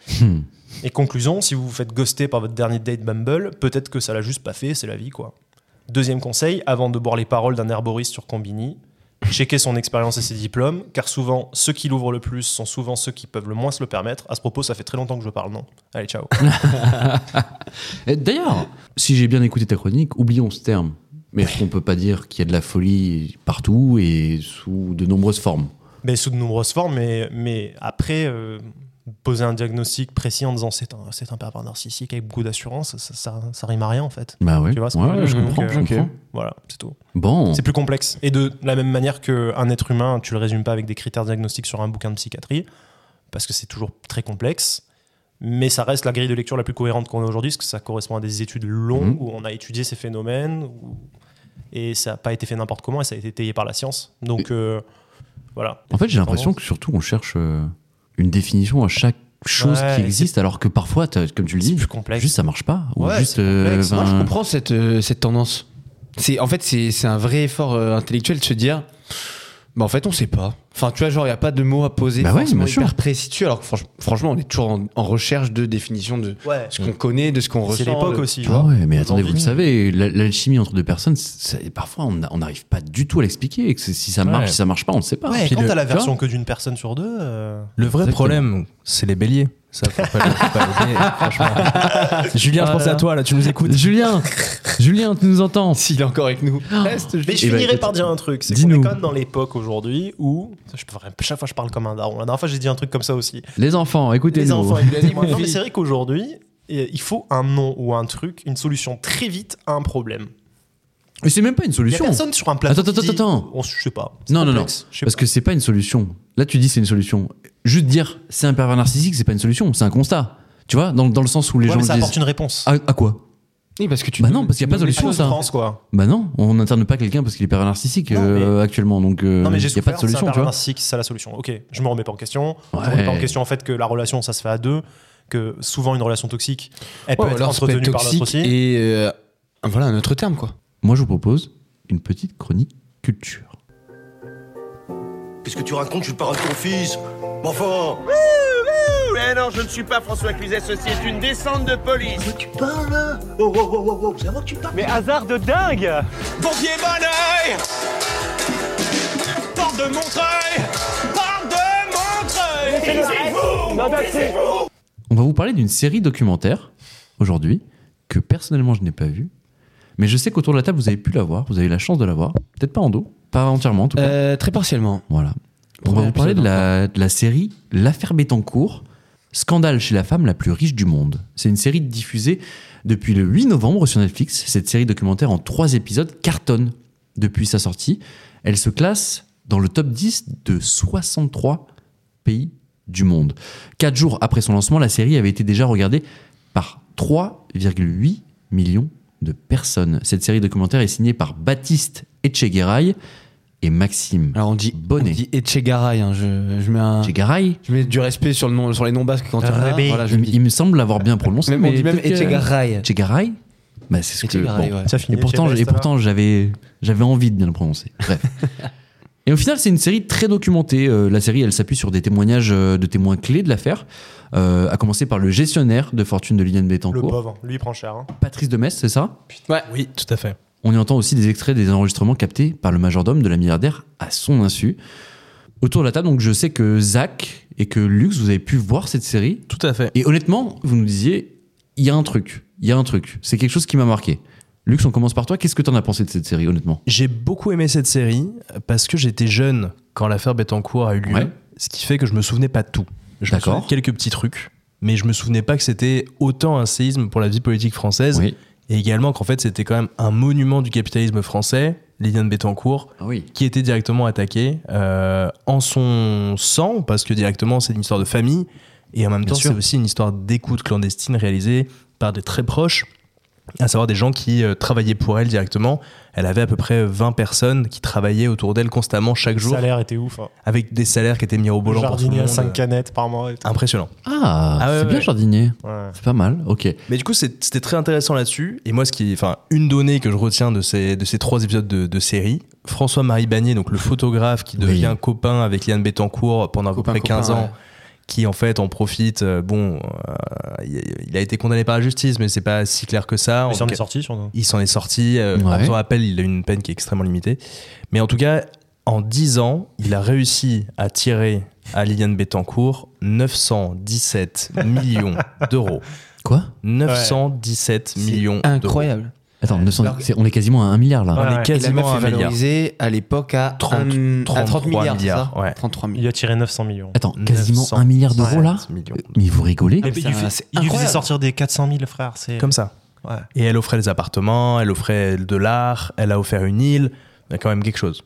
Et conclusion, si vous vous faites ghoster par votre dernier date Bumble, peut-être que ça l'a juste pas fait, c'est la vie quoi. Deuxième conseil, avant de boire les paroles d'un herboriste sur Combini, checker son expérience et ses diplômes, car souvent, ceux qui l'ouvrent le plus sont souvent ceux qui peuvent le moins se le permettre. À ce propos, ça fait très longtemps que je parle, non Allez, ciao. Et D'ailleurs, si j'ai bien écouté ta chronique, oublions ce terme. Mais on peut pas dire qu'il y a de la folie partout et sous de nombreuses formes. mais sous de nombreuses formes, mais, mais après, euh, poser un diagnostic précis en disant c'est un, c'est un pervers narcissique avec beaucoup d'assurance, ça, ça, ça rime à rien en fait. Bah ouais. Tu vois ce Ouais, que je veux je dire comprends, Donc, je euh, comprends. Voilà, c'est tout. Bon. C'est plus complexe. Et de la même manière qu'un être humain, tu le résumes pas avec des critères diagnostiques sur un bouquin de psychiatrie, parce que c'est toujours très complexe. Mais ça reste la grille de lecture la plus cohérente qu'on a aujourd'hui, parce que ça correspond à des études longues Mhm. où on a étudié ces phénomènes, où- et ça n'a pas été fait n'importe comment, et ça a été étayé par la science. Donc euh, voilà. En fait, j'ai l'impression Tendance. que surtout on cherche euh, une définition à chaque chose Ouais, qui et existe, alors que parfois, t'as- comme tu le C'est dis, plus complexe. juste ça marche pas. Ou Ouais, juste. c'est complexe. Moi, Ah, je ben, comprends cette, euh, cette tendance. C'est, en fait, c'est, c'est un vrai effort euh, intellectuel de se dire. Bah en fait, on sait pas. Enfin, tu vois, genre, il n'y a pas de mots à poser Bah ouais, forcément bien sûr. hyper précis dessus, alors que franch- franchement, on est toujours en, en recherche de définition de Ouais. ce qu'on connaît, de ce qu'on C'est ressent. l'époque de- aussi. Ah ouais, mais attendez, Aujourd'hui. vous le savez, la- l'alchimie entre deux personnes, c'est- parfois on on n'arrive pas du tout à l'expliquer. et que c'est- Si ça marche, Ouais. si ça marche pas, on ne sait pas. Ouais, Puis quand le- t'as la tu vois version que d'une personne sur deux, euh, Le vrai Exactement. problème, c'est les béliers. Ça, faut pas, le- faut pas le nier, franchement. Julien, je pensais à toi, là, tu nous écoutes. Julien, Julien, tu nous entends S'il est encore avec nous, Oh. reste Mais je Eh ben, finirai écoute, par dire un truc, c'est qu'on dis-nous. est quand même dans l'époque aujourd'hui où je peux vraiment- chaque fois je parle comme un daron. La dernière fois j'ai dit un truc comme ça aussi. Les enfants, écoutez-nous. Les enfants, évidemment. non mais c'est vrai qu'aujourd'hui euh, il faut un nom ou un truc, une solution très vite à un problème. Mais c'est même pas une Il y a solution. personne sur un plateau. Attends, qui attends, dit- attends. On, je sais pas. C'est Non, non, non. complexe, je sais Parce pas. que c'est pas une solution. Là, tu dis c'est une solution. Juste dire c'est un pervers narcissique, c'est pas une solution, c'est un constat. Tu vois, dans, dans le sens où les Ouais, gens mais ça le apporte disent. Ah, une réponse. À, à quoi Oui, parce que tu. Bah non, parce qu'il n'y a pas de Une solution, ça. souffrance, quoi. Bah non, on n'interne pas quelqu'un parce qu'il est pervers narcissique Non, euh, actuellement, donc euh, Non mais il j'ai n'y a pas souffert, de c'est un solution, tu pervers vois. narcissique, c'est ça la solution. Ok, je me remets pas en question. Je me Ouais. remets pas en question en fait que la relation ça se fait à deux, que souvent une relation toxique elle peut Ouais, être alors, ça peut être entretenue par l'autre toxique aussi. et euh, voilà un autre terme quoi. Moi, je vous propose une petite chronique culture. Qu'est-ce que tu racontes Je suis le parrain de ton fils. Mais enfin Mais non, je ne suis pas François Cluzet, ceci est une descente de police. Mais tu parles là Oh, oh, oh, oh, oh, c'est à moi que tu parles Mais hasard de dingue Pompier bon oeil Porte de Montreuil Porte de Montreuil C'est vous On va vous parler d'une série documentaire aujourd'hui que personnellement je n'ai pas vue, mais je sais qu'autour de la table vous avez pu la voir, vous avez eu la chance de la voir, peut-être pas en dos, pas entièrement en tout cas. Euh, très partiellement. Voilà. On va Premier vous parler de épisode la, de la série L'affaire Bettencourt, scandale chez la femme la plus riche du monde. C'est une série diffusée depuis le 8 novembre sur Netflix. Cette série documentaire en trois épisodes cartonne depuis sa sortie. Elle se classe dans le top 10 de 63 pays du monde. Quatre jours après son lancement, la série avait été déjà regardée par 3,8 millions de personnes. Cette série documentaire est signée par Baptiste Etchegueray et Maxime Alors on dit Bonnet. On dit Etchegaray. hein, je, je mets un- Etchegaray je mets du respect sur, le nom, sur les noms basques quand on Ah, mais- Voilà, je il, le me- il dis. me semble l'avoir bien prononcé. Même, on dit même peut-être que- Etchegaray. Etchegaray bah, c'est ce que. Etchegaray, bon. ouais. Ça finit Et pourtant, chez et Best, pourtant j'avais, j'avais envie de bien le prononcer. Bref. et au final, c'est une série très documentée. Euh, la série, elle s'appuie sur des témoignages euh, de témoins clés de l'affaire, euh, à commencer par le gestionnaire de fortune de Liliane alors. Le Bettencourt, pauvre, lui, il prend cher. hein. Patrice Demes, c'est ça Oui, tout à fait. on y entend aussi des extraits des enregistrements captés par le majordome de la milliardaire à son insu. Autour de la table, donc je sais que Zach et que Lux, vous avez pu voir cette série. Tout à fait. Et honnêtement, vous nous disiez, il y a un truc, il y a un truc. C'est quelque chose qui m'a marqué. Lux, on commence par toi. Qu'est-ce que t'en as pensé de cette série, honnêtement J'ai beaucoup aimé cette série euh, parce que j'étais jeune quand l'affaire Bettencourt a eu lieu, Ouais. ce qui fait que je me souvenais pas de tout. Je me D'accord. souvenais de quelques petits trucs, mais je me souvenais pas que c'était autant un séisme pour la vie politique française Oui. et également qu'en fait c'était quand même un monument du capitalisme français, Liliane Bettencourt, Ah oui. qui était directement attaquée euh, en son sang parce que directement c'est une histoire de famille et en même Bien temps sûr. c'est aussi une histoire d'écoute clandestine réalisée par des très proches à savoir des gens qui euh, travaillaient pour elle directement. Elle avait à peu près 20 personnes qui travaillaient autour d'elle constamment chaque Le jour, salaire était ouf. hein. avec des salaires qui étaient mirobolants pour tout le Jardinier à monde. 5 canettes par mois. et tout. Impressionnant. Ah, Ah ouais, c'est bien ouais. jardinier. Ouais. C'est pas mal, ok. Mais du coup, c'est- c'était très intéressant là-dessus. Et moi, ce qui, enfin, une donnée que je retiens de ces, de ces trois épisodes de, de série, François-Marie Bagné, donc le photographe qui Oui. devient copain avec Liane Bettencourt pendant à peu Copain, près 15 copain, ans, ouais. qui en fait en profite. euh, bon, euh, il il a été condamné par la justice, mais c'est pas si clair que ça. En Il s'en tout est cas, sorti, sûrement. il s'en est sorti. euh, En Ouais. faisant appel, il a eu une peine qui est extrêmement limitée. Mais en tout cas, en 10 ans, il a réussi à tirer à Liliane Bettencourt 917 millions d'euros. Quoi 917 C'est millions Incroyable. Attends, 900 Alors- c'est- on est quasiment à un milliard là. d'euros. Ouais, On est Et la meuf quasiment à est un milliard. valorisée à l'époque à 30, 30, 33 milliards. milliards, c'est ça ouais. 33 milliards. Il a tiré 900 millions. Attends, quasiment un milliard d'euros là 917 millions. Mais vous rigolez Mais mais il ça- lui fait- c'est il lui faisait incroyable. sortir des 400 000, frère. C'est Comme ça. Ouais. Et elle offrait des appartements, elle offrait de l'art, elle a offert une île. Il y a quand même quelque chose.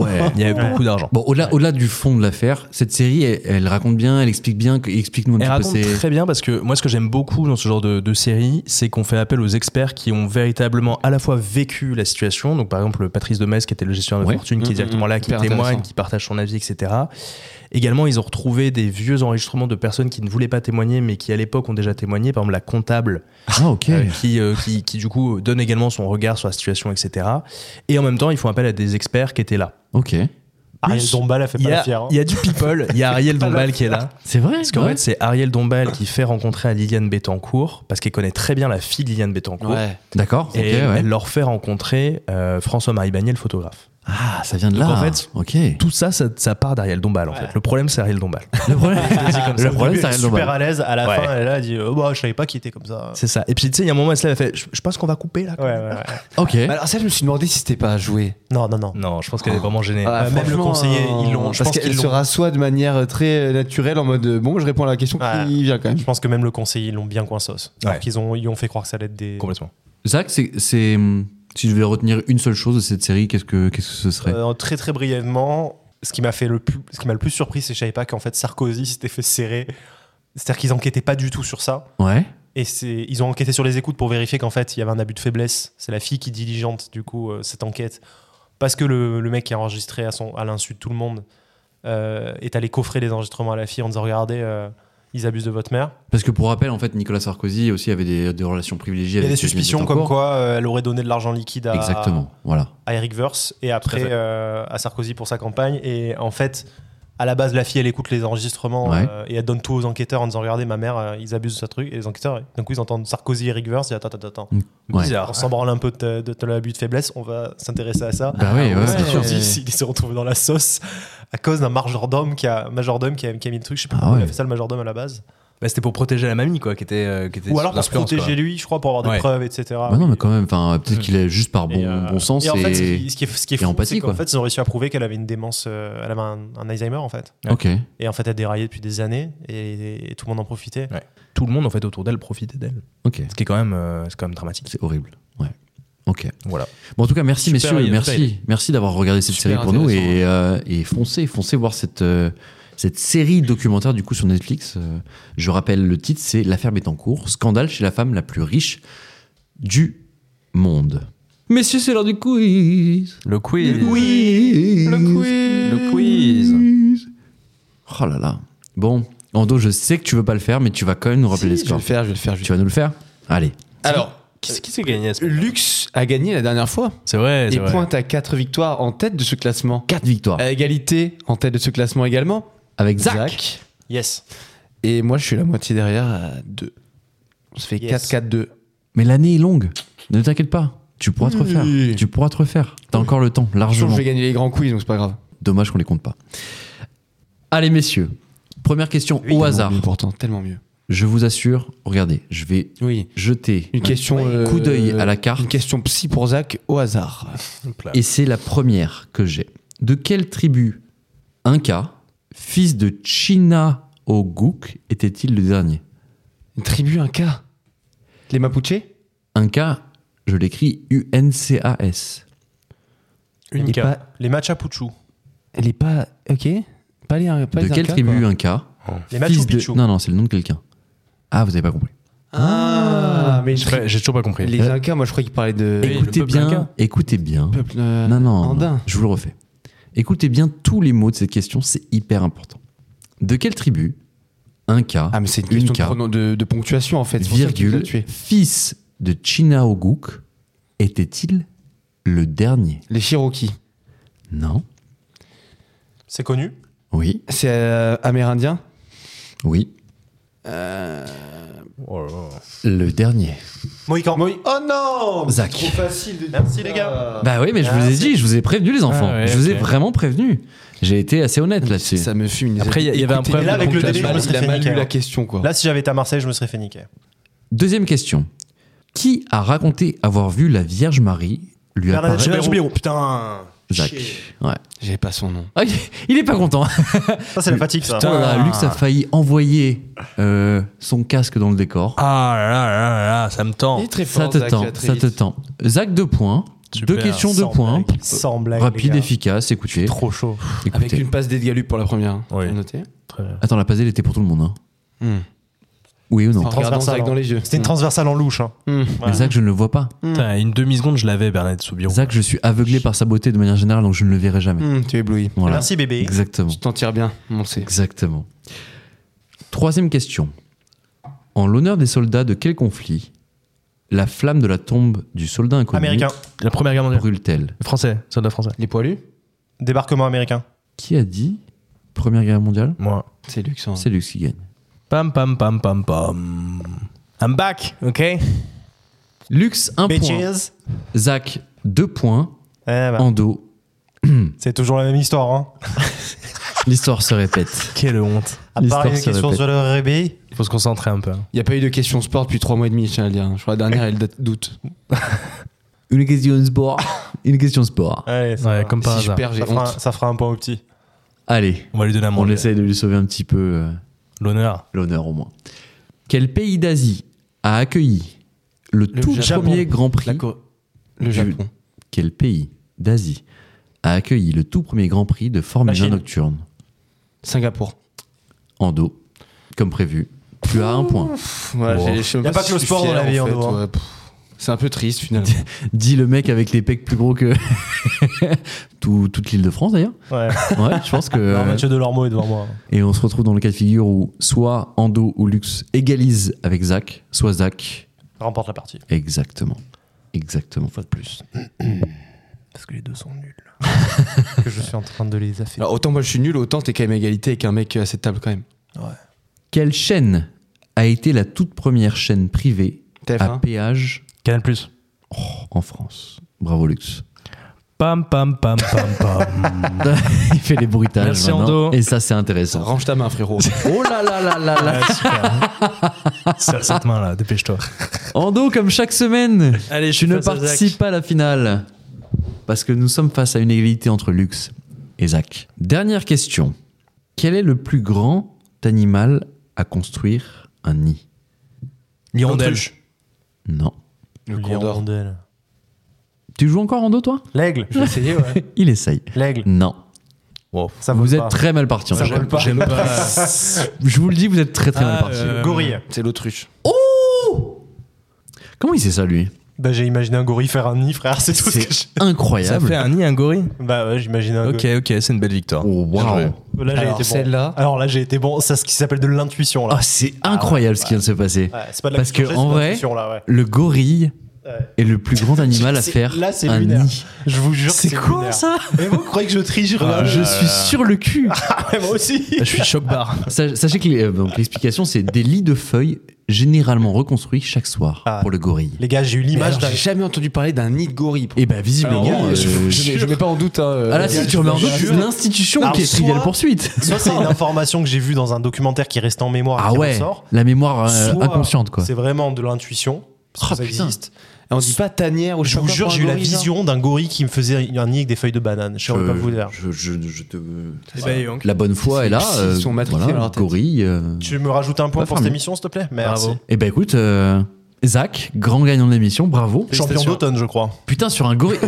Ouais. Il y avait Ouais. beaucoup d'argent. Bon, au-delà au-delà du fond de l'affaire, cette série, elle, elle raconte bien, elle explique bien, que- explique-nous un Elle petit peu. raconte ses- très bien parce que moi, ce que j'aime beaucoup dans ce genre de, de série, c'est qu'on fait appel aux experts qui ont véritablement à la fois vécu la situation. Donc, par exemple, Patrice Demes, qui était le gestionnaire Ouais. de fortune, qui Mhm, est directement mhm, là, qui hyper témoigne, intéressant. qui partage son avis, etc. Également, ils ont retrouvé des vieux enregistrements de personnes qui ne voulaient pas témoigner, mais qui à l'époque ont déjà témoigné. Par exemple, la comptable Ah, ok. euh, qui, euh, qui, qui, du coup donne également son regard sur la situation, etc. Et en même temps, ils font appel à des experts qui étaient là. Ok. Ariel Plus, Dombal a fait Il pas y, la a, fière. hein. il y a du people, il y a Ariel Dombal qui est là. C'est vrai Parce qu'en fait, c'est Ariel Dombal qui fait rencontrer à Liliane Bettencourt, parce qu'elle connaît très bien la fille de Liliane Bettencourt. Ouais. D'accord, ok, Et elle- ouais. elle leur fait rencontrer euh, François-Marie Bagné, le photographe. Ah, ça vient de Donc, là. en fait, ok. Tout ça, ça, ça part d'Ariel Dombal, en fait. Le problème, c'est Ariel Dombal. Le problème, Au le problème début, c'est Ariel super Dombal. à l'aise. À la Ouais. fin, elle a dit oh, bah, Je savais pas qu'il était comme ça. C'est ça. Et puis, tu sais, il y a un moment, elle se lève, elle fait Je je pense qu'on va couper là. Ouais, ouais, ouais. Ok. Bah alors ça, je me suis demandé si c'était pas à jouer. Non, non, non. Non, je pense qu'elle est vraiment gênée. Ah, même le franchement, conseiller, ils l'ont- je Parce pense qu'ils qu'elle se l'ont. rassoit de manière très naturelle, en mode bon, je réponds à la question Ouais. qui vient quand même. Je pense que même le conseiller, ils l'ont bien coinsos. Alors Ouais. qu'ils ont, ils ont fait croire que ça allait être des. Complètement. Zach, c'est- c'est. hum, Si je devais retenir une seule chose de cette série, qu'est-ce que, qu'est-ce que ce serait Euh, très très brièvement, ce qui m'a fait le plus, ce qui m'a le plus surpris, c'est que je savais pas qu'en fait Sarkozy s'était fait serrer. C'est-à-dire qu'ils enquêtaient pas du tout sur ça. Ouais. Et c'est, ils ont enquêté sur les écoutes pour vérifier qu'en fait il y avait un abus de faiblesse. C'est la fille qui diligente du coup euh, cette enquête parce que le, le mec qui a enregistré à son, à l'insu de tout le monde euh, est allé coffrer les enregistrements à la fille en disant regardez euh, ils abusent de votre mère. Parce que pour rappel, en fait, Nicolas Sarkozy aussi avait des, des relations privilégiées Il y a avec des Eugénie suspicions comme Bettencourt. quoi euh, elle aurait donné de l'argent liquide à, Exactement, voilà. à Eric Verse et après Tout à fait. euh, à Sarkozy pour sa campagne. Et en fait, à la base, la fille, elle écoute les enregistrements Ouais. euh, et elle donne tout aux enquêteurs en disant Regardez, ma mère, euh, ils abusent de ce truc. Et les enquêteurs, d'un coup, ils entendent Sarkozy et Eric Verse et attends, attends, attends. Ouais. On Bizarre. s'en branle un peu de, ta- de ton abus de faiblesse, on va s'intéresser à ça. Bah oui, ouais, Parce que bien sûr. Sarkozy, s'il s'est retrouvé dans la sauce à cause d'un majordome qui a, majordome qui a, qui a mis le truc. Je sais pas Ah pourquoi il a ouais. fait ça, le majordome à la base. Bah, C'était pour protéger la mamie, quoi, qui était. euh, qui était Ou alors sous pour se l'influence, protéger quoi. lui, je crois, pour avoir des Ouais. preuves, etc. Bah non, mais quand même, enfin, peut-être qu'il est juste par bon, Ah Mmh. Et, euh, bon sens. et en fait, ce et- qui, ce qui est, ce qui est et fou, empathie, c'est qu'en quoi. fait, ils ont réussi à prouver qu'elle avait une démence, euh, elle avait un, un Alzheimer en fait. Ok. Et en fait, elle déraillait depuis des années et, et tout le monde en profitait. Tout le monde, en fait, autour d'elle profitait d'elle. Ok. Ce qui est quand même, euh, c'est quand même dramatique. C'est horrible. Ouais. Ok. Voilà. Bon, en tout cas, merci Super messieurs, idée, merci, merci d'avoir regardé cette Super série pour nous intéressant, et, euh, et foncez, foncez voir cette, euh, Cette série documentaire du coup sur Netflix, euh, je rappelle le titre, c'est L'affaire Bettencourt, scandale chez la femme la plus riche du monde. Messieurs, c'est l'heure du quiz. Le quiz. Oui. Le quiz. Oh là là. Bon, Ando, je sais que tu veux pas le faire, mais tu vas quand même nous rappeler les je vais scores. le faire, je vais le faire. je vais- Tu vas nous le faire Allez. Alors, Qui, qui s'est gagné à ce Lux a gagné la dernière fois C'est vrai, et c'est vrai. pointe à 4 victoires en tête de ce classement. 4 victoires. À égalité en tête de ce classement également. Avec Zach. Yes. Et moi, je suis la moitié derrière à 2. Ça fait Yes. 4-4-2. Mais l'année est longue. Ne t'inquiète pas. Tu pourras te refaire. Tu pourras te refaire. T'as encore le temps, Je largement. vais gagner les grands quiz, donc c'est pas grave. Dommage qu'on les compte pas. Allez, messieurs. Première question au Tellement hasard. mieux pourtant, tellement mieux. Je vous assure, regardez, je vais Oui. jeter Une question. euh, un coup d'œil à la carte Une question psy pour Zach au hasard. et c'est la première que j'ai. De quelle tribu Inca, fils de China Oguk, était-il le dernier Une tribu, un cas. Les Mapuche Inca, je l'écris U-N-C-A-S. Elle est Inca. pas- euh, Les Machapuchu. Elle est pas. Ok. Pas les. Pas De les quelle Incas, tribu quoi. Inca Les fils Machu de... Picchu. Non, non, c'est le nom de quelqu'un. Ah, vous avez pas compris. Ah, mais je- Ouais, J'ai toujours pas compris. les Euh, Incas, moi je croyais qu'ils parlaient de. Et- le écoutez peuple bien, inca. écoutez bien. peuple euh, non, non, andin. non, je vous le refais. Écoutez bien tous les mots de cette question, c'est hyper important. De quelle tribu Inca, Ah, mais c'est une question de, Inca. prono- de, de ponctuation en fait. c'est pour ça qu'il l'a virgule, tué. fils de Chinaoguk, était-il le dernier Les Cherokees. Non C'est connu. Oui C'est euh, amérindien Oui. Oh Le dernier. Mohican. Oh non Zach. Trop facile de dire Merci, ça. les gars. Bah oui, mais je vous Ah, ai dit, je vous ai prévenu les enfants. Ah ouais, je vous ai ok. vraiment prévenu. J'ai été assez honnête là-dessus. Ça me fume. une- Après, il y- il y avait un Écoutez, problème mais là, de avec le il a délai, je ponctuation. mal- me serais il a fait mal niquer, lu la hein. question quoi. Là, si j'avais été à Marseille, je me serais fait niquer. Deuxième question. Qui a raconté avoir vu la Vierge Marie lui Bernadette apparaître Bérou. Bérou. Putain. Zach. Ouais. J'ai pas son nom. Ah, il- il est pas content. Ça, c'est la fatigue, ça. Oh là là, Lux a failli envoyer euh, son casque dans le décor. Ah là là là là, ça me tend. très ça te tend, ça te tend. Zach, deux points. Super. Deux questions, deux Sans points. Euh, blague, Sans blague. Rapide, les gars. efficace, écoutez. Trop chaud. Avec écoutez. une passe d'Edgalup pour la première. hein. Oui. T'as Noté. Attends, la pasée, elle était pour tout le monde. hein. Hmm. Oui ou non Transversale, Regardons Zach hein. dans les yeux. C'était une transversale en louche. hein. Hmm. Mais Zach, je ne le vois pas. Putain, une demi-seconde, je l'avais, Bernadette Soubirous. Zach, je suis aveuglé par sa beauté de manière générale, donc je ne le verrai jamais. Hmm, Tu es ébloui. Voilà. Merci, bébé. Exactement. Tu t'en tires bien, on le sait. Exactement. Troisième question. En l'honneur des soldats de quel conflit la flamme de la tombe du soldat inconnu Américain. La première guerre mondiale. brûle-t-elle Français, soldat français. Les poilus Débarquement américain. Qui a dit Première guerre mondiale Moi. C'est Lux. hein. C'est Lux qui gagne. Pam pam pam pam pam. I'm back, ok Lux, un point. Bitches. Zach, deux points. Eh ben, Ando, C'est toujours la même histoire. Hein. l'histoire se répète. Quelle honte. À L'histoire part une se question répète. sur le rébé. Faut se concentrer un peu. hein. Il n'y a pas eu de questions sport depuis 3 mois et demi, je tiens à le dire. Je crois la dernière, elle date d'août. Une question sport. Une question sport. Allez, ça Ouais, va. comme par Si je hasard. perds, j'ai Ça fera, un, honte. ça fera un point au petit. Allez, On va lui donner un on monde. essaye de lui sauver un petit peu euh, L'honneur. l'honneur au moins. Quel pays d'Asie a accueilli le, Le tout Japon. premier Grand Prix La Cor- Le Japon. Quel pays d'Asie a accueilli le tout premier Grand Prix de Formule La 1 Chine. nocturne Singapour. En dos, comme prévu. Tu as un point. Ouais, Bon. j'ai- je sais même Y a pas si que le je suis sport dans fier, la vie, en on fait, doit. ouais, pff. C'est un peu triste finalement. Dit le mec avec les pecs plus gros que tout- toute l'île de France d'ailleurs. Ouais. Ouais, je pense que. euh, Non, Mathieu Delormeau est devant moi. Et on se retrouve dans le cas de figure où soit Ando ou Lux égalise avec Zach, soit Zach. Remporte la partie. Exactement. Exactement. Fois de plus. Parce que les deux sont nuls. que je suis en train de les affaiblir. Alors, autant moi je suis nul, autant t'es quand même à égalité avec un mec à cette table quand même. Quelle chaîne a été la toute première chaîne privée à TF1 péage Canal Plus. en France Bravo Lux. Pam pam pam pam pam. Il fait les bruitages. Merci, maintenant. Ando. Et ça, c'est intéressant. Range ta main frérot. Oh là là là là là. Ouais, super. Serre cette main là, dépêche-toi. Ando, comme chaque semaine, Allez, tu ne participes pas à la finale. Parce que nous sommes face à une égalité entre Lux et Zach. Dernière question. Quel est le plus grand animal à construire un nid L'hirondelle. L'autruche. Non. Le condor. Tu joues encore Ando, toi L'aigle. J'ai essayé, ouais. Il essaye. L'aigle. Non. Ça vous vole êtes pas. très mal parti. en Ça fait. vole pas. J'aime pas. Je vous le dis, vous êtes très très Ah, mal parti. Oh euh, Gorille. C'est l'autruche. Comment il sait ça lui Bah, j'ai imaginé un gorille faire un nid, frère, c'est tout ce que je... C'est incroyable. Ça fait un nid, un gorille Bah ouais, j'imagine un Ok, ok, c'est une belle victoire. Oh, waouh. gorille. Là, j'ai été Alors bon. celle-là, Alors là, j'ai été bon. C'est ce qui s'appelle de l'intuition, là. Ah, c'est incroyable ce qui vient de se passer. Ouais, c'est pas de la Parce que, culture G, en c'est de vrai- l'intuition, là, ouais. Le gorille Ouais. est le plus grand animal à C'est- faire là, c'est un lunaire. nid. Je vous jure que C'est quoi lunaire. ça Mais vous croyez que je triche Ah, Je là, suis là. sur le cul. Ah, moi aussi Je suis choc barre. Sa- Sachez que les- euh, donc, l'explication, c'est des lits de feuilles généralement reconstruits chaque soir Ah. pour le gorille. Les gars, j'ai eu l'image j'ai d'un... jamais entendu parler d'un nid de gorille. pour- Et bah visiblement, Ah, Alors, euh, je, je- je mets- je mets pas en doute. hein, euh, ah là les gars, si tu je- remets en je- doute je- une institution Alors, qui est soit- triviale poursuite. Soit c'est une information que j'ai vue dans un documentaire qui reste en mémoire et Ah qui ouais, ressort. la mémoire euh, Soit inconsciente quoi. C'est vraiment de l'intuition. Parce que Oh, ça putain. existe. On dit pas tanière ou Je vous jure, j'ai eu la vision d'un gorille qui me faisait un nid avec des feuilles de banane. Je saurais pas vous dire. hein. je, je- je te... hein. Eh ben, donc. La bonne foi est là. Ils euh, sont matrixés voilà, dans leur tête. gorille. euh, Tu me rajoutes un point Pas pour fin, cette mais- émission, s'il te plaît Merci. Bravo. Eh ben écoute, euh, Zach, grand gagnant de l'émission, bravo. Champion d'automne, je crois. Putain, sur un gorille.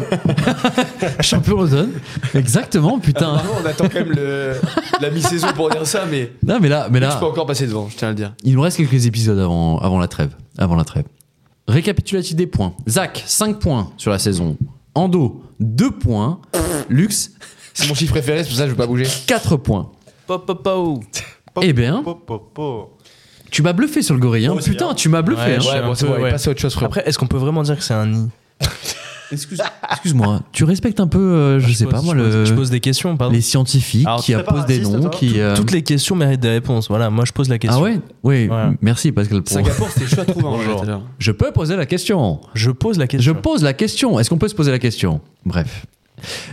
Champion d'automne. Exactement, putain. Ah, on attend quand même le- la mi-saison pour dire ça, mais Non, mais là, mais je là peux encore passer devant, je tiens à le dire. il nous reste quelques épisodes avant, avant la trêve. Avant la trêve. Récapitulatif des points. Zach, 5 points sur la saison. Ando, 2 points. Lux, C'est mon chiffre préféré, c'est pour ça que je veux pas bouger. 4 points. Pop, pop, pop. Eh bien, Po, po, po. tu m'as bluffé sur le gorille. hein. Moi aussi, Putain, hein. tu m'as bluffé. Ouais, hein. je suis Ouais, un bon, c'est peu- bon, on va ouais. passer à autre chose, frère. Après, est-ce qu'on peut vraiment dire que c'est un nid Excuse-moi, tu respectes un peu, euh, je, sais pose- pas moi, pose- le- je pose des questions, pardon. les scientifiques Alors, qui tu fais pas apposent des raciste, noms. toi Qui, euh, Toutes les questions méritent des réponses. Voilà, moi je pose la question. Ah ouais Oui, Ouais. m- merci Pascal. Pour... Singapour, c'était chaud à trouver en Bonjour. vrai, tout à l'heure. Je peux poser la question. Je pose la Je question. pose la question. Est-ce qu'on peut se poser la question Bref.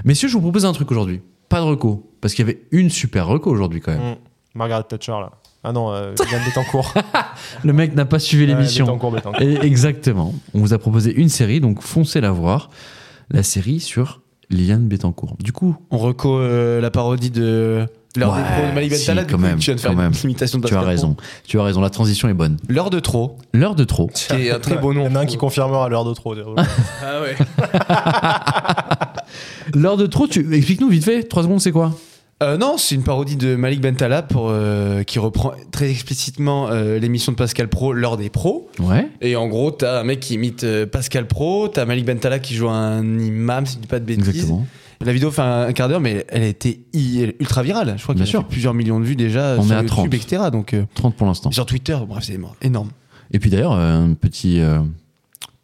Messieurs, je vous propose un truc aujourd'hui. Pas de reco. Parce qu'il y avait une super reco aujourd'hui quand même. Hmm. Margaret Thatcher, là. Ah non, euh, Yann Bettencourt. Le mec n'a pas suivi Ouais, l'émission. Bettencourt, Bettencourt. Et exactement. On vous a proposé une série, donc foncez la voir. La série sur Liliane Bettencourt. Du coup, On reco euh, la parodie de l'heure Ouais, des pros de Malik si, Bentala, du quand coup, même, tu viens de faire quand une même. imitation de tu as Pascal raison. Tu as raison. La transition est bonne. Pons. L'heure de trop, L'heure de trop. qui est un très beau Il y nom. en a un qui confirmera l'heure de trop. d'ailleurs. Ah ouais. L'heure de trop, tu explique-nous vite fait. Trois secondes, c'est quoi Euh, non, c'est une parodie de Malik Bentala pour, euh, qui reprend très explicitement euh, l'émission de Pascal Pro, l'heure des pros. Ouais. Et en gros, t'as un mec qui imite euh, Pascal Pro, t'as Malik Bentala qui joue un imam, si je dis pas de bêtises. Exactement. La vidéo fait un quart d'heure, mais elle a été hi- ultra virale. Je crois Bien qu'elle a sûr. fait plusieurs millions de vues déjà On sur est à YouTube, 30. etc. Donc, euh, 30 pour l'instant. sur Twitter, bref, c'est énorme. Et puis d'ailleurs, euh, petit, euh,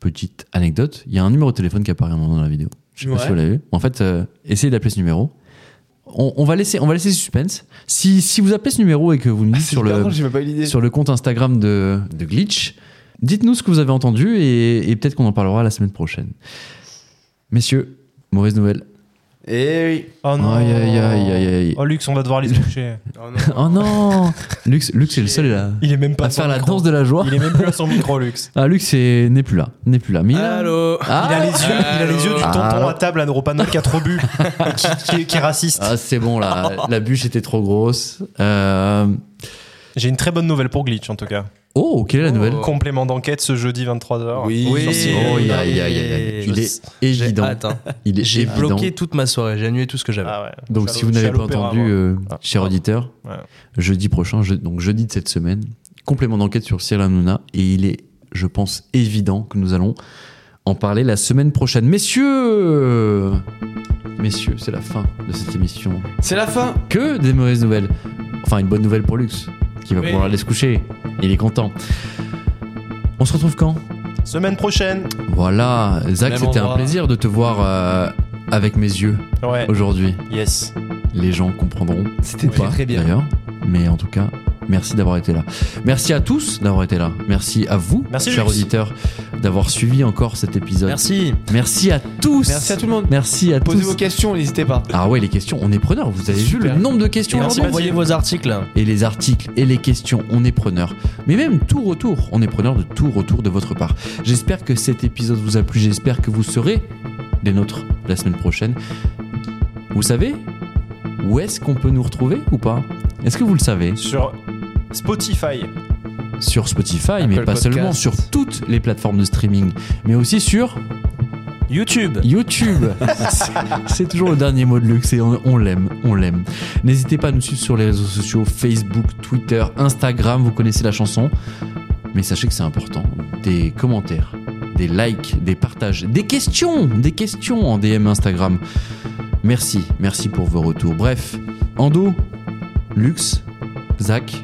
petite anecdote, il y a un numéro de téléphone qui apparaît à un moment dans la vidéo. Je sais pas Ouais. si vous l'avez vu. En fait, euh, essayez d'appeler ce numéro. On, on va laisser, on va laisser suspense. Si, si vous appelez ce numéro et que vous nous Ah, dites sur, le, Ah, j'ai même pas eu l'idée. sur le compte Instagram de, de Glitch, dites-nous ce que vous avez entendu et, et peut-être qu'on en parlera la semaine prochaine. Messieurs, mauvaise nouvelle. Eh oui. Oh non. Aïe, aïe, aïe, aïe, aïe. Oh Lux, on va devoir les toucher. Oh non Lux, Lux est le seul là, Il est même pas à à son faire la micro. danse de la joie. Il est même plus à son micro, Lux. Ah, Lux est- n'est plus là. N'est plus là. Mais il a- Allô Ah, Il a les yeux, il a les yeux du Ah. tonton à table à Neuropanol qui a trop bu, qui, qui- qui est raciste. Ah, c'est bon, la, la bûche était trop grosse. Euh, J'ai une très bonne nouvelle pour Glitch en tout cas. Oh, quelle est la nouvelle Complément d'enquête ce jeudi 23h. Oui. Oui. Oh, aïe, aïe, aïe, aïe. Il est J'ai évident. hâte, hein. Il est J'ai évident. bloqué toute ma soirée, j'ai annulé tout ce que j'avais. Ah ouais. Donc, Je suis si vous à n'avez pas l'opéra, entendu, moi. euh, Ah, cher auditeur, Ouais. jeudi prochain, je- donc jeudi de cette semaine, complément d'enquête sur Cyril Hanouna. Et il est, je pense, évident que nous allons en parler la semaine prochaine. Messieurs Messieurs, c'est la fin de cette émission. C'est la fin. que des mauvaises nouvelles. Enfin, une bonne nouvelle pour Lux, qui va Oui. pouvoir aller se coucher. Il est content. On se retrouve quand Semaine prochaine. Voilà, Zach, Même c'était un endroit. plaisir de te voir euh, avec mes yeux Ouais. aujourd'hui. Yes. Les gens comprendront. C'était très, très bien. D'ailleurs, mais en tout cas, merci d'avoir été là. Merci à tous d'avoir été là. Merci à vous, Merci, chers Lux. auditeurs, d'avoir suivi encore cet épisode. Merci. Merci à tous. Merci à tout le monde. Merci à Posez tous. vos questions, n'hésitez pas. Ah ouais, les questions, on est preneurs. Vous avez vu Super. le nombre de questions Merci aujourd'hui d'envoyer vos articles. et les articles et les questions, on est preneur. Mais même tout retour, on est preneur de tout retour de votre part. J'espère que cet épisode vous a plu, j'espère que vous serez des nôtres la semaine prochaine. Vous savez où est-ce qu'on peut nous retrouver ou pas Est-ce que vous le savez Sur Spotify. Sur Spotify, mais Apple pas Podcast. seulement, sur toutes les plateformes de streaming, mais aussi sur YouTube. YouTube. C'est toujours le dernier mot de luxe et on, on l'aime, on l'aime. N'hésitez pas à nous suivre sur les réseaux sociaux Facebook, Twitter, Instagram, vous connaissez la chanson. Mais sachez que c'est important. Des commentaires, des likes, des partages, des questions, des questions en DM Instagram. Merci, merci pour vos retours. Bref, Ando, Lux, Zach,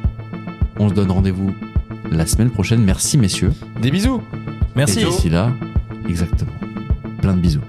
on se donne rendez-vous la semaine prochaine. Merci messieurs. Des bisous Et Merci. d'ici là, exactement. Plein de bisous.